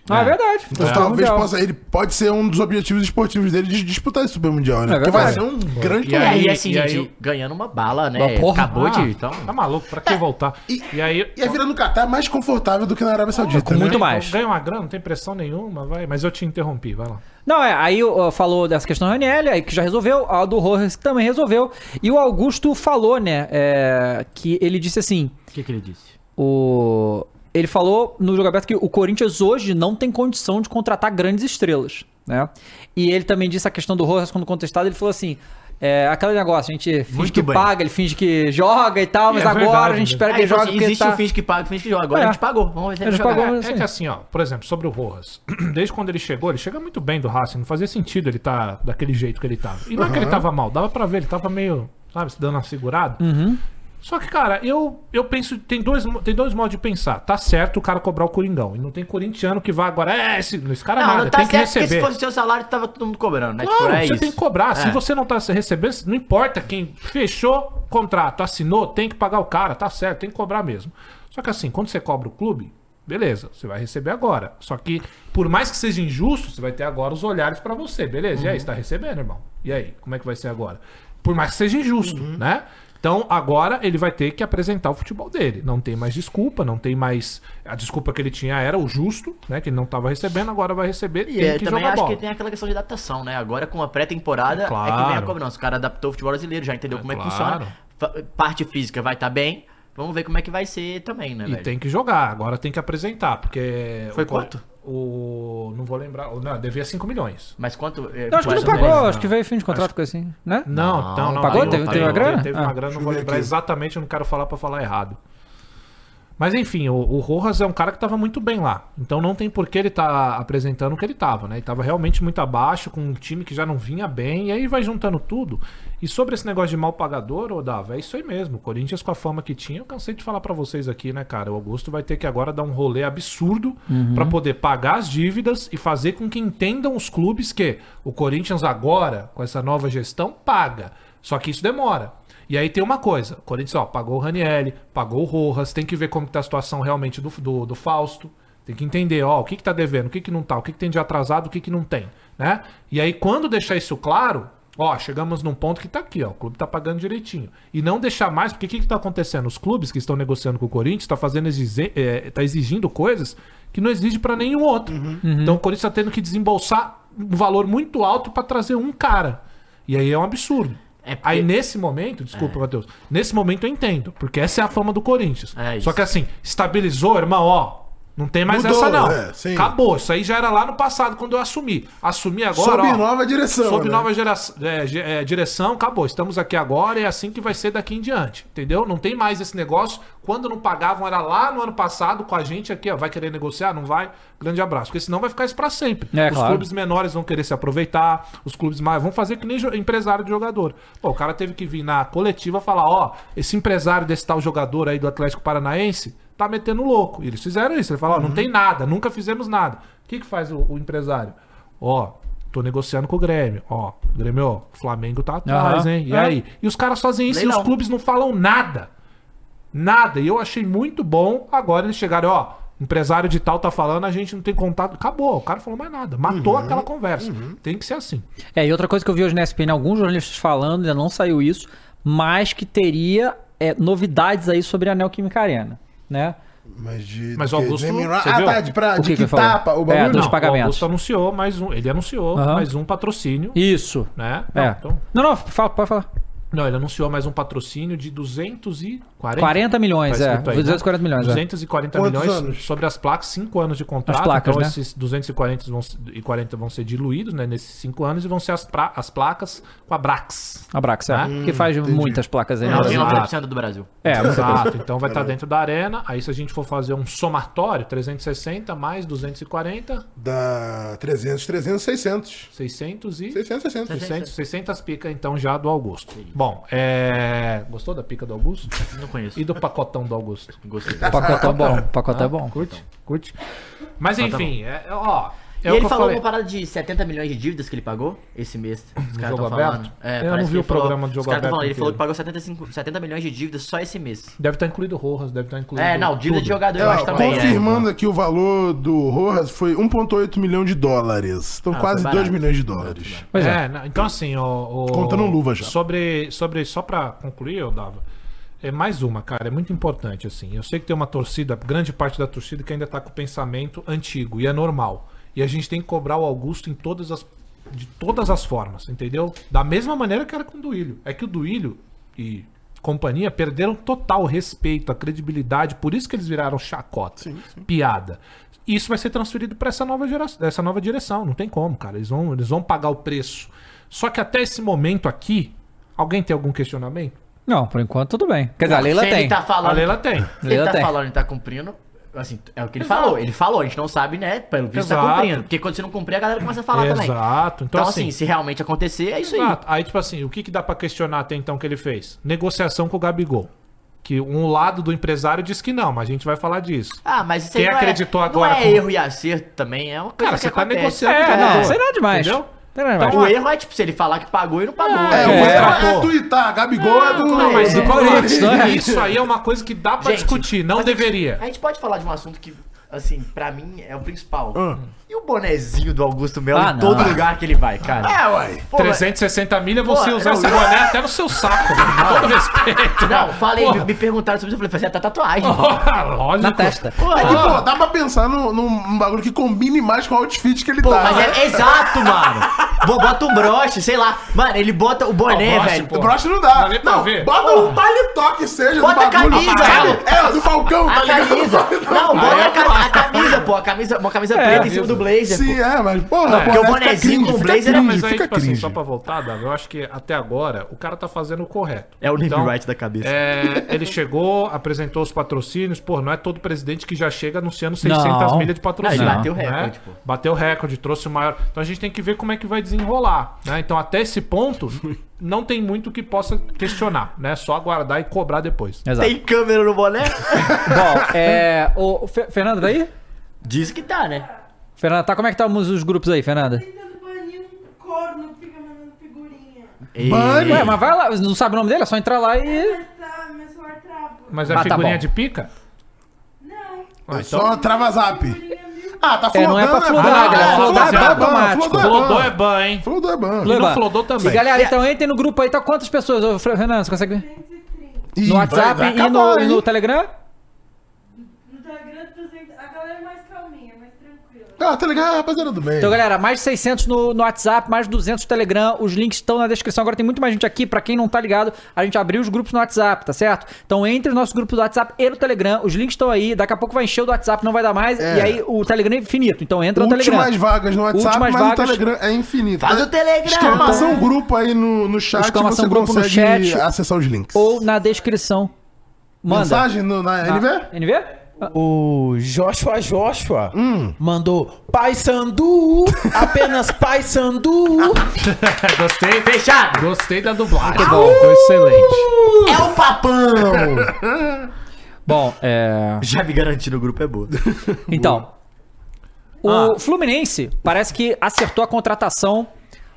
Ah, é verdade.
Então, talvez possa, ele pode ser um dos objetivos esportivos dele de disputar esse Super Mundial, né?
É
Porque vai ser
verdade.
um grande
e aí,
aí,
assim,
e
gente,
aí-
ganhando uma bala, né?
Uma porra.
Acabou
Ah,
de. Então,
Tá maluco, pra que voltar?
E-
E, aí.
E a vida no Catar é mais confortável do que na Arábia Saudita.
Ah, com muito
né?
mais.
Ganha "Ah, uma grana, não tem pressão nenhuma, vai. Mas eu te interrompi, vai lá.
Não, é, aí ó, falou dessa questão da Raniel, aí que já resolveu, a do Rojas também resolveu. E o Augusto falou, né, é, que ele disse assim,
o que, que ele disse?
o... Ele falou no jogo aberto que o Corinthians hoje não tem condição de contratar grandes estrelas, né? E ele também disse a questão do Rojas quando contestado, ele falou assim... É, aquele negócio, a gente finge
Muito
que
bem.
paga, ele finge que joga e tal,
E
mas
é
agora
verdade,
a gente
né?
espera que
Aí,
ele
falou
joga
assim,
porque
existe
tá...
o finge que paga, o finge que joga. Agora
É.
a gente pagou. Vamos ver se
A gente
joga.
pagou,
É,
mas
é
assim-
que assim, ó, por exemplo, sobre o Rojas, desde quando ele chegou, ele chega muito bem do Racing, não fazia sentido ele tá daquele jeito que ele tava. E não é que ele tava mal, dava pra ver, ele tava meio, sabe, se dando uma segurada. Só que, cara, eu, eu penso, tem dois, mo- tem dois modos de pensar. Tá certo o cara cobrar o Coringão, e não tem corintiano que vai agora, é, esse, esse cara
Não,
nada,
não tá
tem que
certo, porque
receber.
se fosse o seu salário, tava todo mundo cobrando, né?
Claro,
tipo, é
você
isso.
tem que cobrar. Se
É.
você não tá recebendo, não importa quem fechou contrato, assinou, tem que pagar o cara, tá certo, tem que cobrar mesmo. Só que assim, quando você cobra o clube, beleza, você vai receber agora. Só que, por mais que seja injusto, você vai ter agora os olhares pra você, beleza?
Uhum.
E aí, você tá recebendo, irmão? E aí, como é que vai ser agora? Por mais que seja injusto,
Uhum.
né? Então, agora ele vai ter que apresentar o futebol dele. Não tem mais desculpa, não tem mais. A desculpa que ele tinha era o justo, né? Que ele não tava recebendo, agora vai receber e
E é,
tem que
também
jogar
acho
bola.
que tem aquela questão de adaptação, né? Agora com a pré-temporada
Claro.
é que vem a cobrança. O cara adaptou o futebol brasileiro, já entendeu como é que
claro.
funciona. Fa- Parte física vai estar bem. Vamos ver como é que vai ser também, né,
E
velho?
tem que jogar, agora tem que apresentar, porque.
Foi
o Cor-
quanto?
O. Não vou lembrar. o- Não, devia 5 milhões.
Mas quanto. é,
Eu acho que não
mais ou
pagou,
menos?
acho que veio fim de contrato, coisa assim, né?
Não,
Não,
então não.
pagou?
aí eu-
Teve-
aí
teve
eu-
uma grana?
Teve uma
Ah.
grana, não
eu
vou
ver
lembrar
aqui.
exatamente, eu não quero falar pra falar errado. Mas enfim, o, o Rojas é um cara que tava muito bem lá. Então não tem por que ele tá apresentando o que ele tava, né? Ele tava realmente muito abaixo, com um time que já não vinha bem, e aí vai juntando tudo. E sobre esse negócio de mal pagador, ô Dava, é isso aí mesmo. O Corinthians com a fama que tinha, eu cansei de falar pra vocês aqui, né, cara? O Augusto vai ter que agora dar um rolê absurdo
Uhum.
pra poder pagar as dívidas e fazer com que entendam os clubes que o Corinthians agora, com essa nova gestão, paga. Só que isso demora. E aí tem uma coisa, o Corinthians ó, pagou o Ranielli, pagou o Rojas, tem que ver como que tá a situação realmente do, do, do Fausto, tem que entender, ó, o que que tá devendo, o que que não tá, o que que tem de atrasado, o que que não tem, né? E aí quando deixar isso claro, ó, chegamos num ponto que tá aqui, ó, o clube tá pagando direitinho. E não deixar mais, porque o que que tá acontecendo? Os clubes que estão negociando com o Corinthians tá fazendo exige- eh, tá exigindo coisas que não exige pra nenhum outro.
Uhum.
Então o Corinthians tá tendo que desembolsar um valor muito alto pra trazer um cara. E aí é um absurdo.
É porque-
Aí Nesse momento, desculpa, Matheus. Nesse momento eu entendo, porque essa é a fama do Corinthians.
É isso.
Só que assim, estabilizou, irmão, ó. Não tem mais
Mudou,
essa, não.
é, sim.
Acabou. Isso aí já era lá no passado, quando eu assumi. Assumi agora.
Sob
ó,
nova direção,
Sob
né?
nova gera- é, ge- é, direção, acabou. Estamos aqui agora e é assim que vai ser daqui em diante. Entendeu? Não tem mais esse negócio. Quando não pagavam, era lá no ano passado com a gente aqui, ó. Vai querer negociar? Não vai? Grande abraço. Porque senão vai ficar isso pra sempre.
É,
Os
claro.
clubes menores vão querer se aproveitar, os clubes mais vão fazer que nem jo- empresário de jogador. Pô, o cara teve que vir na coletiva falar, ó, esse empresário desse tal jogador aí do Atlético Paranaense tá metendo louco. E eles fizeram isso. Ele falou, ó,
Uhum.
não tem nada, nunca fizemos nada. O que que faz o, o empresário? Ó, tô negociando com o Grêmio. Ó, Grêmio, ó, Flamengo tá atrás,
Aham.
hein? E
É.
aí? E os caras fazem isso e os
Leilão.
clubes não falam nada. Nada. E eu achei muito bom. Agora eles chegaram, ó. Empresário de tal tá falando, a gente não tem contato. Acabou, o cara falou mais nada. Matou
Uhum.
aquela conversa. Tem que ser assim.
É, e outra coisa que eu vi hoje na SPN, alguns jornalistas falando, ainda não saiu isso, mas que teria é, novidades aí sobre a Neoquímica Arena, né?
Mas, de,
Mas
de
o Augusto-
diminuir-
você
Ah,
viu?
tá, de,
O
pra, de
que
que,
que ele falou?
tapa o
É,
bagulho?
dos
não,
pagamentos.
o Augusto anunciou mais um. Ele anunciou
Aham.
mais um patrocínio,
Isso.
né?
É.
Não, então-
Não, não, fala, pode falar.
Não, ele anunciou mais um patrocínio de 240
40 milhões,
Tá
é.
escrito aí, né?
240 milhões, é.
240
Quantos
milhões
anos?
sobre as placas, 5 anos de contrato.
As placas,
então
né?
esses 240 vão, se- e 40 vão ser diluídos né, nesses 5 anos e vão ser as, pra- as placas com a Brax.
Abrax,
Ah,
é. que faz muitas placas aí. né?
assim.
99% do Brasil.
É, muita coisa.
Exato, então vai estar dentro da arena. Aí se a gente for fazer um somatório, 360 mais 240,
Dá 300, 300, 600.
600 e...
600, 600.
600, 600 pica então já do Augusto. Bom, é... Gostou da pica do Augusto?
Não conheço.
E do pacotão do Tá. Augusto?
Gostei.
Pacotão é bom, pacotão bom.
Ah, Curte? Curte? Mas enfim, é, é- ó... É
e
o
ele
que eu
falou
falei.
uma parada de 70 milhões de dívidas que ele pagou esse mês. Os caras
jogo
estão falando.
aberto?
É,
Eu
parece
não
que
vi
ele
o programa de jogo
os caras tão
aberto
falando, Ele
inteiro.
falou que pagou 75, 70 milhões de dívidas só esse mês.
Deve estar incluído o Rojas, deve estar incluído.
É, não, dívida
tudo.
de jogador eu
Ó,
Tá
acho
né,
também.
confirmando aqui o valor do Rojas foi 1,8 milhão de dólares. Então,
Ah,
quase
foi
2
barato.
milhões de dólares.
Pois é.
É, não, então assim, o, o
Contando luva já.
Sobre, sobre só pra concluir, eu dava. É mais uma, cara, é muito importante assim. Eu sei que tem uma torcida, grande parte da torcida que ainda tá com o pensamento antigo e é normal. E a gente tem que cobrar o Augusto em todas as de todas as formas, entendeu? Da mesma maneira que era com o Duílio. É que o Duílio e companhia perderam total o respeito, a credibilidade, por isso que eles viraram chacota, piada. Isso vai ser transferido para essa nova geração, essa nova direção, não tem como, cara. Eles vão, eles vão pagar o preço. Só que até esse momento aqui, alguém tem algum questionamento?
Não, por enquanto tudo bem. Quer dizer, a Leila
Se ele
tem.
tá falando,
A Leila tem.
se ele
Leila
tá
tem.
falando, ele tá cumprindo. Assim, é o que ele falou. Ele falou, a gente não sabe, né? Pelo visto
Exato.
tá cumprindo. Porque quando você não cumprir, a galera começa a falar também.
Exato. Então,
Então, assim,
assim,
se realmente acontecer, é isso aí.
Exato. Aí, tipo assim, o que, que dá pra questionar até então que ele fez? Negociação com o Gabigol. Que um lado do empresário diz que não, mas a gente vai falar disso.
Ah, mas isso
Quem
não é-
acreditou
não
agora
é
com-
erro e acerto também, é uma coisa
Cara,
que
você tá
acontece.
negociando
É,
com o
não,
jogador,
sei lá demais.
Entendeu? Então,
Sei lá demais.
O erro é, tipo, se ele falar que pagou e não pagou.
É,
né?
o
É.
outro é tuitar. Gabigol
Ah,
é do.
Não, mas
do
do
Corinthians, né?
Isso aí é uma coisa que dá pra
Gente,
discutir, não
mas é a gente-
deveria.
A gente pode falar de um assunto que, assim, pra mim é o principal.
Ah.
E o bonezinho do Augusto Melo
Ah,
em
não.
todo lugar que ele vai, cara?
É, uai.
Pô,
360 milha, você
Pô,
usar
não,
esse
eu-
boné até no seu saco. Com todo respeito.
Não, falei,
É, Porra.
me, me perguntaram sobre isso, eu falei, você tá tatuagem.
Porra, Lógico.
Na testa.
Porra.
É que, pô, dá pra pensar num, num bagulho que combine mais com o outfit que ele
Pô,
tá.
mas
né?
é exato, mano. Bo- Bota um broche, sei lá. Mano, ele bota o
Ah,
boné,
o broche,
velho.
pô.
Broche não
Não
dá.
dá pra
Não,
ver.
bota um paletó que seja
Bota a
do bagulho.
camisa,
sabe? É, do Falcão, tá
A camisa.
ligado?
Não,
Aí
bota
é
a, ca- a camisa, pô. A camisa, uma camisa preta em cima do blazer,
Sim,
pô.
é, mas porra,
porque o
né,
bonezinho com o
fica
blazer é
Não,
cringe,
mas aí,
fica
tipo assim,
cringe.
só pra voltar, Davi, eu acho que até agora o cara tá fazendo o correto.
É o name
Então,
right da cabeça.
É, ele chegou, apresentou os patrocínios. Pô, não é todo presidente que já chega anunciando 600
Não.
milhas de patrocínio.
Não, ele bateu
né?
recorde, pô.
Bateu recorde, trouxe o maior. Então a gente tem que ver como é que vai desenrolar. né? Então, até esse ponto, não tem muito que possa questionar, né? Só aguardar e cobrar depois.
Exato.
Tem câmera no boné?
Bom, é. O Fe- Fernanda, tá aí?
Diz que tá, né?
Fernanda, tá como é que estão os, os grupos aí, Fernanda?
Tentando banir um corno que fica mandando figurinha.
Mano,
Ué, é, mas vai lá, não sabe o nome dele, é só entrar lá e.
Mas tá, meu celular trava.
Mas é
Ah, tá
figurinha
bom.
de pica?
Não,
Ah,
então.
Só trava zap. Ah, tá
É,
flodando.
não é pra flodar,
Ah,
galera. Flodar é
flodar é ban,
automático.
flodar
Flodou
é
é ban, hein?
Flodou é ban.
E
Leba.
não flodou também.
E galera, então entrem no grupo aí, tá quantas pessoas? Ô, Fre- Fernanda, você consegue.
230.
Ih,
No WhatsApp
vai- vai
e no,
acabar, hein?
no Telegram?
No Telegram, 200. A galera é mais calminha, mais tranquila.
Ah, tá ligado, rapaziada do bem.
Então, galera, mais de 600 no, no WhatsApp, mais de 200 no Telegram. Os links estão na descrição. Agora tem muito mais gente aqui. Pra quem não tá ligado, a gente abriu os grupos no WhatsApp, tá certo? Então, entre o nosso grupo do WhatsApp e no Telegram. Os links estão aí. Daqui a pouco vai encher o do WhatsApp, não vai dar mais.
É.
E aí o Telegram é infinito. Então, entra no Telegram.
Últimas vagas no WhatsApp,
Últimas
mas
vagas.
no Telegram é infinito.
Faz o Telegram,
Exclamação grupo aí no, no chat,
Exclamação
você
grupo no
consegue
chat.
acessar os links.
Ou na descrição. Manda. Ah,
Mensagem no, na NV?
NV? Ah.
O Joshua Joshua
Hum.
mandou Pai Sandu, apenas Pai Sandu.
Gostei,
Fechado.
gostei da dublagem. Muito bom, foi excelente.
É o papão.
Bom, é.
Já me garanti no grupo é boa.
Então. O Fluminense parece que acertou a contratação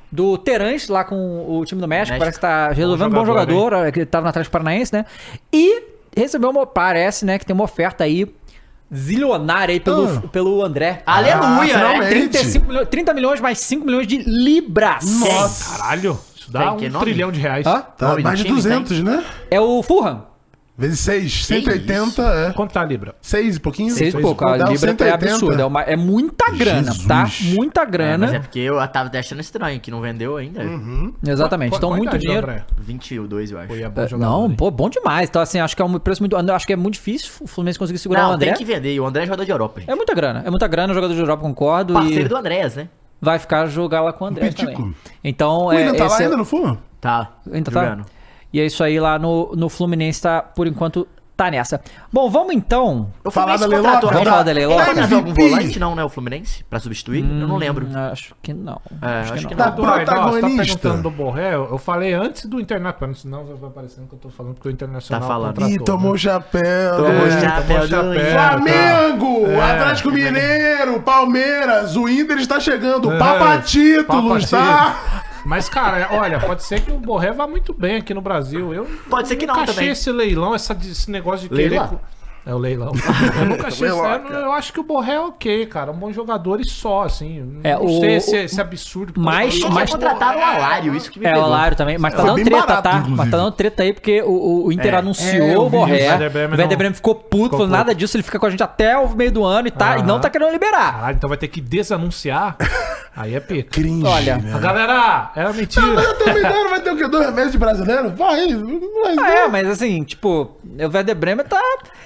do Terãs lá com o time do México.
México.
Parece que tá resolvendo um bom
jogador,
jogador, eh, que tava na Atlético Paranaense, né? E recebeu uma. Parece, né, que tem uma oferta aí zilionária aí pelo, pelo André. é
Aleluia,
Ah,
né?
finalmente.
35 milhões- 30 milhões mais 5 milhões de libras.
Caralho, isso dá
Tem
um
que nome?
trilhão de reais.
Hã?
Tá,
Nome do
mais de
time,
200, né?
É o Fulham.
Vezes 6, 180, é.
Quanto tá a Libra?
6 e pouquinho?
Seis e
Seis
pouco. A
e pouco, dá uns
Libra tá- é
180.
absurda. É, uma- é muita grana,
Jesus.
tá? Muita
É,
grana.
mas é porque eu tava até achando estranho, que não vendeu ainda.
Exatamente.
Qu-
Então,
qual
muito
idade do
dinheiro.
é André?
22, eu acho.
Foi, é bom
É,
jogador,
Não,
hein?
pô, bom demais. Então, assim, acho que é um preço muito. eu Acho que é muito difícil o Fluminense conseguir segurar o
Não,
André.
tem que vender. E o André é jogador de Europa, gente.
É muita grana. É muita grana, jogador de Europa, concordo.
Parceiro
e
do Andréas, né?
vai ficar jogar lá com o André
Pitico.
também. Então,
O
é.
Willian tá lá
esse é-
ainda, não foi?
Tá.
Ainda tá?
jogando.
E é isso aí lá no, no Fluminense, tá, por enquanto, tá nessa. Bom, vamos então.
O
Falar
Fluminense
da Leiló?
contratou,
Vamos
né?
falar da Leiló?
Ele contratou algum
MVP.
volante, não, né? O Fluminense? Pra substituir? eu não lembro.
Ah, Acho que não.
É, acho, que,
Tá
não.
Ô, Raidal, Você tá
protagonista.
perguntando do Borré? Eu eu falei antes do Internacional, senão vai parecendo que eu tô falando que o Internacional
Tá falando.
contratou, né?
Ih, tomou o
né?
chapéu.
é,
Tomou
né?
o
tá
chapéu
tomou
do
chapéu.
Flamengo.
Flamengo,
É.
Atlético Mineiro, Palmeiras, o Inter está chegando.
É.
Papa títulos, tá?
Mas, cara, olha, pode ser que o Borré vá muito bem aqui no Brasil. Eu
Pode ser que não
nunca achei
também.
esse leilão, essa, esse negócio de
Leilão?
querer... É o leilão. Eu nunca achei isso.
Leilão,
Eu, eu acho que o Borré é ok, cara. Um bom jogador e só, assim.
É,
não
o-
sei se é, se é absurdo.
Mas-
Eles
mas-
contrataram o Alário, isso que me
É, o
pegou.
Alário também. Mas tá
Foi
dando
bem
treta,
barato,
tá? Mas
inclusive.
tá dando treta aí porque o, o Inter anunciou
É, eu
o
vi,
Borré.
o
O
Werder Bremen
Werder
não-
Bremen ficou puto, falou nada disso. Ele fica com a gente até o meio do ano e, tá, e não
Aham.
tá querendo liberar.
Caralho, então vai ter que desanunciar. Aí é pica.
Cringe,
Olha.
né?
Galera, era mentira.
Também não vai ter o quê? Dois remédios de brasileiro? Vai, mas...
Ah, é, mas assim, tipo, o Werder Bremen tá.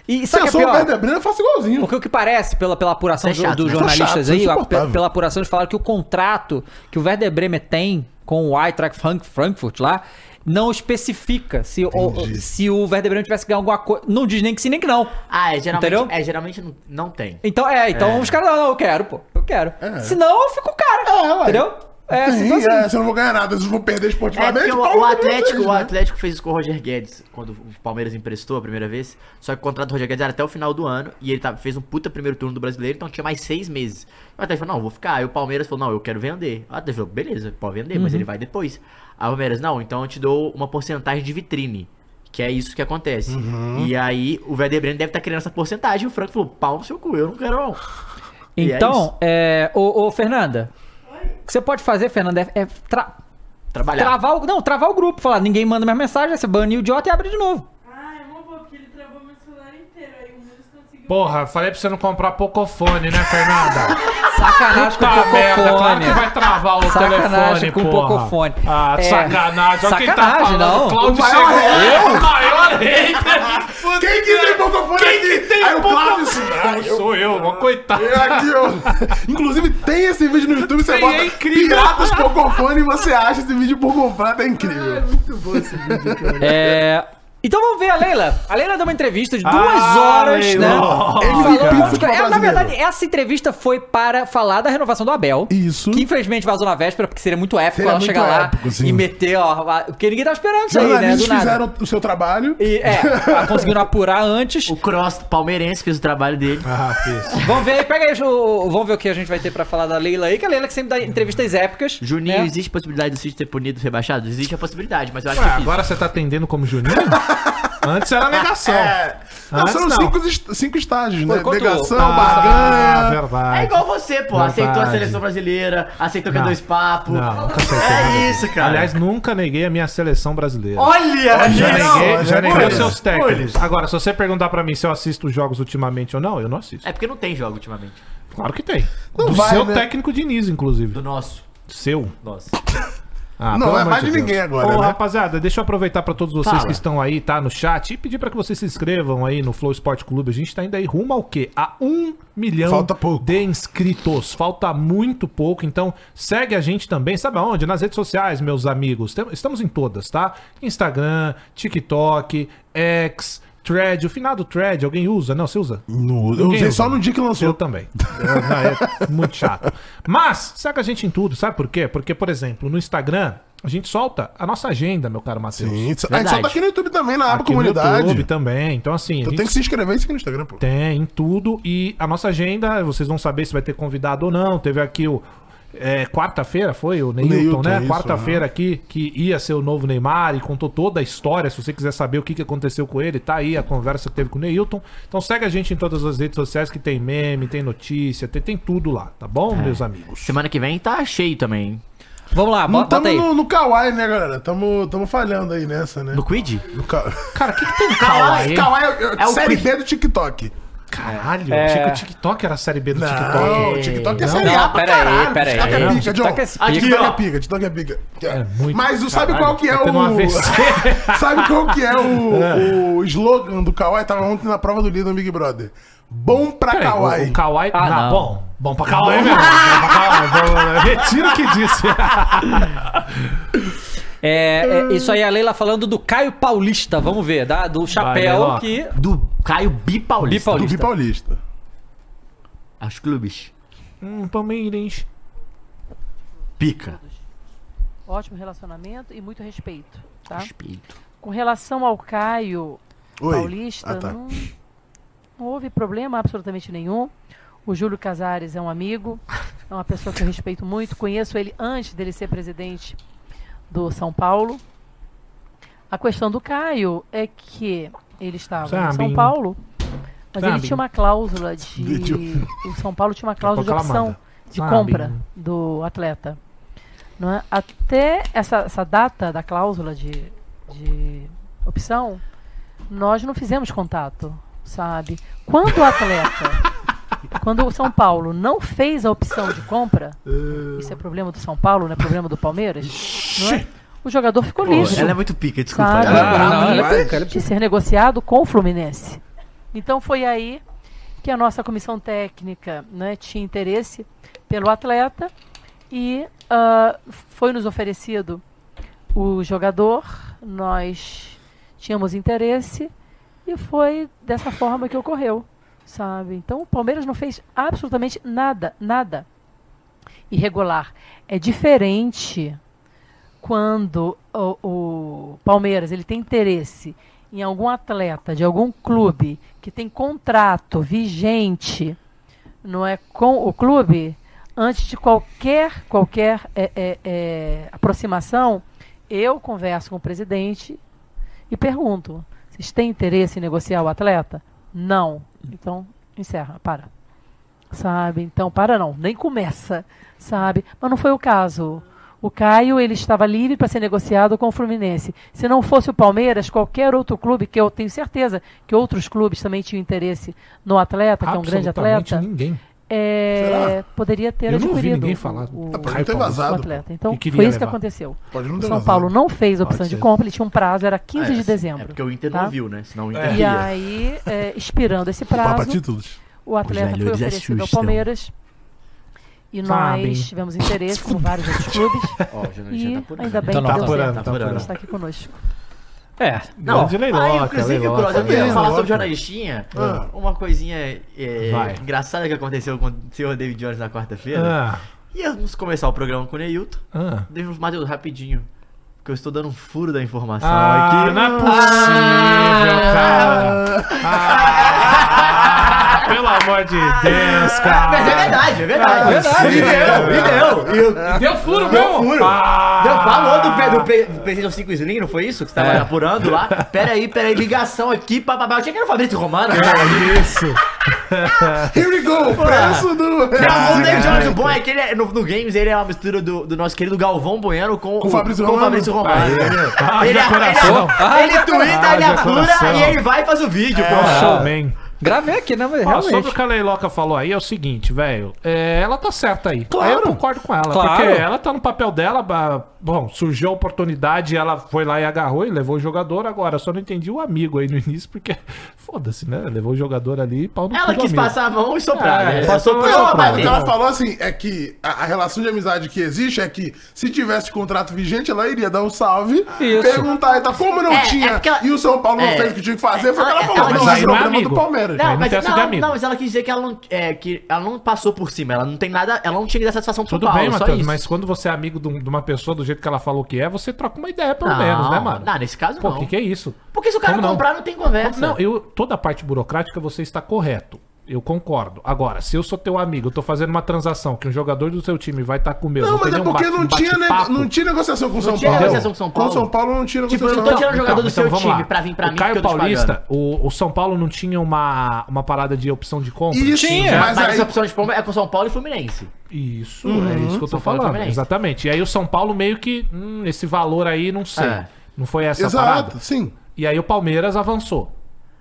E
Se
sabe
eu
o que
sou
é
o
pior?
Werder Breno, eu faço igualzinho.
Porque o que parece, pela, pela apuração
Isso é chato,
do- dos
né?
jornalistas
Isso é chato,
aí,
isso é
a-
insuportável.
pela apuração eles falaram que o contrato que o Werder Bremen tem com o Eintracht Frank- Frankfurt lá, não especifica se, o,
Entendi.
se o Werder Bremen tivesse que ganhar alguma coisa. Não diz nem que sim, nem que não.
Ah, é,
Entendeu?
geralmente, é, geralmente não, não tem.
Então, é, então os caras, não, não, eu quero, pô, eu quero.
É.
Senão eu fico o cara,
É, ué.
entendeu? É,
Sim,
então, assim,
é, você não vou ganhar nada, vocês vão perder
É
esportivamente.
porque o,
pau
o
no cu de
Atlético,
vocês,
o
né?
Atlético fez isso com o Roger Guedes quando o Palmeiras emprestou a primeira vez. Só que o contrato do Roger Guedes era até o final do ano e ele tava- fez um puta primeiro turno do brasileiro, então tinha mais seis meses. O Atlético falou, não, vou ficar. Aí o Palmeiras falou, não, eu quero vender. O Atlético falou, beleza, pode vender, mas ele vai depois. Aí o Palmeiras, não, então eu te dou uma porcentagem de vitrine. Que é isso que acontece. E aí o Werder Bremen deve estar querendo essa porcentagem. E o Franco falou, pau no seu cu, eu não quero não. E é isso.
então é, ô, ô, Fernanda, o que você pode fazer, Fernanda, é, é tra-
Trabalhar.
travar, o, não, travar o grupo, falar, ninguém manda mais mensagem, aí você bane o idiota e abre de novo.
Ah, é uma boa, porque ele travou meu celular inteiro. Aí o Muros conseguiu.
Porra, falei pra você não comprar pocofone, né, Fernanda?
Sacanagem com o
Puta Ah, merda, claro
cocofone.
que vai travar o
Sacanagem
telefone,
com o
porra.
Pocofone.
Ah,
É.
sacanagem. Olha quem tá
Sacanagem,
falando.
não.
Cláudio
O maior
chegou.
hater.
O maior hater.
Quem que tem Pocofone aqui? Aí o Cláudio assim, ah, eu-
Sou eu, uma coitado.
eu aqui, ó. Inclusive, tem esse vídeo no YouTube, você
Tem,
bota
é incrível.
Piratas Pocofone e você acha esse vídeo por completo, é incrível.
É, Então vamos ver a Leila. A Leila deu uma entrevista de duas
Ah,
horas,
Leila.
né? Falou
MVP
um monte de
do
coisa.
futebol
É, na verdade,
brasileiro.
essa entrevista foi para falar da renovação do Abel.
Isso.
Que infelizmente vazou na véspera, porque seria muito épico
Seria
ela
muito
chegar lá
épico, sim.
e meter, ó. a- Porque ninguém tava esperando isso aí, né? Do
Jornalistas
nada.
fizeram o seu trabalho.
E, é, conseguiram apurar antes.
O Cross palmeirense fez o trabalho dele.
Ah, fiz.
Vamos ver aí, pega aí, o- vamos ver o que a gente vai ter pra falar da Leila aí, que a Leila que sempre dá entrevistas épicas.
Juninho,
né?
existe possibilidade do Cid ter punido os rebaixados? Existe a possibilidade, mas eu acho assim,
Ué,
difícil.
agora você tá atendendo como Juninho? Antes era negação.
É. Não,
Antes
são
Ah, não.
Cinco, est- cinco estágios, né?
quanto-
Negação,
Ah,
barganha.
verdade.
É igual você, pô.
Verdade.
Aceitou a seleção brasileira, aceitou que é
Não.
dois papos.
Não, nunca aceitei.
É isso, cara.
Aliás, nunca neguei a minha seleção brasileira.
olha!
Já
olha
não,
neguei,
olha,
já neguei
olha.
os seus técnicos.
Olha.
Agora, se você perguntar pra mim se eu assisto jogos ultimamente ou não, eu não assisto.
É porque não tem jogo ultimamente.
Claro que tem.
Não
Do
vai,
seu
né?
técnico Diniz, inclusive.
Do nosso.
Seu.
Nosso.
Ah,
Não,
pelo
é
amor
mais de ninguém agora,
Ô,
né?
rapaziada, deixa eu aproveitar pra todos vocês
Fala.
que estão aí, tá, no chat, e pedir pra que vocês se inscrevam aí no Flow Esporte Clube. A gente tá indo aí rumo ao quê? A um milhão
Falta pouco.
de inscritos. Falta muito pouco, então segue a gente também, sabe aonde? Nas redes sociais, meus amigos. Tem- Estamos em todas, tá? Instagram, TikTok, X, Thread, o finado Thread, alguém usa? Não, você usa?
No- eu
Ninguém
usei
usa.
só no dia que lançou.
Eu também. Eu- não, é muito chato. Mas, segue a gente em tudo, sabe por quê? Porque, por exemplo, no Instagram, a gente solta a nossa agenda, meu caro Matheus.
Sim, a gente
Verdade.
só tá aqui no YouTube também, na aba
Aqui no
comunidade.
YouTube também. Então, assim, a
Então
gente
tem que se inscrever e seguir no Instagram, pô.
tem em tudo. E a nossa agenda, vocês vão saber se vai ter convidado ou não. Teve aqui o. é, quarta-feira foi o Neilton,
Neilton,
né?
isso,
Quarta-feira aqui, que ia ser o novo Neymar e contou toda a história. Se você quiser saber o que, que aconteceu com ele, tá aí a conversa que teve com o Neilton. Então segue a gente em todas as redes sociais que tem meme, tem notícia, tem, tem tudo lá, tá bom, meus amigos?
Semana que vem tá cheio também. hein?
Vamos lá,
Não
bota, bota
tamo
aí.
no, no Kawaii, né, galera? Tamo, tamo falhando aí nessa, né?
No Quid?
No ka...
Cara, o que, que tem Kawaii?
Kawaii é,
É o
série
Quid.
B do TikTok.
Caralho,
É.
achei que o TikTok era a série B do TikTok.
Não, o TikTok é
Não,
série
não,
A pra
pera aí,
caralho.
pera aí.
TikTok é
Não,
pica, John.
TikTok é
Aqui,
pica.
TikTok é pica, TikTok é pica.
É muito
Mas o- sabe
caralho,
qual que é
tá tendo um
o...
AVC.
sabe qual que é o, o slogan do Kawaii? Tava ontem na prova do líder do Big Brother. Bom pra
Peraí,
Kawaii.
É, O, o Kawaii.
Ah,
Ah,
não.
bom. Bom pra Kawaii mesmo. Bom pra Kawaii. bom- é, Retiro o que disse.
É, é, isso aí é a Leila falando do Caio Paulista, vamos ver, da- do
Tá
chapéu
Leila.
que.
Do Caio Bipaulista.
do
Bipaulista.
Bi Paulista.
Aos clubes.
hum, Palmeirense.
Pica.
Ótimo relacionamento e muito respeito, tá?
Respeito.
Com relação ao Caio
Oi.
Paulista,
Ah, tá.
não, não houve problema absolutamente nenhum. O Júlio Casares é um amigo, é uma pessoa que eu respeito muito. Conheço ele antes dele ser presidente do São Paulo. A questão do Caio é que ele estava no
Sabe.
São Paulo, mas ele
Sabe.
tinha uma cláusula de.
Vídeo.
O São Paulo tinha uma cláusula de
pouco ela
opção
manda.
de
Sabe.
compra do atleta. Não é? Até essa, essa data da cláusula de, de opção, nós não fizemos contato, sabe? Quando o atleta, quando o São Paulo não fez a opção de compra, isso é problema do São Paulo, não é problema do Palmeiras, não é? o jogador ficou livre
Ela é muito pica, desculpa.
Sabe?
Ela-
Ah, não, ela é
Bonito
pica, ela é
de ser negociado com o Fluminense. Então foi aí que a nossa comissão técnica né, tinha interesse pelo atleta e ah, foi nos oferecido o jogador, nós tínhamos interesse e foi dessa forma que ocorreu, sabe? Então o Palmeiras não fez absolutamente nada, nada irregular. É diferente quando o, o Palmeiras ele tem interesse em algum atleta de algum clube que tem contrato vigente, não é com o clube, antes de qualquer qualquer é, é, é, aproximação, eu converso com o presidente e pergunto: vocês têm interesse em negociar o atleta? Não. Então encerra, para sabe? Então, para não, nem começa, sabe? Mas não foi o caso. O Caio, ele estava livre para ser negociado com o Fluminense. Se não fosse o Palmeiras, qualquer outro clube, que eu tenho certeza que outros clubes também tinham interesse no atleta, que é um grande
Absolutamente
atleta,
ninguém.
é, poderia ter
Eu não ouvi
adquirido
ninguém falar do
o,
Tá
Caio
o
Pode não ter
Paulista.
tá vazado.
atleta. Então,
Que queria
foi isso que
levar.
aconteceu.
Pode não
O
ter
São
vazado.
Paulo não fez a opção
Pode
de
ser.
compra, ele tinha um prazo, era 15
É,
de dezembro.
É porque o Tipo, Inter
tá?
não viu, né? Senão o Inter
E
ia.
aí, é, expirando esse
Papa
prazo,
títulos.
o atleta
Os
foi
velhos
oferecido ao
assustam.
Palmeiras. E nós
Sabem.
tivemos interesse com vários outros clubes.
Ó, o Janones
e
já tá por aí.
ainda bem
Tá
que deu
apurando,
certo.
tá apurando.
Ele está aqui conosco.
É.
Não, tá de
Aí,
leiloca,
inclusive,
leiloca.
Cross, eu queria
Leiloca.
falar sobre jornalistinha. Uma coisinha é,
Ah. Vai.
engraçada que aconteceu com o senhor David Jones na quarta-feira.
Ah,
Íamos começar o programa com o Neilton.
ah.
Deixa eu Matheus rapidinho. Porque eu estou dando um furo da informação
Ah,
aqui.
não é possível, cara. Ah, pelo amor de Deus, cara.
Mas é verdade, é verdade.
verdade.
Me
Ah.
deu, me deu. E eu-
Deu furo mesmo?
furo.
Ah.
Deu valor do, P- do, P- do PlayStation 5 Slim, não foi isso? Que você
É.
tava apurando lá? Pera aí, pera aí, ligação aqui, papapá. Eu tinha que era o Fabrício Romano.
É.
cara.
Isso.
Here we go! Preço do...
Não, o David Jones, o bom é que ele é- no, no Games ele é uma mistura do, do nosso querido Galvão Bueno com,
o Fabrício
com o
Romano.
Fabrício Romano. entendeu?
Ah,
ele, é-
já coração.
ele, ele twitta,
Ah,
ele
já
apura
coração. É.
e ele vai e faz o vídeo, pô.
um Showman.
Gravei aqui, né?
Ó, sobre
Realmente.
o que a Leiloca falou aí é o seguinte, velho. é, ela tá certa aí. Eu concordo com ela.
Claro.
Porque ela tá no papel dela. ba- Bom, surgiu a oportunidade, ela foi lá e agarrou e levou o jogador. Agora, só não entendi o amigo aí no início, porque foda-se, né? Levou o jogador ali e pau no cu
Ela
do
quis
amigo.
passar a mão e soprar.
É,
né?
passou por
Soprou,
Não,
soprar.
mas o
bateu.
que ela falou assim é que a, a relação de amizade que existe é que se tivesse contrato vigente, ela iria dar um salve,
Isso.
perguntar, então, como não
É,
tinha
é porque ela-
e o São Paulo não
É.
fez o que tinha que fazer, foi o que ela
Ela-
falou,
ela-
não, isso
mas
aí
é
não é
problema do
amigo.
Palmeiras.
Aí
Não,
não
mas,
tem essa é de
não,
amigo.
não, mas ela quis dizer que ela não, é, que ela não passou por cima, ela não tem nada, ela não tinha que dar satisfação pro
Tudo
São Paulo,
bem,
só
Matheus,
isso.
mas quando você é amigo de um- de uma pessoa do jeito que ela falou que é, você troca uma ideia, pelo
Não,
menos, né, mano?
não, nesse caso
Pô,
não.
o que, que é isso?
Porque se o cara
Como não?
Tá
comprar, não tem conversa.
Não, eu, toda a parte burocrática você está correto. Eu concordo. Agora, se eu sou teu amigo, eu tô fazendo uma transação que um jogador do seu time vai estar com o meu.
Não, mas
tem
é
nenhum
porque
bate-
não tinha, ne-
bate-papo.
não tinha negociação com o São
tinha
Paulo.
negociação com o São
Com
Paulo.
o São Paulo não tinha
Tipo, eu
negociação.
não tô tirando o jogador do
Então,
seu
vamos
time
lá.
pra vir pra
o
mim,
Caio
porque eu tô te
Paulista,
pagando.
o, o São Paulo não tinha uma, uma parada de opção de compra?
Isso,
Tinha.
mas
Mas,
aí-
essa opção de pomba é com São Paulo e Fluminense.
Isso,
Uhum.
é isso que eu tô
São Paulo
falando.
Fluminense.
Exatamente. E aí o São Paulo meio que. hum, esse valor aí, não sei.
É.
Não foi essa
Exato,
parada?
sim.
E aí o Palmeiras avançou.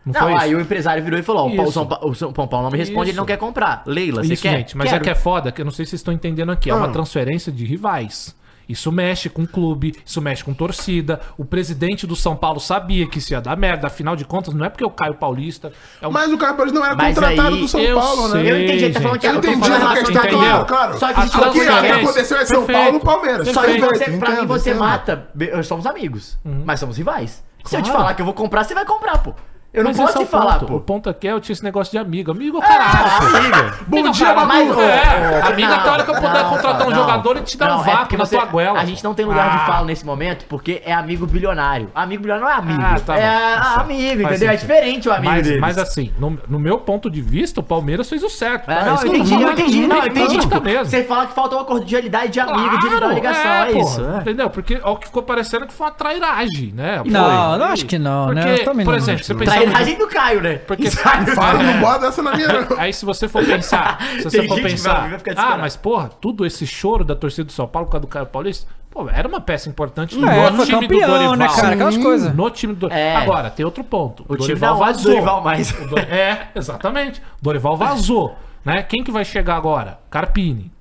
Não,
Não,
foi
aí
isso?
o empresário virou e falou: ó, o, Paulo,
Isso.
São Pa- o São Paulo não me responde,
Isso.
ele não quer comprar. Leila, você
Isso,
quer?
gente, mas
Quero. Ah.
é que é foda, que eu não sei se vocês estão entendendo aqui. É uma transferência de rivais. Isso mexe com o clube, isso mexe com torcida. O presidente do São Paulo sabia que isso ia dar merda. Afinal de contas, não é porque o Caio Paulista é um
Mas o Caio Paulista não era
Mas
contratado
aí
do São
eu
Paulo, né?
sei,
Eu entendi, ele tá
gente.
falando que
Eu
tô
entendi é
falando
a
assim,
questão,
entendeu?
claro, tá claro.
Só que
A-
a gente
Tipo, o que
não sabe.
aconteceu é São
Perfeito.
Paulo e Palmeiras.
Só que
Perfeito.
você,
Entendo,
pra mim você
entendo.
mata. Eu- Somos amigos, mas somos rivais. Se eu te
Uhum. Claro.
falar que eu vou comprar, você vai comprar, pô. Eu não
Mas
posso
esse é
te
o
falar,
ponto. O
pô. Ah,
ponto aqui é eu tinha esse negócio de amigo. Amigo, caralho.
Amiga.
Bom
Amigo,
dia,
cara,
mas-
Babu.
ô,
É,
ô,
amigo,
não,
até a hora que eu puder
não,
contratar um
não.
jogador e te dar um
Não, é
vácuo
porque
na
você-
tua goela.
A gente não tem lugar
Ah.
de fala nesse momento, porque é amigo bilionário. Amigo bilionário não é amigo.
Ah, tá bom.
é
Tá certo.
amigo,
Faz
entendeu? É
sentido.
diferente o amigo
Mas,
deles.
mas assim, no, no meu ponto de vista, o Palmeiras fez o certo. tá?
É, não,
Isso
eu
tô
entendi, eu
falando
entendi, não, eu
aqui,
entendi.
tá
Tipo,
mesmo.
você fala que faltou uma cordialidade de amigo, de dar uma ligação, é,
porra,
isso. é.
Entendeu? Porque ó, o que ficou parecendo que foi uma trairagem, né?
Não,
Foi.
não acho que não,
Porque,
né? Eu também
por
não
exemplo,
acho
você
que
pensar...
Trairagem do Caio, né?
Porque-
Sabe?
Fala, não bota essa na minha.
Aí se você for pensar, se você
Tem
for
gente que vai
pensar,
ouvir, vai ficar
ah,
desesperado."
mas porra, tudo esse choro da torcida do São Paulo por causa do Caio Paulista, pô, era uma peça importante no
É, foi campeão, né, cara? Aquelas coisas.
No time do
É.
Agora, tem outro ponto.
O time não é do Dorival mais.
O Do- É, exatamente. Dorival vazou, né? Quem que vai chegar agora? Carpini.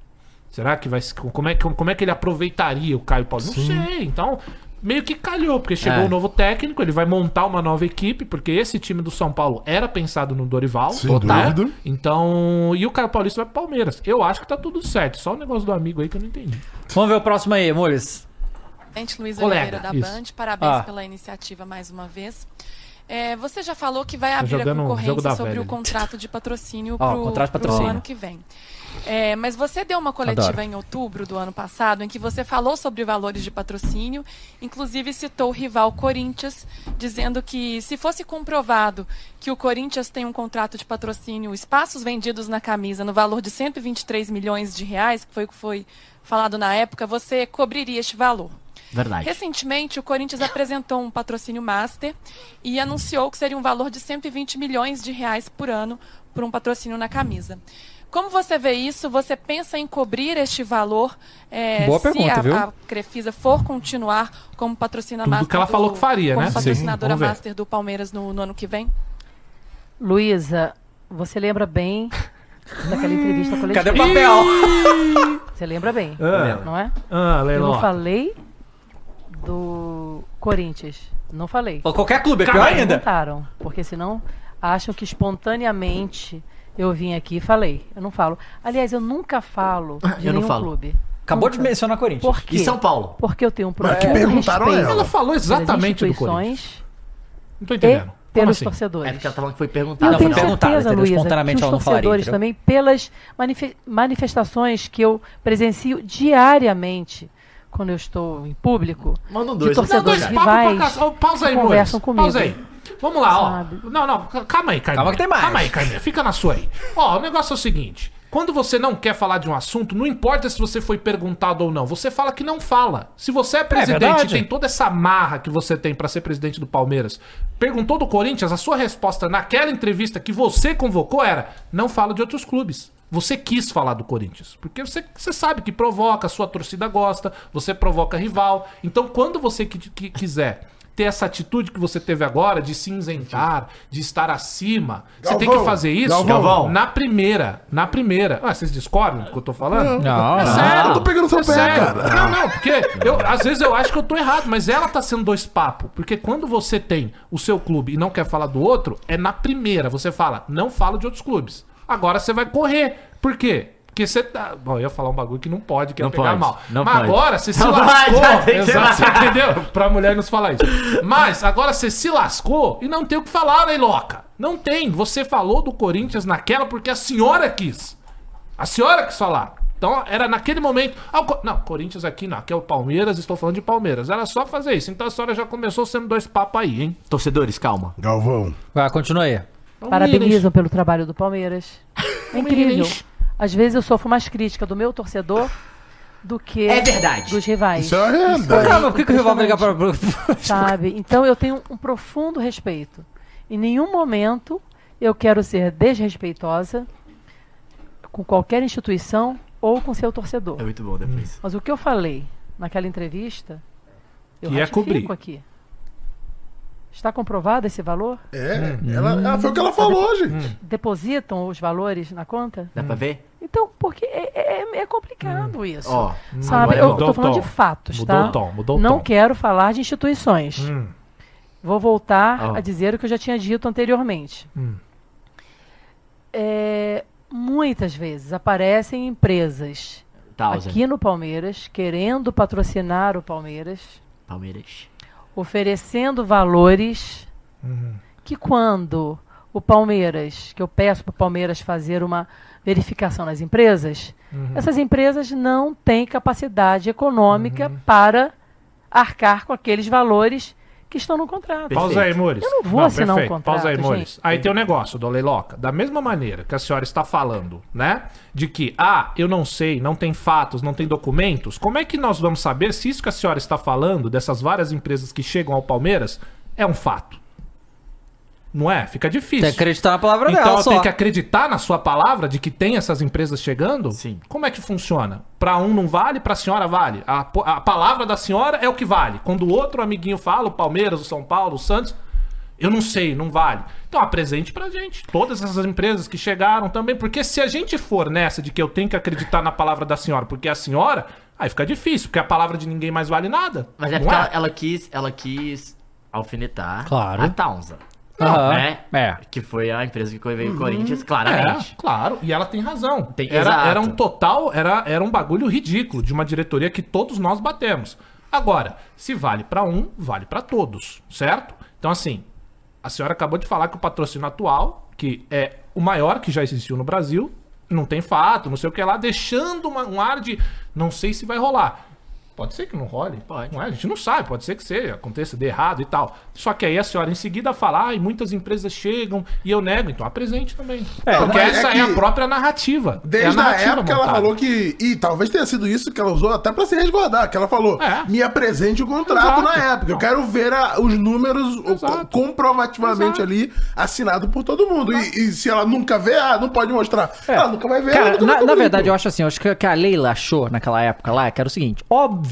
Será que vai se- como é que como é que ele aproveitaria o Caio Paulo? Não sei. Então, meio que calhou, porque chegou
É.
o novo técnico, ele vai montar uma nova equipe, porque esse time do São Paulo era pensado no Dorival,
Sem
né?
dúvida.
Então, e o Caio Paulista vai pro Palmeiras. Eu acho que tá tudo certo, só o negócio do amigo aí que eu não entendi.
Vamos ver o próximo aí, Mules.
Presidente Luiz
Colega,
Oliveira da
isso.
Band, parabéns
Ah.
pela iniciativa mais uma vez. É, você já falou que vai
Tá
abrir a
jogando um jogo da
concorrência sobre
velha
o
ali.
contrato de patrocínio
Ó,
para o
contrato de patrocínio.
ano que vem. É, mas você deu uma coletiva em outubro do ano passado em que você falou sobre valores de patrocínio, inclusive citou o rival Corinthians, dizendo que se fosse comprovado que o Corinthians tem um contrato de patrocínio, espaços vendidos na camisa no valor de 123 milhões de reais, que foi o que foi falado na época, você cobriria este valor.
Verdade.
Recentemente, o Corinthians apresentou um patrocínio master e anunciou que seria um valor de 120 milhões de reais por ano por um patrocínio na camisa. Como você vê isso? Você pensa em cobrir este valor eh,
Boa
se
pergunta,
a,
viu?
a Crefisa for continuar como patrocinadora
Tudo
master
que ela
do-
falou que faria,
como
né? Sim,
patrocinadora
vamos ver.
master do Palmeiras no, no ano que vem?
Luísa, você lembra bem daquela entrevista coletiva?
Cadê o papel?
Você lembra bem,
Ah,
não é?
ah
Eu não
Leilão.
falei do Corinthians. Não falei.
Pô, Qualquer clube, é pior
Caralho, tá.
ainda.
Perguntaram, porque senão acham que espontaneamente eu vim aqui e falei. Eu não falo. Aliás, eu nunca falo de
Eu não
nenhum
falo.
clube.
Acabou de
Nunca.
mencionar Corinthians.
Por quê?
E São Paulo?
Porque eu tenho um problema.
que
de
perguntaram a
respeito
ela?
Ela falou
pelas
exatamente do Corinthians.
instituições
Não tô
e
entendendo. Como
pelos
assim?
torcedores.
É porque ela tava falando que foi
E eu
perguntada.
Não,
tenho
mas perguntaram,
certeza,
entendeu?
Luísa, que
Espontaneamente
os
ela não falaria,
torcedores
entendeu?
também, pelas manife- manifestações que eu presencio diariamente quando eu estou em público,
Manda um
de
dois.
Não,
torcedores
dois papos
Cara,
pra
rivais
caça. Ô, Pausa aí,
conversam
Maurício.
comigo.
Pausa aí. Vamos lá,
Sabe?
ó. Não, não, c- calma aí, Carminha.
Calma que tem mais.
Calma aí, Carminha. Fica na sua aí. Ó, o negócio é o seguinte. Quando você não quer falar de um assunto, não importa se você foi perguntado ou não, você fala que não fala. Se você é presidente e
verdade.
tem toda essa marra que você tem pra ser presidente do Palmeiras, perguntou do Corinthians, a sua resposta naquela entrevista que você convocou era: não fala de outros clubes. Você quis falar do Corinthians, porque você, você sabe que provoca, a sua torcida gosta, você provoca rival. Então, quando você qui- qui- quiser ter essa atitude que você teve agora de se isentar, de estar acima, você tem que
Galvão,
fazer isso
Galvão.
na primeira. Na primeira. Ah, vocês discordam do que eu tô falando?
Não,
é
não.
sério.
Eu tô pegando seu
É
pé,
sério.
cara.
Não, não, porque eu, às vezes eu acho que eu tô errado, mas ela tá sendo dois papos. Porque quando você tem o seu clube e não quer falar do outro, é na primeira. Você fala, não fala de outros clubes. Agora você vai correr. Por quê? Porque você tá. Bom, eu ia falar um bagulho que não pode, que não
Não
ia pegar
pode,
mal.
não
mas
pode.
agora você se
Não
lascou.
pode, já tem que
Exato,
ser lá.
você entendeu? Pra mulher não se falar isso. Mas agora você se lascou e não tem o que falar, né, Loca? Não tem. Você falou do Corinthians naquela porque a senhora quis. A senhora quis falar. Então era naquele momento. Ah, o Co- Não, Corinthians aqui não, aqui é o Palmeiras, estou falando de Palmeiras. Era só fazer isso. Então a senhora já começou sendo dois papos aí, hein?
Torcedores, calma.
Galvão.
Vai, continua aí.
Parabenizam pelo trabalho do Palmeiras. É incrível. Às vezes eu sofro mais crítica do meu torcedor do que
É verdade.
dos rivais.
Isso é uma realidade.
Cara, Ah, mas por que, que o rival vai ligar pra.
Sabe? Então eu tenho um profundo respeito. Em nenhum momento eu quero ser desrespeitosa com qualquer instituição ou com seu torcedor.
É muito bom depois.
Mas o que eu falei naquela entrevista, eu
Que é
ratifico
cobrir.
aqui. Está comprovado esse valor?
É, ela, ela- foi o que ela falou,
Hum.
gente.
Depositam os valores na conta?
Dá pra ver?
Então, porque é, é- é complicado isso.
Ó,
sabe?
agora
Eu
Hum. mudou
tô
o
falando
tom.
de fatos,
Mudou
tá?
o tom, mudou o
Não
tom. Hum.
quero falar de instituições. Vou voltar
Ó.
a dizer o que eu já tinha dito anteriormente. É, muitas vezes aparecem empresas
Thousand.
aqui no Palmeiras querendo patrocinar o Palmeiras,
Palmeiras.
oferecendo valores que quando o Palmeiras, que eu peço para o Palmeiras fazer uma verificação nas empresas, essas empresas não têm capacidade econômica para arcar com aqueles valores que estão no contrato.
Perfeito.
Pausa aí, Mores.
Eu não vou assinar um contrato,
Pausa aí,
gente.
Mores. Aí tem o negócio do Leiloca. Da mesma maneira que a senhora está falando, né? De que, ah, eu não sei, não tem fatos, não tem documentos. Como é que nós vamos saber se isso que a senhora está falando, dessas várias empresas que chegam ao Palmeiras, é um fato? Não é? Fica difícil.
Tem que acreditar na palavra
Então
dela
eu
só.
tenho que acreditar na sua palavra de que tem essas empresas chegando?
Sim.
Como é que funciona? Pra um não vale, pra senhora vale. A, po- a palavra da senhora é o que vale. Quando o outro amiguinho fala, o Palmeiras, o São Paulo, o Santos, eu não sei, não vale. Então apresente pra gente. Todas essas empresas que chegaram também. Porque se a gente for nessa de que eu tenho que acreditar na palavra da senhora, porque é a senhora, aí fica difícil, porque a palavra de ninguém mais vale nada.
Mas é
Não
porque Ela, ela quis, ela quis alfinetar
Claro.
a Townsend.
Aham.
né?
É.
Que foi a empresa que veio o Corinthians,
É,
claramente.
claro, e ela tem razão.
Tem-
era,
exato.
era um total, era, era um bagulho ridículo de uma diretoria que todos nós batemos. Agora, se vale pra um, vale pra todos, certo? Então, assim, a senhora acabou de falar que o patrocínio atual, que é o maior que já existiu no Brasil, não tem fato, não sei o que lá, deixando uma- um ar de não sei se vai rolar. Pode ser que não role,
Pode.
Não é? A gente não sabe, pode ser que seja, aconteça de errado e tal. Só que aí a senhora em seguida fala, ai, muitas empresas chegam e eu nego, então apresente também. Porque
mas é
essa é,
que-
a própria narrativa.
Desde
é
a,
narrativa
época ela
montada.
falou que. E talvez tenha sido isso que ela usou até pra se resguardar. Que ela falou:
É.
me apresente o contrato
Exato.
na época. Eu
Não.
quero ver a- os números o-
Exato.
comprovativamente
Exato.
ali assinado por todo mundo. E, e se ela nunca vê, ah, não pode mostrar.
É.
Ela nunca vai ver. ela
Cara,
nunca vai
na, na
cobrir.
verdade, eu acho assim, eu acho que, que a Leila achou naquela época lá, que era o seguinte, óbvio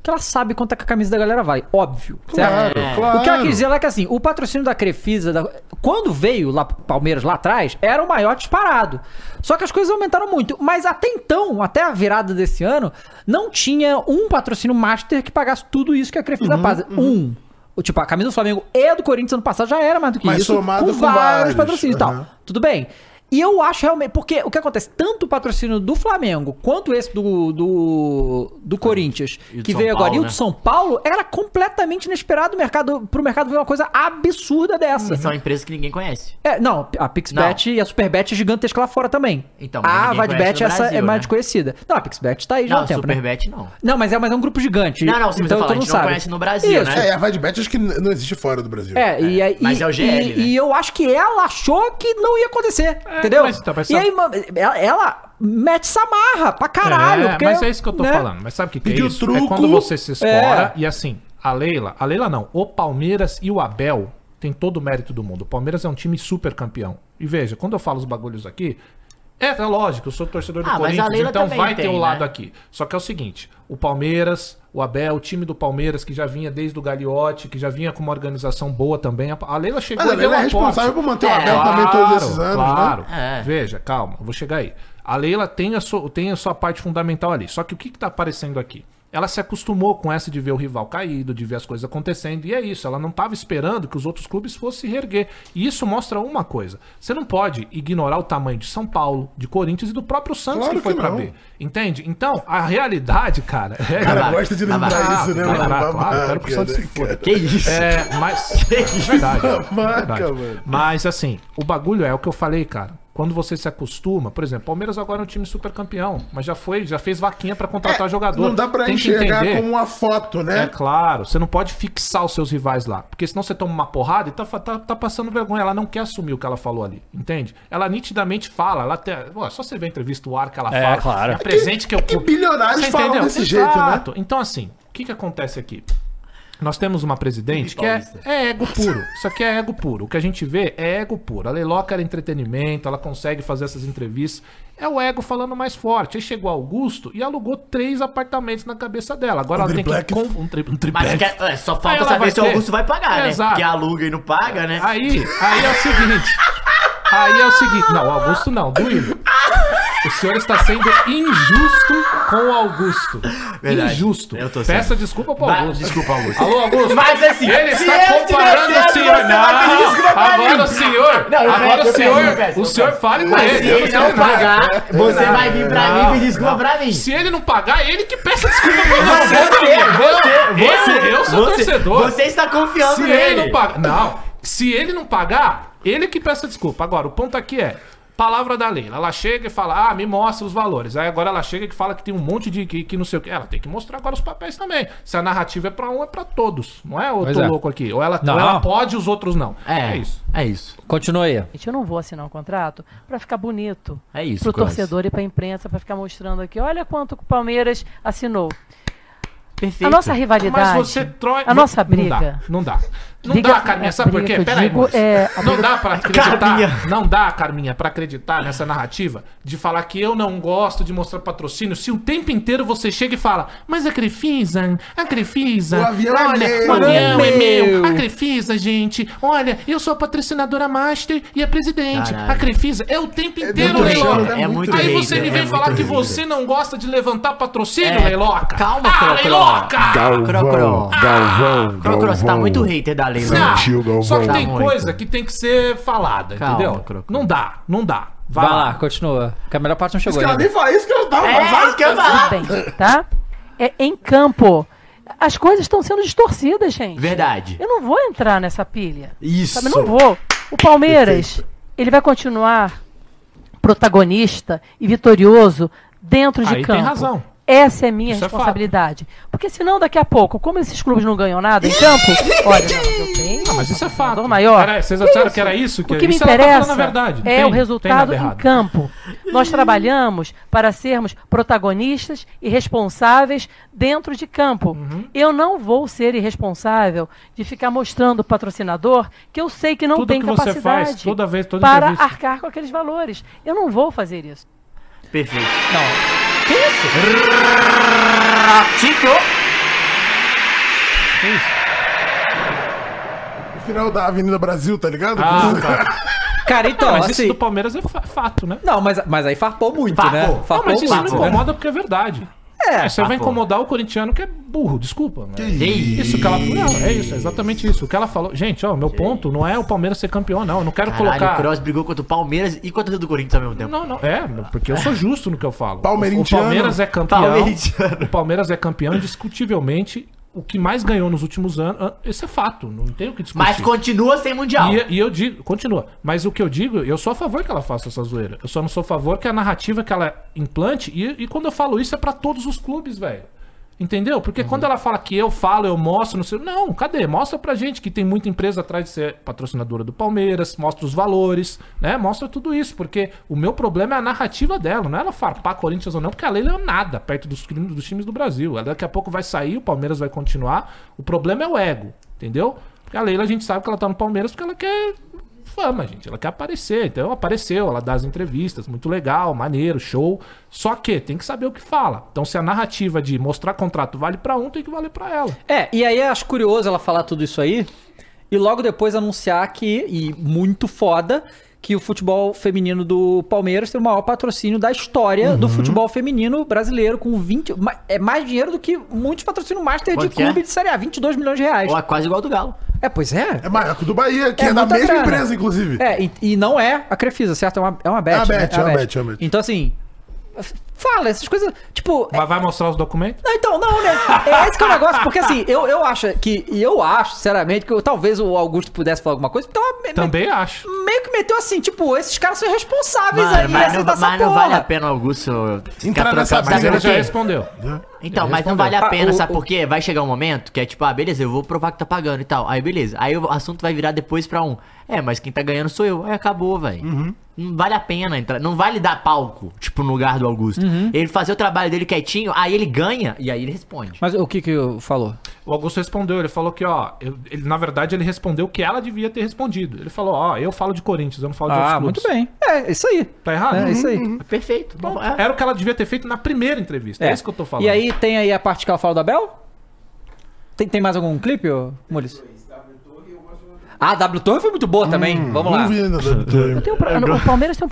que ela sabe quanto é que a camisa da galera vale, óbvio,
Claro, claro.
O que ela quis dizer lá é que assim, o patrocínio da Crefisa, da- quando veio lá pro Palmeiras lá atrás, era o maior disparado. Só que as coisas aumentaram muito. Mas até então, até a virada desse ano, não tinha um patrocínio master que pagasse tudo isso que a
Uhum,
Crefisa paga. Um. O, tipo, a camisa do Flamengo e a do Corinthians ano passado já era mais do que
Mas
isso.
somado
com,
com vários,
vários patrocínios e
aham.
tal. Tudo bem. E eu acho realmente. Porque o que acontece? Tanto o patrocínio do Flamengo quanto esse do, do, do Corinthians,
E o de
que
São
veio agora,
Paulo,
e o
né?
do São Paulo, era completamente inesperado o mercado, pro mercado ver uma coisa absurda dessa.
E São empresas que ninguém conhece.
É, não, a PixBet e a Superbet é gigantesca lá fora também. Ah,
Então, mas
a
ninguém conhece
Vadbet
no
essa é
Brasil,
mais
né?
desconhecida. Não, a PixBet tá aí já há
não,
um tempo, né?
Superbet não.
Não, mas é, mas é um grupo gigante. Então
Não, não, sim, mas eu falo,
todo
a gente
mundo
não conhece no Brasil,
Isso.
né?
É, a Vadbet acho que n- não existe fora do Brasil.
É, e, aí-
mas
e-
é o GL,
e,
né?
e eu acho que ela achou que não ia acontecer, entendeu?
mas então, mas
e
só-
aí, mano, ela, ela mete samarra pra caralho.
É,
porque,
mas é isso que eu tô
né?
falando. Mas sabe o que, que
Pediu
é isso?
truco.
É quando você se escora
É.
e assim, a Leila, a Leila não, o Palmeiras e o Abel tem todo o mérito do mundo. O Palmeiras é um time super campeão. E veja, quando eu falo os bagulhos aqui, é, é lógico, eu sou torcedor do
Ah, mas a
Corinthians,
Leila
então
também
vai ter
tem,
o lado
né?
aqui. Só que é o seguinte, o Palmeiras, o Abel, o time do Palmeiras que já vinha desde o Gagliotti, que já vinha com uma organização boa também, a- a Leila chegou
Mas
e
ela,
deu
ela é
um aporte.
responsável por manter o
É,
Abel também todos esses anos,
Claro.
né?
É.
Veja, calma, eu vou chegar aí. A Leila tem a, sua, tem a sua parte fundamental ali. Só que o que, que tá aparecendo aqui? Ela se acostumou com essa de ver o rival caído, de ver as coisas acontecendo, e é isso. Ela não tava esperando que os outros clubes fossem se reerguer. E isso mostra uma coisa: você não pode ignorar o tamanho de São Paulo, de Corinthians e do próprio Santos
Claro
que foi
que
pra
não.
B. Entende? Então, a realidade, cara. É...
Cara,
Vai,
gosta de
vai,
lembrar
vai.
isso, né,
Vai, vai,
mano?
claro, tá eu quero que o
Babaca,
Santos se
né,
foda.
cara?
Que isso?
É, mas. É verdade, é
Babaca,
verdade.
mano.
Mas assim, o bagulho é o que eu falei, cara. Quando você se acostuma, por exemplo, Palmeiras agora é um time super campeão, mas já foi, já fez vaquinha pra contratar
É,
jogador.
Não dá pra
Tem que
enxergar
entender.
como uma foto,
É
né?
claro, você não pode fixar os seus rivais lá, porque senão você toma uma porrada e tá, fa- tá- tá passando vergonha. Ela não quer assumir o que ela falou ali, entende? Ela nitidamente fala, ela até. Ó, é só você ver a entrevista, o ar que ela
É,
fala.
claro.
É presente que eu.
que bilionários
Você
falam
entendeu?
desse jeito, né?
Exato. Então, assim, o que, que acontece aqui? Nós temos uma presidente que é, é ego puro. Isso aqui é ego puro. O que a gente vê é ego puro. A Leiloca era entretenimento, ela consegue fazer essas entrevistas. É o ego falando mais forte. Aí chegou Augusto e alugou três apartamentos na cabeça dela. Agora ela tem
triplex.
que. con- Um, tri, um triplex.
Mas que- é, só
Aí
falta
ela
saber
vai
se o
ter-
Augusto vai pagar, né?
Exato.
Que aluga e não paga, né?
Aí, aí é o seguinte. Aí é o seguinte. Não, o Augusto não, do Igor. O senhor está sendo injusto com o Augusto.
Verdade.
Injusto.
Eu tô sendo.
Peça desculpa pro
Vai-
Augusto.
desculpa, Augusto.
Alô, Augusto.
Mas assim,
ele
se
está
eu
comparando
tiver
o senhor.
certo, você vai pedir
Não,
desculpa pra mim.
agora o senhor.
Não, eu
agora
peço,
o
eu
senhor.
peço, eu peço, eu
o senhor
peço.
fale com
Mas
ele.
se
eu
ele
sei
não
nada.
pagar, você vai vir pra mim
Não,
pedir desculpa
não.
pra mim.
Se ele não pagar, é ele que peça desculpa pra você.
Você,
eu, eu sou
você-
torcedor.
Você está confiando
Se ele
nele.
não pagar. Não. Se ele não pagar, ele que peça desculpa. Agora, o ponto aqui é. Palavra da Leila. Ela chega e fala, ah, me mostra os valores. Aí agora ela chega e fala que tem um monte de. que, que não sei o que. Ela tem que mostrar agora os papéis também. Se a narrativa é pra um, é pra todos. Não é? Ou eu
Pois
tô
é.
louco aqui. Ou ela,
Não.
ou ela pode e os outros não.
É, é isso. É isso.
Continua aí.
Gente, eu não vou assinar um contrato pra ficar bonito.
É isso,
Pro
Cross.
torcedor e pra imprensa, pra ficar mostrando aqui. Olha quanto que o Palmeiras assinou.
Perfeito.
A nossa rivalidade.
Mas você trói.
A nossa briga.
Não dá. Não dá, não
Briga-
dá Carminha. Sabe
a
por
briga
quê?
que eu
Pera aí,
digo
Maurício.
é- a
Não
briga-
dá pra acreditar.
Carminha.
Não dá, Carminha, pra acreditar nessa narrativa de falar que eu não gosto de mostrar patrocínio. Se o tempo inteiro você chega e fala, mas a Crefisa, a Crefisa.
O avião é
olha,
meu.
O avião é meu.
Meu.
A Crefisa, gente. Olha, eu sou a patrocinadora master e a presidente.
Caralho.
A Crefisa é o tempo inteiro,
muito
Leilão.
choro, né?
É muito
Aí
hater,
você me
é
vem
muito
falar que
hater.
você não gosta de levantar patrocínio,
É,
Leiloca.
calma,
ah,
Crocro.
Leiloca!
Crocro.
Galvão, Galvão,
Crocro, você tá
Galvão.
muito hater da Leila.
Não,
Mentiu, Galvão.
só que
Tá
tem
muito.
coisa que tem que ser falada,
Calma,
entendeu?
Crocro.
Não dá, não dá.
Vai lá, continua. Que a melhor parte não
Isso
chegou
que ela
né?
ainda.
nem fala, isso que eu tava
É isso que
assim.
eu
Tudo
falo.
bem, tá? É em campo. As coisas estão sendo distorcidas, gente.
Verdade.
Eu não vou entrar nessa pilha.
Isso.
Sabe, eu não vou. O Palmeiras, ele vai continuar protagonista e vitorioso dentro de
Aí tem
campo.
razão.
Essa é minha
Isso é
responsabilidade. Porque senão, daqui a pouco, como esses clubes não ganham nada em campo, olha, não, eu tenho
Ah, mas isso é fato.
jogador maior.
Era- vocês acharam
Isso.
que era isso?
o que me
isso ela tá
interessa
falando a verdade. Não
é
tem- tem
o
nada
resultado em
errado.
campo. Nós trabalhamos para sermos protagonistas e responsáveis dentro de campo.
Uhum.
Eu não vou ser irresponsável de ficar mostrando o patrocinador que eu sei que não
Tudo
tem
que você
capacidade
faz, toda vez, toda
para
entrevista.
arcar com aqueles valores. Eu não vou fazer isso.
Perfeito.
No final da Avenida Brasil, tá ligado?
Ah, tá.
Cara, então,
Mas isso
assim.
do Palmeiras é fa- fato, né?
Não, mas, mas aí farpou muito,
Farpou.
né?
Não,
Não,
Farpou
mas isso
muito,
não
né?
incomoda porque é verdade. É, você vai
papou.
incomodar o corintiano que é burro, desculpa. mas-
Ei.
Isso que ela. Não, é isso, é exatamente isso. O que ela falou. Gente, ó, meu ponto não é o Palmeiras ser campeão, não. Eu não quero
Caralho, o
colocar.
Cross brigou contra o Palmeiras e contra o do Corinthians ao mesmo tempo.
Não, não, é, porque eu sou justo no que eu falo.
Palmeirintiano.
O Palmeiras é campeão.
Palmeirintiano.
O Palmeiras é campeão, indiscutivelmente, o que mais ganhou nos últimos anos. ah, Esse é fato, não tem o que discutir.
Mas continua sem Mundial.
E, e eu digo, continua. Mas o que eu digo, eu sou a favor que ela faça essa zoeira. Eu só não sou a favor que a narrativa que ela implante. E, e quando eu falo isso, é pra todos os clubes, velho. Entendeu? Porque quando ela fala que eu falo, eu mostro, não sei. Não, cadê? Mostra pra gente que tem muita empresa atrás de ser patrocinadora do Palmeiras, mostra os valores, né? Mostra tudo isso, porque o meu problema é a narrativa dela, não é ela farpar Corinthians ou não, porque a Leila é um nada perto dos, crimes- dos times do Brasil. Ela daqui a pouco vai sair, o Palmeiras vai continuar. O problema é o ego, entendeu? Porque a Leila a gente sabe que ela tá no Palmeiras porque ela quer fama, gente. Ela quer aparecer. Então apareceu, ela dá as entrevistas, muito legal, maneiro, show. Só que tem que saber o que fala. Então se a narrativa de mostrar contrato vale pra um, tem que valer pra ela.
É, e aí acho curioso ela falar tudo isso aí e logo depois anunciar que, e muito foda, que o futebol feminino do Palmeiras tem o maior patrocínio da história
Uhum.
do futebol feminino brasileiro, com 20. ma- É mais dinheiro do que muitos patrocínios master
Quanto
de
que é?
clube de Série A, 22 milhões de reais.
Ou é quase igual ao do Galo.
É, pois é.
É maior que o do Bahia, que é, da
muita
mesma
grana.
empresa, inclusive.
É, e, e não é a Crefisa, certo? É uma, é uma bet.
É uma
né?
bet, é uma bet, é uma bet.
Então, assim. fala. Essas coisas, tipo.
Mas vai mostrar os documentos?
Não, então, não, né? É esse que é o negócio, porque assim, eu, eu acho que. e Eu acho, sinceramente, que eu- talvez o Augusto pudesse falar alguma coisa. Então, me- me-
Também acho.
meio que meteu assim, tipo, esses caras são responsáveis
Mano,
aí,
mas
essa
não,
dessa
mas não
porra.
vale a pena o Augusto
Entrar
ficar
nessa briga,
trocando. Sabe
Ele
por
já
quê?
respondeu.
Então,
Já
mas não
respondeu.
vale a
Ah,
pena,
o-
sabe
o-
por quê? Vai chegar um momento que é tipo, ah, beleza, eu vou provar que tá pagando e tal. Aí, beleza. Aí o assunto vai virar depois pra um. É, mas quem tá ganhando sou eu. Aí acabou, velho. Não vale a pena entrar. Não vale dar palco, tipo, no lugar do Augusto. Ele fazer o trabalho dele quietinho, aí ele ganha e aí ele responde.
Mas o que que eu falou?
O Augusto respondeu, ele falou que, ó, eu- ele, na verdade ele respondeu o que ela devia ter respondido. Ele falou, ó, eu falo de Corinthians, eu não falo de
Ah,
outros
muito
clubes.
bem. É, isso aí.
Tá errado?
É, isso aí.
Uhum, Perfeito. Bom, é.
Era o que ela devia ter feito na primeira entrevista. É, isso que eu tô falando.
E aí tem aí a parte que ela fala da Bel? Tem, tem mais algum clipe, ô, Mules? Ah, W Torre foi muito boa também.
Hum.
Vamos lá.
Não vi ainda do Torre.
Tem um pro- o Palmeiras tem um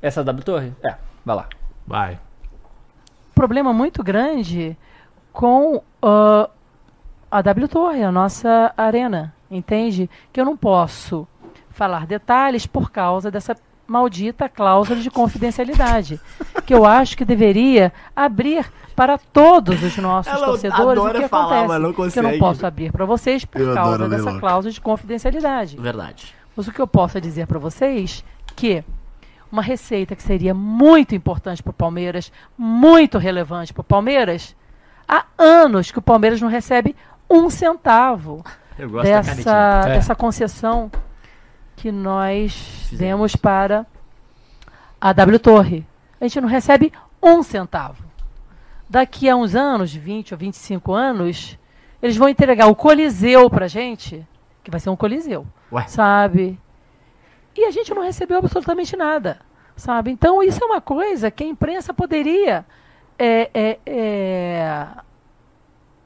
Essa W Torre? É, vai lá.
Vai.
problema muito grande com ah, a W Torre, a nossa arena, entende? Que eu não posso falar detalhes por causa dessa maldita cláusula de confidencialidade, que eu acho que deveria abrir para todos os nossos
Ela
torcedores o
adora
que
falar,
acontece.
mas não
que eu
consegue.
não posso abrir para vocês por
Eu adoro
causa
a
dessa
Leiloca.
cláusula de
é.
confidencialidade.
Verdade.
Mas o que eu posso é dizer para vocês que uma receita que seria muito importante para o Palmeiras, muito relevante para o Palmeiras, há anos que o Palmeiras não recebe um centavo
Eu gosto da canetinha.
dessa,
É.
dessa concessão que nós demos para a W Torre. A gente não recebe um centavo. Daqui a uns anos, 20 ou 25 anos, eles vão entregar o Coliseu para gente, que vai ser um Coliseu,
Ué.
sabe? E a gente não recebeu absolutamente nada, sabe? Então isso é uma coisa que a imprensa poderia é, é, é,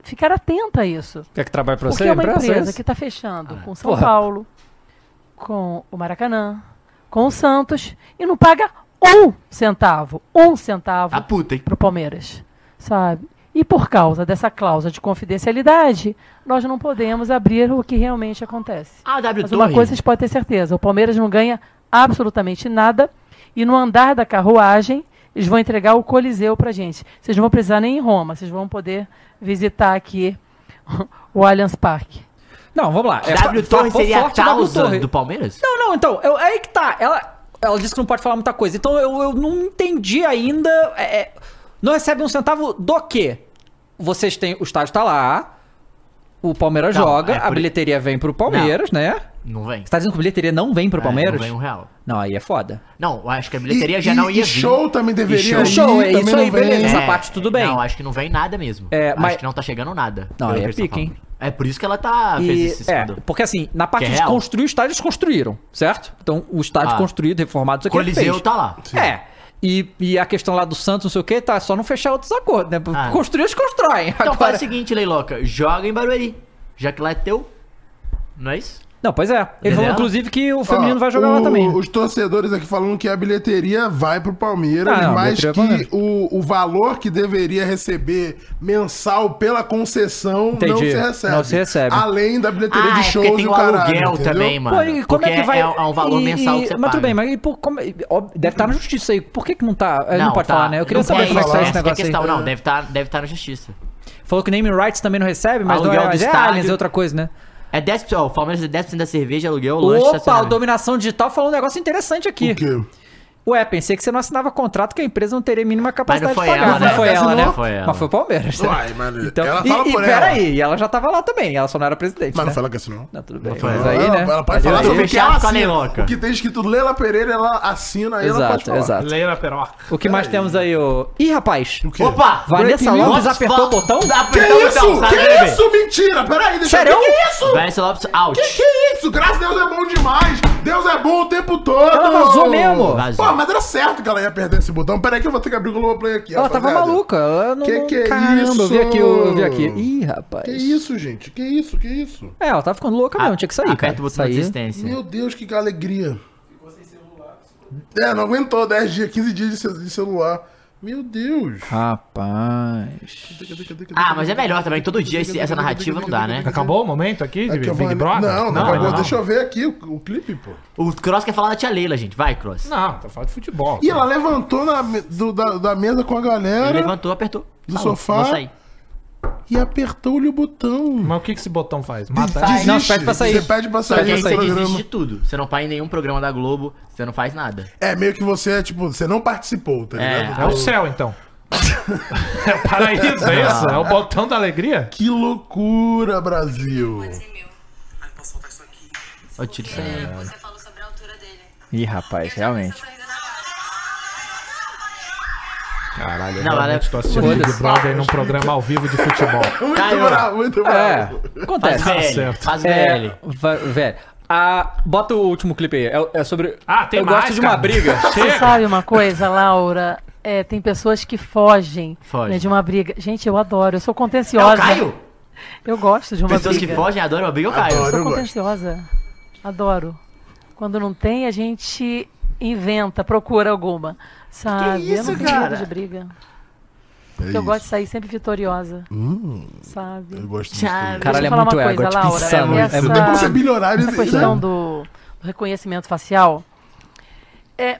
ficar atenta a isso.
Quer que trabalhe pra
Porque
você?
é uma
Imprensa,
empresa
isso?
que está fechando com São
porra.
Paulo, com o Maracanã, com o Santos e não paga um centavo, um centavo
Ah.
Tá puta, hein?
para o Palmeiras, sabe? E por causa dessa cláusula de confidencialidade, nós não podemos abrir o que realmente acontece.
Ah, W
Mas uma
Torre.
coisa vocês podem ter certeza, o Palmeiras não ganha absolutamente nada e no andar da carruagem eles vão entregar o Coliseu pra gente. Vocês não vão precisar nem ir em Roma, vocês vão poder visitar aqui o Allianz Parque.
Não, vamos lá. É
W
fa-
Torre
fa-
seria a
forte W
causa
Torre.
do Palmeiras?
Não, não, então, eu- aí que tá. Ela, ela disse que não pode falar muita coisa. Então eu, eu não entendi ainda. é, é, não recebe um centavo do quê? Vocês têm. O estádio tá lá. O Palmeiras
Não,
joga,
é
a
por-
bilheteria vem pro Palmeiras, né?
Não vem.
Você tá dizendo que a bilheteria não vem pro
É,
Palmeiras?
Não vem um real.
Não, aí é foda.
Não, eu acho que a bilheteria
E-
já
e-
não ia
E
vir. É.
show também deveria
show.
ir,
Show, é
também
isso
não
aí,
vem.
beleza. Essa parte tudo bem.
Não, acho que não vem nada mesmo.
É,
acho
mas-
que não tá chegando nada.
Não,
pelo
aí
que
é
eles tão
pica, hein?
falando. É por isso que ela tá fez
E,
esse
é,
escândalo.
porque assim, na parte
Que é
de
real.
construir o estádio, eles construíram, certo? Então, o estádio
Ah.
construído, reformado, isso aqui ele
Coliseu
fez.
tá lá.
É. E, e a questão lá do Santos, não sei o que, tá só não fechar outros acordos, né?
Ah.
Construir, eles constroem.
Então
Agora-
faz o seguinte, Leiloca, joga em Barueri, já que lá é teu, não é isso?
Não, pois é. Ele falou,
Entendeu?
inclusive, que o
Ó,
feminino vai jogar
o-
lá também.
Os torcedores aqui falando que a bilheteria vai pro Palmeiras,
Ah, não, a
mas
bilheteria
que
é Palmeiras.
o, o valor que deveria receber mensal pela concessão não
Entendi.
se recebe.
Não se recebe.
Além da bilheteria de
é
shows
porque tem
e
o
caralho,
aluguel
entendeu?
também, mano.
Pô, e como
porque
é que vai.
É, é um valor
e-
mensal
e-
que você
Mas tudo
paga.
bem, mas e por- como- e, ó, deve estar na justiça aí. Por que, que não tá. Ele não,
Não,
pode
tá.
falar, né? Eu queria
Não
saber
pode
como é que
falar,
sai
essa
esse
que é a
negócio
questão,
aí.
não, deve estar deve tá na justiça.
Falou que naming rights também não recebe, mas não é,
Aluguel do
mas é
estádio.
aliens, é outra coisa, né?
É 10%, ó, o Palmeiras é 10% da cerveja, aluguel, lanche,
Opa, o
estacionamento.
Dominação Digital falou um negócio interessante aqui.
O quê?
Ué, pensei que você não assinava contrato que a empresa não teria a mínima capacidade
foi
de pagar.
ela,
Mas
né?
Não foi ela, né?
Não foi ela.
Mas foi o Palmeiras. né?
Uai, mano,
Então,
ela
e,
fala
e
por ela.
peraí, ela já tava lá também, ela só não era presidente. né?
Mas não foi ela que assinou.
Não, tudo bem.
foi
Mas
ela.
aí,
ela,
né?
ela pode
Mas
falar
aí-
sobre
sobre o que ela
fechado com a
assina.
Leiloca.
O que tem escrito Leila Pereira, ela assina e ela pode
Exato,
falar.
exato.
Leira Peroca.
O que mais temos aí, ô. Ih, rapaz!
O quê?
Opa!
Vanessa
Breaking
Lopes
Nossa,
apertou o botão?
Que
Apertou o botão,
isso?
sabe,
Que
um bebê?
isso? Mentira! Peraí, deixa
Sério?
eu ver. Que isso?
Vanessa Lopes, out.
Que que é isso? Graças a Deus é bom demais. Deus é bom o tempo todo.
Ela vazou mesmo.
Vazou.
Pô, mas era certo que ela ia perder esse botão. Peraí que eu vou ter que abrir o Globoplay aqui.
Ela tava
rapaziada.
maluca. Ela não.
Que
não-
que é
Caramba, eu vi
isso?
aqui, eu vi aqui. Ih, rapaz.
Que isso, gente? Que isso? Que isso?
É, ela tava ficando louca mesmo, tinha que
Ah,
sair, cara.
Ah, Aperta o botão
Sair.
de existência.
é Meu Deus, que alegria. Ficou sem celular. É, não aguentou 10 dias, 15 dias de ce- de celular. Meu Deus.
Ah.
Rapaz.
Ah, mas é melhor também. Todo dia esse- essa narrativa não dá, né?
Acabou o momento aqui de
Aqui É eu
Big
vou-
Brother?
Não, não acabou,
ainda
deixa
eu ver aqui o, o clipe, pô.
O Cross quer falar da tia Leila, gente. Vai, Cross.
Não, tá falando de futebol.
E ela levantou na me- do- da, da mesa com a galera.
Ele levantou, apertou.
Do
Falou,
sofá. Tá
vou sair.
E apertou-lhe o botão.
Mas o que, que esse botão faz? Mata
Sai.
ela?
Você pede pra
Só que
sair
aí
do
você desiste
programa.
de tudo. Você não faz nenhum programa da Globo, você não faz nada.
É meio que você, tipo, você não participou, tá
É.
ligado?
É o
céu, então. É o paraíso, é isso? É o botão da alegria?
Que loucura, Brasil.
Ó, o tiro
É.
Você falou sobre a altura dele. Ih, rapaz, realmente.
Caralho, eu
Não,
realmente
ela-
tô assistindo
Foda-se.
Big Brother num programa ao vivo de futebol.
Muito
Caiu.
bravo, muito bravo.
É,
Acontece.
Faz Tá VL, certo. faz
É,
VL.
va- velho. Ah, bota o último clipe aí. É, é sobre.
Ah, tem
Eu
mais,
gosto de uma
cara.
briga.
Chega.
Você sabe uma coisa, Laura? É, tem pessoas que fogem
Foge.
né, de uma briga. Gente, eu adoro. Eu sou
É
contenciosa.
o Caio?
Eu gosto de uma
Pessoas
briga.
que fogem adoram a briga, eu caio.
Eu sou contenciosa. Adoro. Quando não tem, a gente inventa, procura alguma. Sabe?
Que isso,
eu não tenho medo
cara?
de briga.
É
Porque eu
isso.
gosto de sair sempre vitoriosa.
Hum.
Sabe?
É Eu gosto
Deixa
disso.
eu
também.
Caralho, é
falar
muito
uma
ego, é
coisa,
tipo
Laura.
insano.
Essa,
É muito-
Depois você é bilionário,
essa
né?
questão do, do reconhecimento facial. É,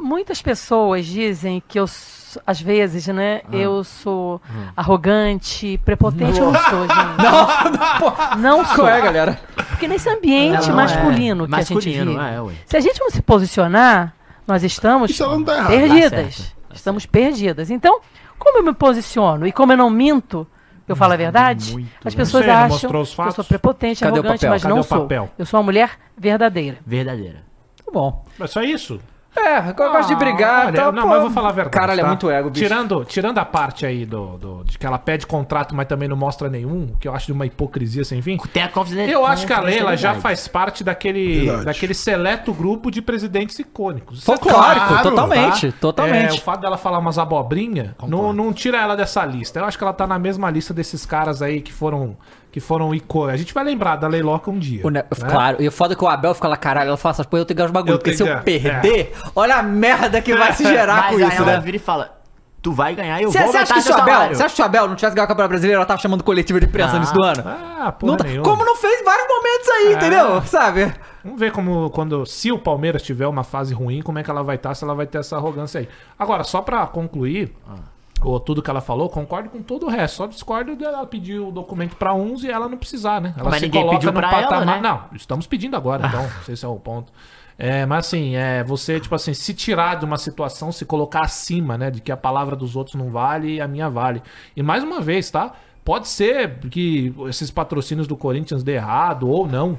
muitas pessoas dizem que eu, s- às vezes, né,
Ah.
eu sou
Hum.
arrogante, prepotente. Eu não sou, gente. Não, não sou.
Qual é, galera?
Porque nesse ambiente
Não, não é.
masculino que a gente
Masculino,
vive,
é,
Tá
ué.
se a gente não se posicionar, nós estamos
errado.
perdidas.
Tá certo,
estamos perdidas. Então, como eu me posiciono e como eu não minto, eu falo a verdade, as
né?
pessoas
Não sei, não
acham
mostrou os
que eu sou
fatos?
prepotente,
Cadê o
arrogante,
papel?
mas
Cadê
não
o
sou.
papel?
Eu sou uma mulher verdadeira.
Verdadeira.
Tá bom.
É só isso?
É, eu gosto de brigar.
Ah,
tá,
Olha,
tal,
não,
pô.
mas eu vou falar a verdade.
Caralho,
tá?
é muito ego, bicho.
Tirando, tirando a parte aí do, do- de que ela pede contrato, mas também não mostra nenhum, que eu acho de uma hipocrisia sem fim.
Tem a
É
confidência.
Eu acho que a Leila
confidencialidade.
já faz parte daquele,
Verdade.
daquele seleto grupo de presidentes icônicos.
Folclórico,
Isso é
totalmente, totalmente.
É, o fato dela falar umas abobrinha não, não tira ela dessa lista. Eu acho que ela tá na mesma lista desses caras aí que foram que foram icônicos. A gente vai lembrar da Leiloca um dia.
O ne-
né?
Claro, e o foda é que o Abel fica lá, caralho, ela fala essas coisas, eu tenho que ganhar os bagulho.
Eu
Porque
tenho
se
que
eu
ganhar,
perder,
É.
olha a merda que vai se
Mas
gerar com
aí
isso,
ela
né?
vira e fala: Tu vai ganhar, eu
Você
vou
você acha
aumentar
que
seu
se o Abel,
salário.
você acha que se o Abel não tivesse ganhado o Campeonato Brasileiro, ela tava chamando coletiva de imprensa no início do ano?
Ah, porra
Não tá-
nenhuma.
como não fez em vários momentos aí,
É.
entendeu? Sabe?
Vamos ver como quando se o Palmeiras tiver uma fase ruim, como é que ela vai estar, se ela vai ter essa arrogância aí. Agora, só pra concluir,
Ah.
ou tudo que ela falou, concordo com todo o resto. Só discordo dela pedir o documento pra uns e ela não precisar, né? Ela
Mas ninguém pediu pra ela, né? Ah.
Não, estamos pedindo agora, então, não sei se é o ponto. É, mas assim, é, você, tipo assim, se tirar de uma situação, se colocar acima, né? De que a palavra dos outros não vale e a minha vale. E mais uma vez, tá? Pode ser que esses patrocínios do Corinthians dê errado ou não.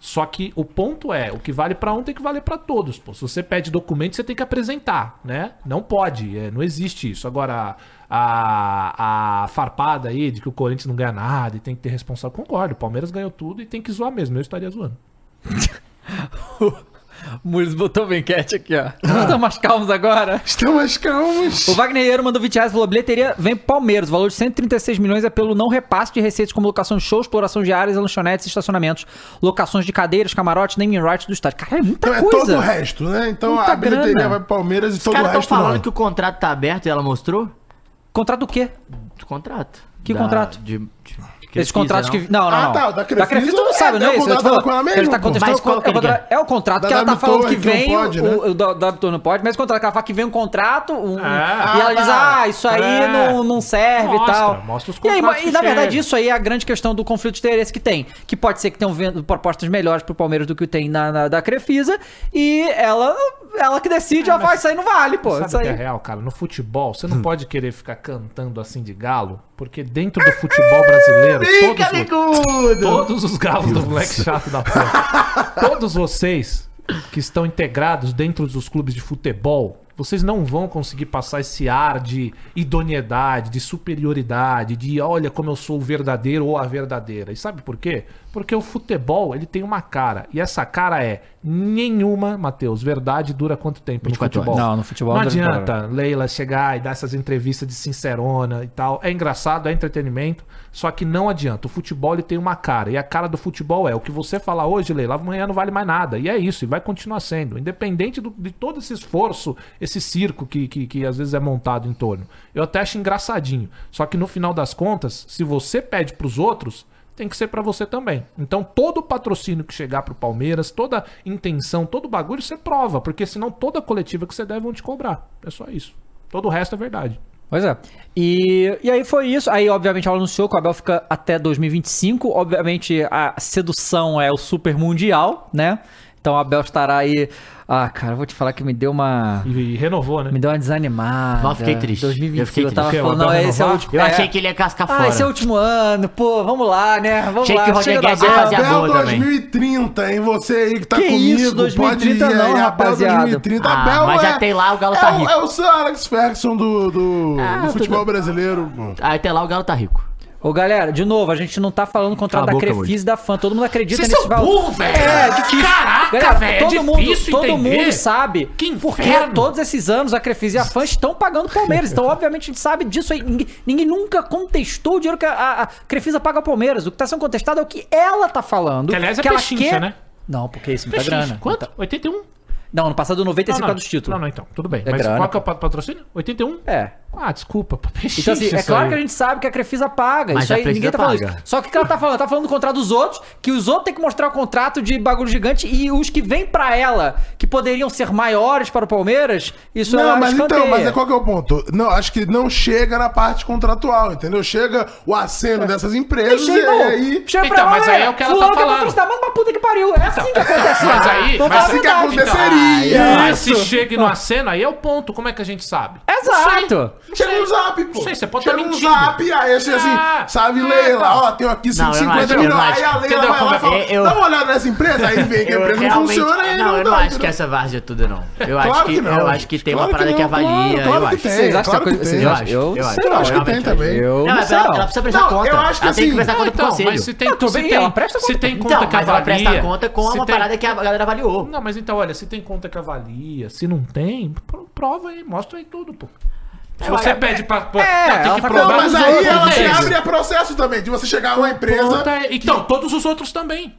Só que o ponto é, o que vale pra um tem que valer pra todos. Pô. Se você pede documento, você tem que apresentar, né? Não pode, é, não existe isso. Agora, a, a farpada aí de que o Corinthians não ganha nada e tem que ter responsável, concordo. O Palmeiras ganhou tudo e tem que zoar mesmo. Eu estaria zoando.
Mules botou uma enquete aqui, ó. Estamos mais calmos agora.
Estamos mais calmos.
Ah. O Wagner Eiro mandou 20 reais e falou: bilheteria vem pro Palmeiras. O valor de 136 milhões é pelo não repasse de receitas como locação de shows, exploração de áreas, lanchonetes, estacionamentos, locações de cadeiras, camarotes, naming rights do estádio. Cara, é muita
Então é
coisa.
todo o resto, né? Então
Muita
a bilheteria
grana.
vai pro Palmeiras e
Os
todo o
caras tão
resto
falando
não.
que o contrato tá aberto e ela mostrou?
Contrato do quê?
Do contrato.
Que
Da-
contrato?
De, de,
Esses
né,
contratos que. Não, não,
Ah,
não.
tá, o da Crefisa
tu não
é-
sabe, não
é
é
o
isso? Eu tô
contrato
falando-
com ela
Ele
mesmo,
tá
pô.
contestando
Mas
o
qual que ele
contra- É o contrato
Da
que ela tá
W
falando
Torre,
que
que não
vem.
pode, né?
o, o da da W Torre não pode, mas o contrato que ela fala que vem um contrato. um-
Ah,
e ela
tá.
diz, ah, isso aí
É.
não, não serve
Mostra,
e tal.
mostra os
e, aí,
contratos
e na
que
verdade,
chegam.
isso aí é a grande questão do conflito de interesse que tem. Que pode ser que tenham vendo propostas melhores pro Palmeiras do que tem na, na- da Crefisa. E ela, ela que decide, ó, vai, isso aí não vale, pô.
É, Sabe
Isso
o que é
aí. Hum.
real, cara? No futebol, você não pode querer ficar cantando assim de galo, porque dentro do futebol brasileiro,
Fica,
todos,
bicudo!
Todos os galos do moleque chato da porra. Todos vocês que estão integrados dentro dos clubes de futebol, vocês não vão conseguir passar esse ar de idoneidade, de superioridade, de olha como eu sou o verdadeiro ou a verdadeira. E sabe por quê? Porque o futebol, ele tem uma cara. E essa cara é nenhuma, Matheus, verdade dura quanto tempo no
24
futebol?
horas. Não, no futebol
não
dura 24
adianta. Tá, Leila chegar e dar essas entrevistas de sincerona e tal. É engraçado, é entretenimento, só que não adianta. O futebol ele tem uma cara, e a cara do futebol é o que você falar hoje, Leila, amanhã não vale mais nada. E é isso, e vai continuar sendo. Independente do- de todo esse esforço, esse circo que, que, que às vezes é montado em torno. Eu até acho engraçadinho. Só que no final das contas, se você pede pros outros, tem que ser pra você também. Então todo patrocínio que chegar pro Palmeiras, toda intenção, todo bagulho, você prova, porque senão toda coletiva que você der vão te cobrar. É só isso. Todo o resto é verdade.
Pois é. E, e aí foi isso. Aí, obviamente, ela anunciou que o Abel fica até 2025. Obviamente, a sedução é o Super Mundial, né? Então, o Abel estará aí. Ah, cara, eu vou te falar que me deu uma.
E, e renovou, né?
Me deu uma desanimada.
Não, fiquei triste.
2025, eu,
Eu fiquei
tava
triste.
falando,
O
não,
Abel
esse é o
renovar?
último.
Eu
é.
achei que ele ia cascar
Ah,
fora.
esse é o último ano, pô, vamos lá, né? Vamos
Achei
lá. Ah,
que o Roger
chega da
Guedes ia
Abel.
fazer a
Abel
é boa também.
2030, hein? Você aí que tá
Que
comigo.
isso, 2030
pode ir aí,
não,
Abel
rapaziada.
2030.
Ah,
Abel
mas
é,
já tem lá, o Galo
é
tá
o-
rico.
É o Sir Alex Ferguson do, do,
Ah,
do futebol
tudo-
brasileiro. pô.
Aí até lá o Galo tá rico.
Ô, galera, de novo, a gente não tá falando contra
Cala
da
a boca,
Crefis e da FAN. Todo mundo acredita
Vocês
nesse
são
valor.
burros, velho!
É, é difícil.
Caraca,
Galera,
velho, é
todo mundo,
difícil
todo
entender.
mundo sabe
Que
porque
inferno.
todos esses anos a Crefis e a FAN estão pagando o Palmeiras. Então, obviamente, a gente sabe disso aí. Ninguém, ninguém nunca contestou o dinheiro que a, a, a Crefisa paga ao Palmeiras. O que tá sendo contestado é o que ela tá falando.
Que, aliás, é
ela
pechincha,
quer-
né?
Não, porque isso, muita
Pechincha.
grana. Então,
Quanto? 81?
Não, ano passado 95 é
não,
era
não.
dos títulos.
Não, não, então. Tudo bem.
É
Mas
grana,
qual que é o pa- patrocínio? 81?
É.
Ah, desculpa. Pechincha
Então, assim, é
isso
claro
aí.
que a gente sabe que a Crefisa paga.
Mas
isso
a
aí
Crefisa
ninguém tá falando
paga.
isso. Só que o que ela tá falando? Tá falando do contrato dos outros, que os outros têm que mostrar o contrato de bagulho gigante e os que vêm pra ela, que poderiam ser maiores para o Palmeiras, isso
Não,
ela
mas então,
escanteia.
mas é qual que é o ponto? Não, acho que não chega na parte contratual, entendeu? Chega o
É.
aceno dessas
Aí
empresas e,
Chega, irmão,
aí...
chega pra
Então,
ela,
mas aí
olha,
é o que ela tá
fulano quer
falando. Então,
patrocinar, Manda pra puta que pariu. É assim que acontece.
Mas
lá.
aí-
Vamos
mas
falar a
Assim que
verdade.
aconteceria.
Mas então. Ah, se chega no aceno, aí é o ponto. Como é que a gente sabe?
Exato.
Chega um zap, pô.
Não sei, você pode
Chega
tá
um
mentindo.
zap, aí assim,
Ah,
assim sabe,
é,
Leila,
tá.
ó, tenho aqui
Não, eu não
150
acho, é eu
milhões.
não acho.
Aí a Leila
Entendeu
vai lá e
como
fala,
é? Eu-
dá uma olhada nessa empresa, aí vê É que a empresa não
realmente-
funciona. aí
Não, eu
dá,
não acho
entendeu?
que essa várzea é tudo, não. Eu
Claro
acho que,
que não.
eu acho que tem
Claro
uma
que
parada que,
não,
avalia.
claro, claro
eu
que
acho.
tem.
Vocês acham que a
claro que
coisa-
tem.
vocês
Eu
acham?
acho,
Eu
eu
sei
acho.
não,
Eu acho que
realmente,
tem também.
Eu
Não,
não
mas
sei
ela,
não.
ela precisa prestar
Não,
conta.
eu acho que
ela tem
assim-
que prestar
Não,
conta pro
então,
conselho.
mas se tem,
Não, tudo
se
bem,
tem,
ela presta
se
conta.
tem conta
Então,
que
mas ela
avalia...
presta conta com
se
uma
tem-
parada que a galera avaliou.
Não, mas então, olha, se tem conta que avalia, se não tem, pro- prova aí, mostra aí tudo, pô. Se você pede pra... pra não, tem
ela
que
tá
provar
Não, mas
nos
aí
outros,
ela se
entende?
abre a processo também, de você chegar a uma empresa...
Conta aí. Então, todos os outros também.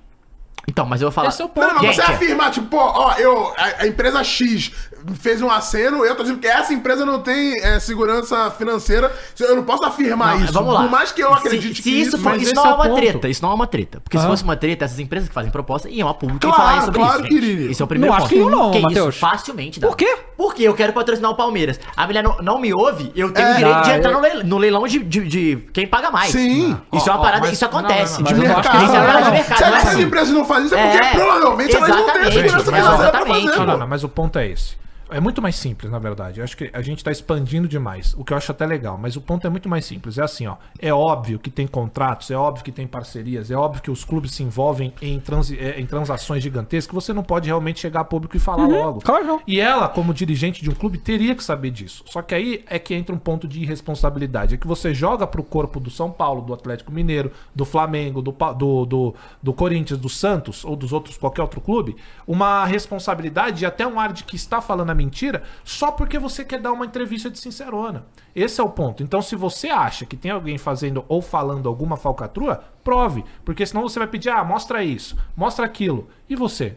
Então, mas eu vou falar.
Esse é o ponto.
Não, não, mas você
Gente,
afirmar, tipo, pô, ó, eu, a, a empresa X fez um aceno, eu tô dizendo que essa empresa não tem é, segurança financeira, eu não posso afirmar
Não,
isso.
Vamos lá.
Por mais que eu acredite
se,
que
se isso, for-
mas
isso
esse
não é uma
ponto.
treta, isso não é uma treta. Porque se fosse uma treta, essas empresas que fazem proposta iam a público
Claro,
e falarem sobre
claro
isso.
que
gente.
iria.
Esse é o primeiro
Não acho
ponto.
que iam não,
isso,
Matheus.
facilmente dá.
Por quê?
Porque eu quero patrocinar o Palmeiras. A mulher não, não me ouve, eu
É.
tenho o direito de
Ah,
entrar
eu-
no leilão, no leilão de, de- de quem paga mais.
Sim.
Isso é
Ó,
uma
ó,
parada,
mas-
isso acontece.
não,
De
não, não,
mercado. né?
Isso é uma
não,
parada de
não.
mercado,
Se
não é
essas
assim.
empresas não fazem isso, é porque
É,
provavelmente elas não têm a
exatamente,
segurança
mas
financeira pra
exatamente.
fazer,
Não, não,
pô.
não, mas o ponto é esse. É muito mais simples, na verdade. Eu acho que a gente tá expandindo demais, o que eu acho até legal, mas o ponto é muito mais simples. É assim, ó. É óbvio que tem contratos, é óbvio que tem parcerias, é óbvio que os clubes se envolvem em, transi- eh, em transações gigantescas que você não pode realmente chegar a público e falar logo.
claro não.
E ela, como dirigente de um clube, teria que saber disso. Só que aí é que entra um ponto de irresponsabilidade. É que você joga pro corpo do São Paulo, do Atlético Mineiro, do Flamengo, do, Pa- do, do, do Corinthians, do Santos ou dos outros, qualquer outro clube, uma responsabilidade e até um ar de que está falando a mentira só porque você quer dar uma entrevista de sincerona. Esse é o ponto. Então, se você acha que tem alguém fazendo ou falando alguma falcatrua, prove. Porque senão você vai pedir, ah, mostra isso, mostra aquilo. E você?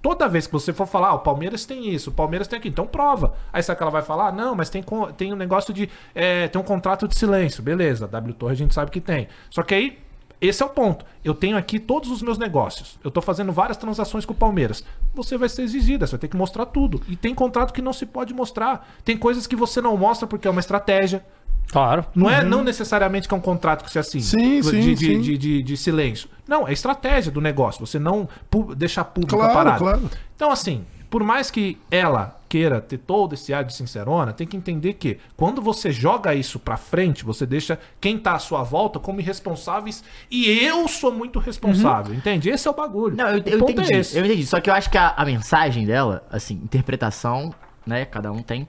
Toda vez que você for falar, ah, o Palmeiras tem isso, o Palmeiras tem aquilo, então prova. Aí sabe que ela vai falar, não, mas tem, co- tem um negócio de. é, tem um contrato de silêncio, beleza, W Torre a gente sabe que tem. Só que aí, esse é o ponto. Eu tenho aqui todos os meus negócios. Eu tô fazendo várias transações com o Palmeiras. Você vai ser exigida, você vai ter que mostrar tudo. E tem contrato que não se pode mostrar. Tem coisas que você não mostra porque é uma estratégia.
Claro.
Não é não necessariamente que é um contrato que você assina.
Uhum. Sim,
de,
sim,
de,
sim.
De, de- de silêncio. Não, é estratégia do negócio. Você não pu- deixar público
Claro,
a parada.
claro.
Então, assim, por mais que ela queira ter todo esse ar de sincerona, tem que entender que quando você joga isso pra frente, você deixa quem tá à sua volta como irresponsáveis e eu sou muito responsável,
Uhum.
entende? Esse é o bagulho.
Não, eu,
O
eu
ponto
entendi.
é esse.
eu entendi. Só que eu acho que a, a mensagem dela, assim, interpretação, né? Cada um tem.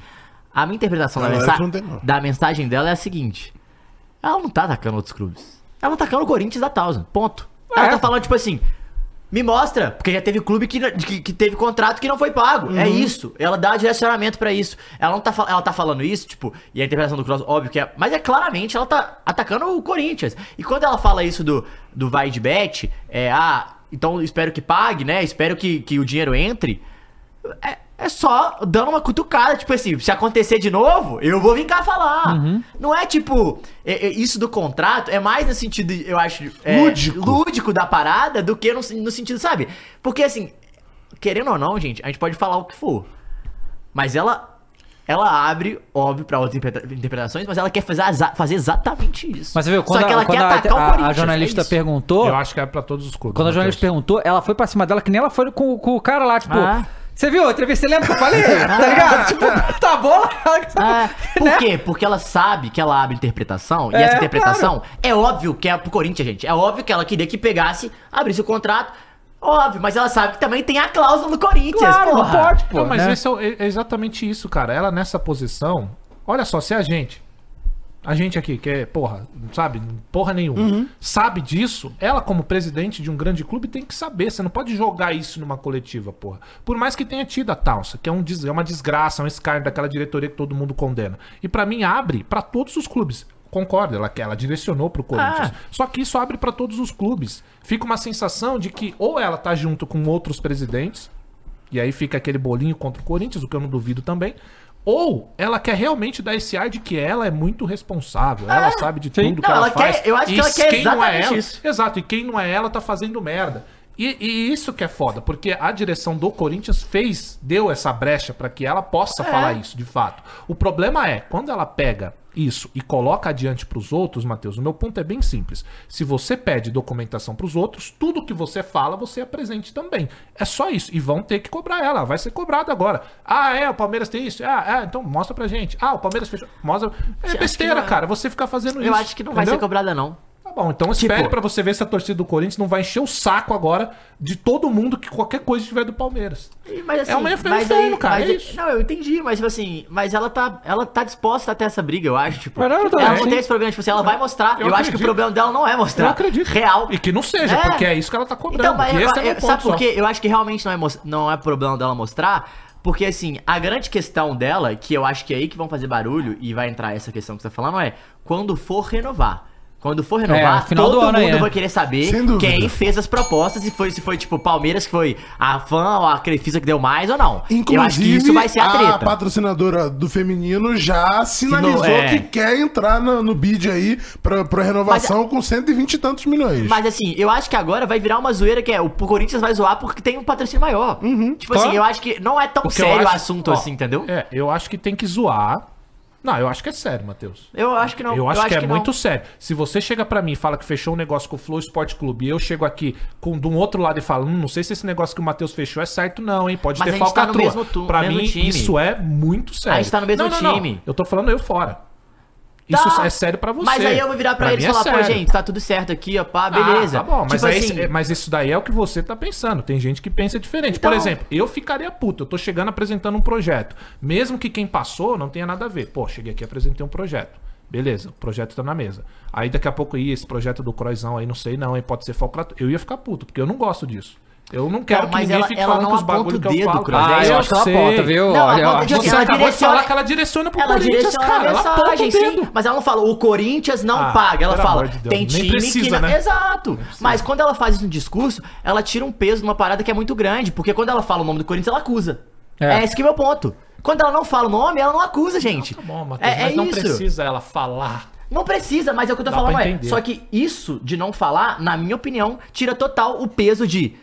A minha interpretação da,
Não,
mensa-
essa não tem, não.
da mensagem dela é a seguinte: ela não tá atacando outros clubes. Ela tá atacando o Corinthians da Tausa. Ponto. Ela tá falando, tipo assim. Me mostra, porque já teve clube que, que, que teve contrato que não foi pago. É isso. Ela dá direcionamento pra isso. Ela não tá, fal- ela tá falando isso, tipo, e a interpretação do Cross, óbvio que é. Mas é claramente ela tá atacando o Corinthians. E quando ela fala isso do, do vai de bet, é, ah, então espero que pague, né? Espero que, que o dinheiro entre. É, é só dando uma cutucada, tipo assim, se acontecer de novo, eu vou vir cá falar.
Uhum.
Não é tipo, é- é isso do contrato, é mais no sentido, eu acho, é,
Lúdico.
lúdico da parada do que no, no sentido, sabe? Porque assim, querendo ou não, gente, a gente pode falar o que for. Mas ela ela abre, óbvio, pra outras interpreta- interpretações, mas ela quer fazer, exa- fazer exatamente isso.
Mas você viu, quando,
Só que ela
a, quando
quer
a-
atacar
a-
o
a
Corinthians.
jornalista
é isso.
perguntou,
Eu acho que é pra todos os clubes.
quando a jornalista perguntou, ela foi pra cima dela que nem ela foi com, com o cara lá, tipo...
Ah.
Você viu a entrevista? Você lembra que eu falei? Tá ligado? Tipo, tá bola.
Né?
Ah, por quê? Porque ela sabe que ela abre interpretação, e
É,
essa interpretação é óbvio que é pro Corinthians, gente. É óbvio que ela queria que pegasse, abrisse o contrato. Óbvio, mas ela sabe que também tem a cláusula do Corinthians,
Claro, não
porra.
pode, pô.
Não, mas
né?
esse é, o- é- é exatamente isso, cara. Ela nessa posição. Olha só, se a gente. A gente aqui, que é, porra, sabe, porra nenhuma,
Uhum.
sabe disso, ela, como presidente de um grande clube, tem que saber. Você não pode jogar isso numa coletiva, porra. Por mais que tenha tido a Towns, que é, um, des- é uma desgraça, um escárnio daquela diretoria que todo mundo condena. E pra mim, abre pra todos os clubes. Concordo, ela, ela direcionou pro
Ah,
Corinthians. Só que isso abre pra todos os clubes. Fica uma sensação de que ou ela tá junto com outros presidentes, e aí fica aquele bolinho contra o Corinthians, o que eu não duvido também. Ou ela quer realmente dar esse ar de que ela é muito responsável, ela sabe de tudo que
Não,
ela,
ela quer-
faz.
eu acho que
e
ela quer
quem não é
exatamente
ela,
isso.
Exato, e quem não é ela tá fazendo merda. E, e isso que é foda, porque a direção do Corinthians fez, deu essa brecha pra que ela possa
É.
falar isso, de fato. O problema é, quando ela pega isso e coloca adiante pros outros, Matheus, o meu ponto é bem simples. Se você pede documentação pros outros, tudo que você fala, você apresente também. É só isso. E vão ter que cobrar ela, vai ser cobrada agora. Ah, é, o Palmeiras tem isso? Ah, é, então mostra pra gente. Ah, o Palmeiras fechou. Mostra. É besteira,
não-
cara, você ficar fazendo isso.
Eu acho que não vai ser
entendeu?
cobrada, não.
Tá bom, então espere
Tipo-
pra você ver se a torcida do Corinthians não vai encher o saco agora de todo mundo que qualquer coisa tiver do Palmeiras.
E- Mas, assim,
É uma inferno,
mas aí-
cara,
mas
é
aí-
isso.
Não, eu entendi, mas tipo assim, mas ela tá, ela tá disposta até essa briga, eu acho. Tipo,
Mas não, eu tô-
ela
é,
não
sim.
tem esse problema, tipo assim, ela vai mostrar.
Eu
Eu, acho que
acredito.
o problema dela não é mostrar.
Eu acredito.
Real.
E que não seja,
É.
porque é isso que ela tá cobrando.
Então, mas
e esse é o meu
eu-
ponto
sabe por
só.
quê? Eu acho que realmente não é, mos- não é problema dela mostrar. Porque, assim, a grande questão dela, que eu acho que é aí que vão fazer barulho, e vai entrar essa questão que você tá falando, é quando for renovar. Quando for
É,
renovar,
final
todo
do ano
mundo
aí, né?
vai querer saber
Sem dúvida.
quem fez as propostas e foi, se foi, tipo, o Palmeiras que foi a fã ou a Crefisa que deu mais ou não. eu acho que
Inclusive,
isso vai ser a treta.
patrocinadora do feminino já sinalizou
Sino- é.
que quer entrar no, no bid aí pra, pra renovação com 120 e tantos milhões.
Mas assim, eu acho que agora vai virar uma zoeira que é o Corinthians vai zoar porque tem um patrocínio maior.
Uhum.
Tipo assim, eu acho que não é tão
O que Tá. eu
sério o
acho-
assunto
ó,
assim, entendeu?
É, eu acho que tem que zoar. Não, eu acho que é sério, Matheus.
Eu acho que não.
eu acho que é
não.
muito sério. Se você chega pra mim e fala que fechou um negócio com o Flow Esporte Clube e eu chego aqui com de um outro lado e falo, hum, não sei se esse negócio que o Matheus fechou é certo não, hein? Pode
Mas
ter
a gente tá no
falcatrua.
mesmo tu-
pra
mesmo
mim,
time.
isso é muito sério.
A gente tá no mesmo
Não, não, não.
time.
Eu tô falando eu fora.
Tá.
Isso é sério pra você.
Mas aí eu vou virar pra, eles
mim
e
é
falar, pô,
sério.
gente, tá tudo certo aqui, ó, pá, beleza.
Ah, tá bom, mas,
Tipo
aí-
assim,
mas isso daí é o que você tá pensando. Tem gente que pensa diferente. Por
Então.
exemplo, eu ficaria puto. Eu tô chegando apresentando um projeto. Mesmo que quem passou não tenha nada a ver. Pô, cheguei aqui e apresentei um projeto. Beleza, o projeto tá na mesa. Aí daqui a pouco, ih, esse projeto do Croizão aí, não sei não, hein, pode ser falcato. Eu ia ficar puto, porque eu não gosto disso. Eu não quero que
mas
ninguém
ela-
fique
ela
falando
não
que os
aponta
bagulho
o
que eu
dedo,
falo.
Croizão. Ah, eu
acho que ela aponta, viu?
Não, ela
Olha,
aponta
ó,
de-
Você
Assim, ela
acabou de
direciona-
falar que ela direciona pro
ela
Corinthians,
direciona
cara. Ela
a
aponta o
mensagem, sim.
dedo.
Mas ela não fala, o Corinthians não
Ah,
paga. Ela
pelo
fala,
amor de Deus,
tem
nem
time que
precisa,
não...
né?
Exato. Mas quando ela faz isso no discurso, ela tira um peso numa parada que é muito grande. Porque quando ela fala o nome do Corinthians, ela acusa. É, esse que é meu ponto. Quando ela não fala o nome, ela não acusa, gente.
Tá bom, Matheus,
é, é
mas não
isso.
precisa ela falar.
Não precisa, mas é o que eu tô
Dá
falando,
pra
é.
entender.
Só que isso de não falar, na minha opinião, tira total o peso de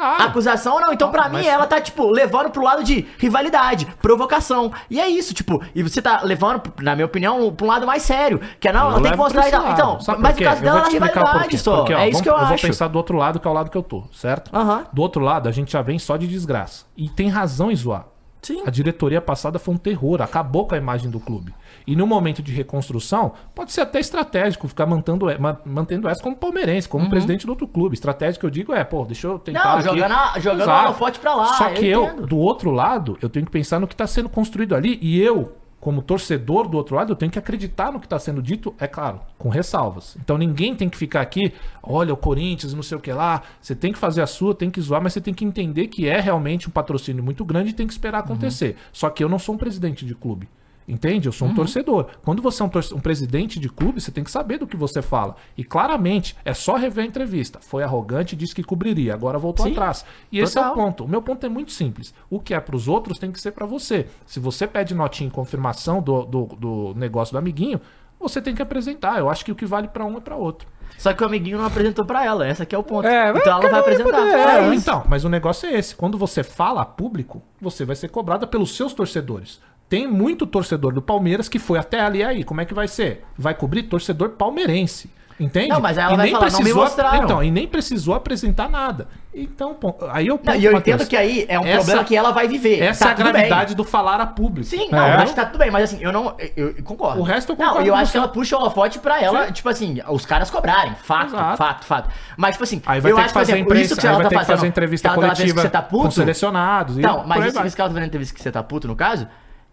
Ah,
acusação ou não. Então, pra
mas-
mim, ela tá, tipo, levando pro lado de rivalidade, provocação. E é isso, tipo, e você tá levando, na minha opinião, pra um lado mais sério. Que é, não, ela tem que
levo
mostrar.
pra esse
Então,
lado.
então,
Sabe por
mas no
quê?
caso
Eu vou
dela,
te
é
explicar o
rivalidade
porquê.
só.
Porque, ó,
é isso
vamos-
que eu,
Eu vou
acho.
pensar do outro lado, que é o lado que eu tô, certo?
Aham.
Do outro lado, a gente já vem só de desgraça. E tem razão em zoar.
Sim.
A diretoria passada foi um terror, acabou com a imagem do clube. E no momento de reconstrução, pode ser até estratégico ficar mantendo, ma- mantendo essa como palmeirense,
Uhum.
como presidente do outro clube. Estratégico, eu digo, é, pô, deixa eu tentar.
Não,
aqui.
jogando a- jogando
Exato.
o holofote pra lá,
Só
eu
que eu,
entendo.
do outro lado, eu tenho que pensar no que está sendo construído ali e eu, como torcedor do outro lado, eu tenho que acreditar no que está sendo dito, é claro, com ressalvas. Então ninguém tem que ficar aqui, olha o Corinthians, não sei o que lá, você tem que fazer a sua, tem que zoar, mas você tem que
Uhum.
entender que é realmente um patrocínio muito grande e tem que esperar acontecer. Só que eu não sou um presidente de clube. Entende? Eu sou um torcedor. Quando você é um, torce- um presidente de clube, você tem que saber do que você fala. E claramente, é só rever a entrevista. Foi arrogante, disse que cobriria, agora voltou
Sim.
atrás. E esse é o
Total.
ponto. O meu ponto é muito simples. O que é para os outros tem que ser para você. Se você pede notinha em confirmação do, do, do negócio do amiguinho, você tem que apresentar. Eu acho que o que vale para um é para outro.
Só que o amiguinho não apresentou pra ela, essa aqui é o ponto.
É,
então ela vai apresentar. É isso.
então, mas o negócio é esse. Quando você fala a público, você vai ser cobrada pelos seus torcedores. Tem muito torcedor do Palmeiras que foi até ali e aí. Como é que vai ser? Vai cobrir torcedor palmeirense. Entende?
Não, mas ela vai falar, "Não me mostraram."
Então, e nem precisou apresentar nada. Então, pô, aí eu
Não, e eu entendo que aí é um problema que ela vai viver.
Essa
Tá
é a
tudo
gravidade
bem.
do falar a público.
Sim, não, acho que tá tudo bem, mas assim, eu não. Eu, eu concordo.
É. O resto eu
Não,
concordo
eu
com
acho
você.
que ela puxa o holofote pra ela,
Sim.
tipo assim, os caras cobrarem. Fato,
Exato.
fato, fato. Mas, tipo assim,
Aí vai
eu
ter
acho
que fazer
por exemplo,
imprensa,
isso que
aí
ela
vai
tá
ter que
fazendo.
fazer entrevista
que ela tá vendo
coletiva
que você tá puto.
com selecionados e
Não,
por
mas
aí
isso
vai.
que ela tá fazendo entrevista que você tá puto, no caso.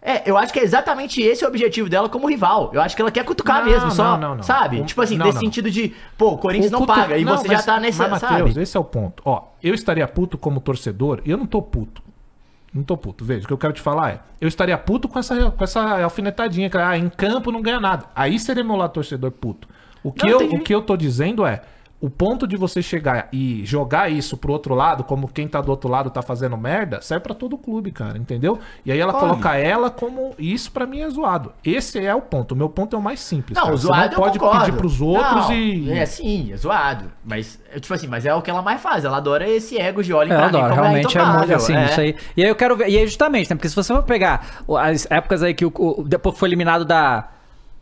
É, eu acho que é exatamente esse o objetivo dela como rival. Eu acho que ela quer cutucar
Não,
mesmo, só.
não, não, não.
Sabe?
O-
tipo assim,
não,
nesse
não.
sentido de, pô, o Corinthians não
cutu-
paga. E
Não,
você
mas-
já tá nessa.
mas,
sabe?
Matheus, esse é o ponto. Ó, eu estaria puto como torcedor e eu não tô puto. Não tô puto. Veja, o que eu quero te falar é: eu estaria puto com essa, com essa alfinetadinha, que ah, em campo não ganha nada. Aí seria meu lado torcedor puto. O que,
Não,
eu,
entendi.
o que eu tô dizendo é. O ponto de você chegar e jogar isso pro outro lado, como quem tá do outro lado tá fazendo merda, serve pra todo clube, cara, entendeu? E aí ela
Olha.
coloca ela como. e Isso pra mim é zoado. Esse é o ponto. O meu ponto é o mais simples.
Não,
cara. Você
zoado
não pode
eu concordo.
pedir pros outros
Não,
e.
É sim, é zoado. Mas, é, tipo assim, mas é o que ela mais faz. Ela adora esse ego de olho
É, eu adoro, realmente é muito assim, isso aí. E aí eu quero ver, e aí justamente, né, porque se você for pegar o- as épocas aí que o, o- depois que foi eliminado da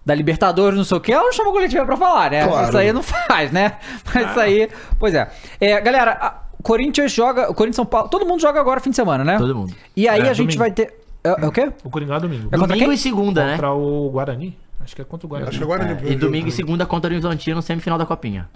da Libertadores, não sei o que, ela não chama a coletiva pra falar, né?
Claro.
Isso aí não faz, né? Mas isso aí, pois é. É, galera, a- Corinthians joga, o Corinthians e São Paulo, todo mundo joga agora fim de semana, né? Todo
mundo.
E aí
É,
a gente
domingo.
vai ter é, é o quê?
O Coringá é domingo.
É contra
Domingo
quem?
e segunda, né?
Contra o Guarani? Acho que é contra o Guarani.
Acho que agora
E domingo e segunda contra o Horizontino, semifinal da Copinha.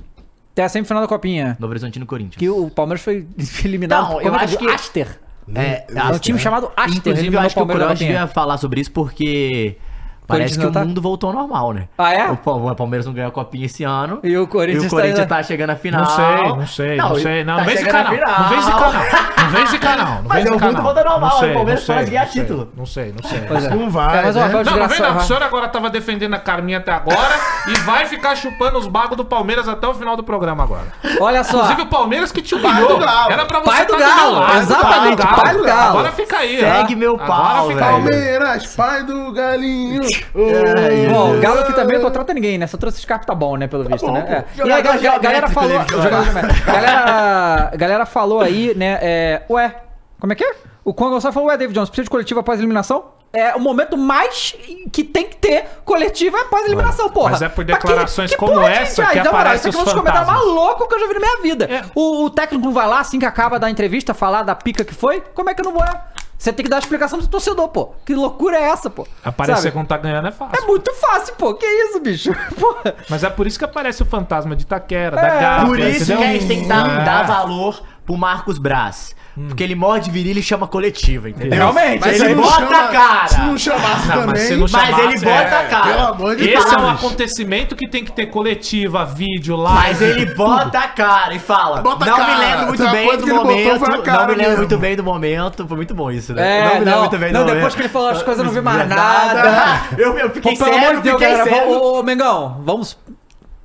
Até a semifinal da Copinha.
Novo Horizontino e Corinthians.
Que o Palmeiras foi eliminado
Não,
por
eu
conta do
acho que-
Aster.
É,
É um time chamado Aster.
Inclusive, eu
eliminou
acho que o
Palmeiras da
Cross
Copinha.
devia falar sobre isso porque parece que
não
o
tá?
mundo voltou ao normal, né?
Ah, é?
O Pal- o Palmeiras não ganhou a Copinha esse ano.
E o Corinthians
e o
tá
Corinthians
ainda-
tá, chegando à
é
final.
Não sei, não sei, não, sei. Não,
tá
não vem esse
chegando à
canal.
final.
Não vem esse canal. Não vem esse canal. Não
Mas
vem
é
esse
o mundo
canal.
volta normal,
Não sei,
o Palmeiras
não sei,
pode ganhar
não sei,
título.
Não sei, não sei.
Pois é.
Não vai,
É, mas, ó,
né?
agora-
Não, não vem não.
Desgraçado.
A senhora agora tava defendendo a Carminha até agora e vai ficar chupando os bagos do Palmeiras até o final do programa agora.
Olha só.
Inclusive o Palmeiras que te humilhou.
do Galo.
Era pra você
Pai do
tá
Galo,
meu lado.
exatamente, pai do Galo.
Agora fica aí.
Segue meu pau,
né?
aí. né?
Palmeiras, pai do galinho.
É
Bom, o Galo aqui também não contrata ninguém, né? Só trouxe Scarpa, tá bom, né? Pelo visto,
bom,
né?
pô.
É. E aí,
Jogador
ga- galera
geométrico,
falou.
né?
jogador geométrico. Galera, galera falou aí, né? é, ué, como é que é? O Juan Gonçalves falou, ué, David Jones, precisa de coletiva após eliminação? É o momento mais que tem que ter coletiva é após eliminação, porra.
mas é
Pra
por
que-
declarações como
porra de
essa
gente?
que
Ah, na moral, isso
aparece
aqui
os
é um dos comentários mais
fantasmas.
loucos que eu já vi na minha vida.
É.
O, o técnico não vai lá assim que acaba da entrevista falar da pica que foi? Como é que eu não vou? Você tem que dar a explicação pro torcedor, pô. Que loucura é essa, pô?
Aparecer
Sabe?
quando tá ganhando é fácil.
É muito fácil, pô. Que isso, bicho? Porra.
Mas é por isso que aparece o fantasma de Itaquera, da
É.
Gávea,
Por isso
entendeu?
que a gente tem que dar,
É.
dar valor pro Marcos Braz. Porque ele morde virilha e chama coletiva, entendeu?
Realmente,
Mas ele
não
bota
chama-
a cara.
Se não chamasse
Não, mas se
também.
não
Mas
chamasse,
ele bota
é.
a cara.
Pelo amor de
Esse é um
Deus.
acontecimento que tem que ter coletiva, vídeo, live.
Mas ele bota a cara e fala.
Bota a
não
cara.
me lembro muito
Essa
bem
coisa
do
que ele botou foi a
momento.
cara
Não me lembro
mesmo.
muito bem do momento. Foi muito bom isso, né?
É,
me
não,
lembro
não, depois que ele falou as coisas, eu não vi mais nada.
né? Eu, eu fiquei
Pô, pelo amor
sério,
de Deus,
fiquei
galera.
sério.
Vamos- Ô, ô, Mengão, vamos.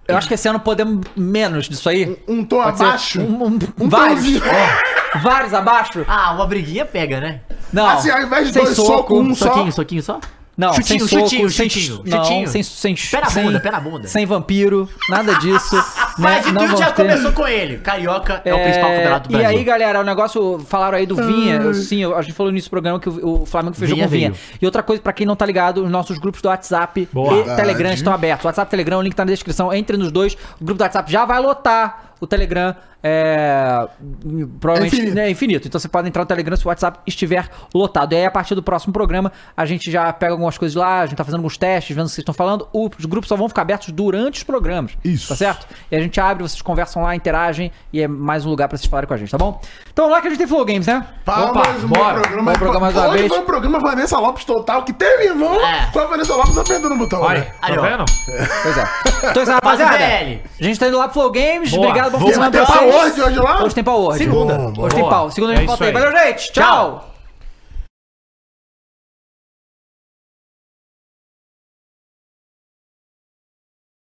Eu acho que esse ano podemos menos disso aí.
Um tom
Pode ser
abaixo.
Um, um,
Um
vários.
tomzinho.
É. Vários abaixo.
Ah, uma briguinha pega, né?
Não.
Assim, ao invés de
sem
dois socos, um só.
Soquinho, soquinho só?
Não, sem
chutinho,
soco,
chutinho,
sem
chutinho,
chu- não,
chutinho.
Sem, sem, chu-
Pé na
sem,
bunda, pé na bunda.
Sem vampiro, nada disso. né?
Mas de
Não
tudo
vamos
já
ter.
começou com ele. Carioca é, o principal campeonato do
E
Brasil.
aí, galera, o negócio. Falaram aí do Vinha. eu- sim, eu- a gente falou nisso no programa que o, o Flamengo fechou
Vinha
com o Vinha.
veio.
E outra coisa, pra quem não tá ligado, os nossos grupos do WhatsApp
Boa.
e
Verdade.
Telegram estão abertos. WhatsApp e Telegram, o link tá na descrição. Entre nos dois. O grupo do WhatsApp já vai lotar. O Telegram é. Provavelmente é
infinito.
infinito. Então você pode entrar no Telegram se o WhatsApp estiver lotado. E aí, a partir do próximo programa, a gente já pega algumas coisas lá, a gente tá fazendo alguns testes, vendo o que vocês estão falando. Os grupos só vão ficar abertos durante os programas.
Isso.
Tá certo? certo? E a gente abre, vocês conversam lá, interagem e é mais um lugar pra vocês falarem com a gente, tá bom? Então vamos lá que a gente tem Flow Games, né?
Palmas, um meu
bora.
programa.
Bom programa mais uma
Hoje
vez.
foi um programa Vanessa Lopes total que terminou
É.
com a Vanessa Lopes apertando o botão.
Olha,
né?
tá
Aí, ó.
vendo?
Pois é. Então é isso,
Faz o
rapaziada.
BL.
A gente tá indo lá pro Flow Games.
Boa.
Obrigado, bom
Vamos
semana
ter
pra vocês.
Power hoje lá?
Hoje tem Power. Word.
Segunda.
Hoje tem
Boa.
pau. Segunda a gente
É
volta aí.
isso aí.
Valeu, gente. Tchau.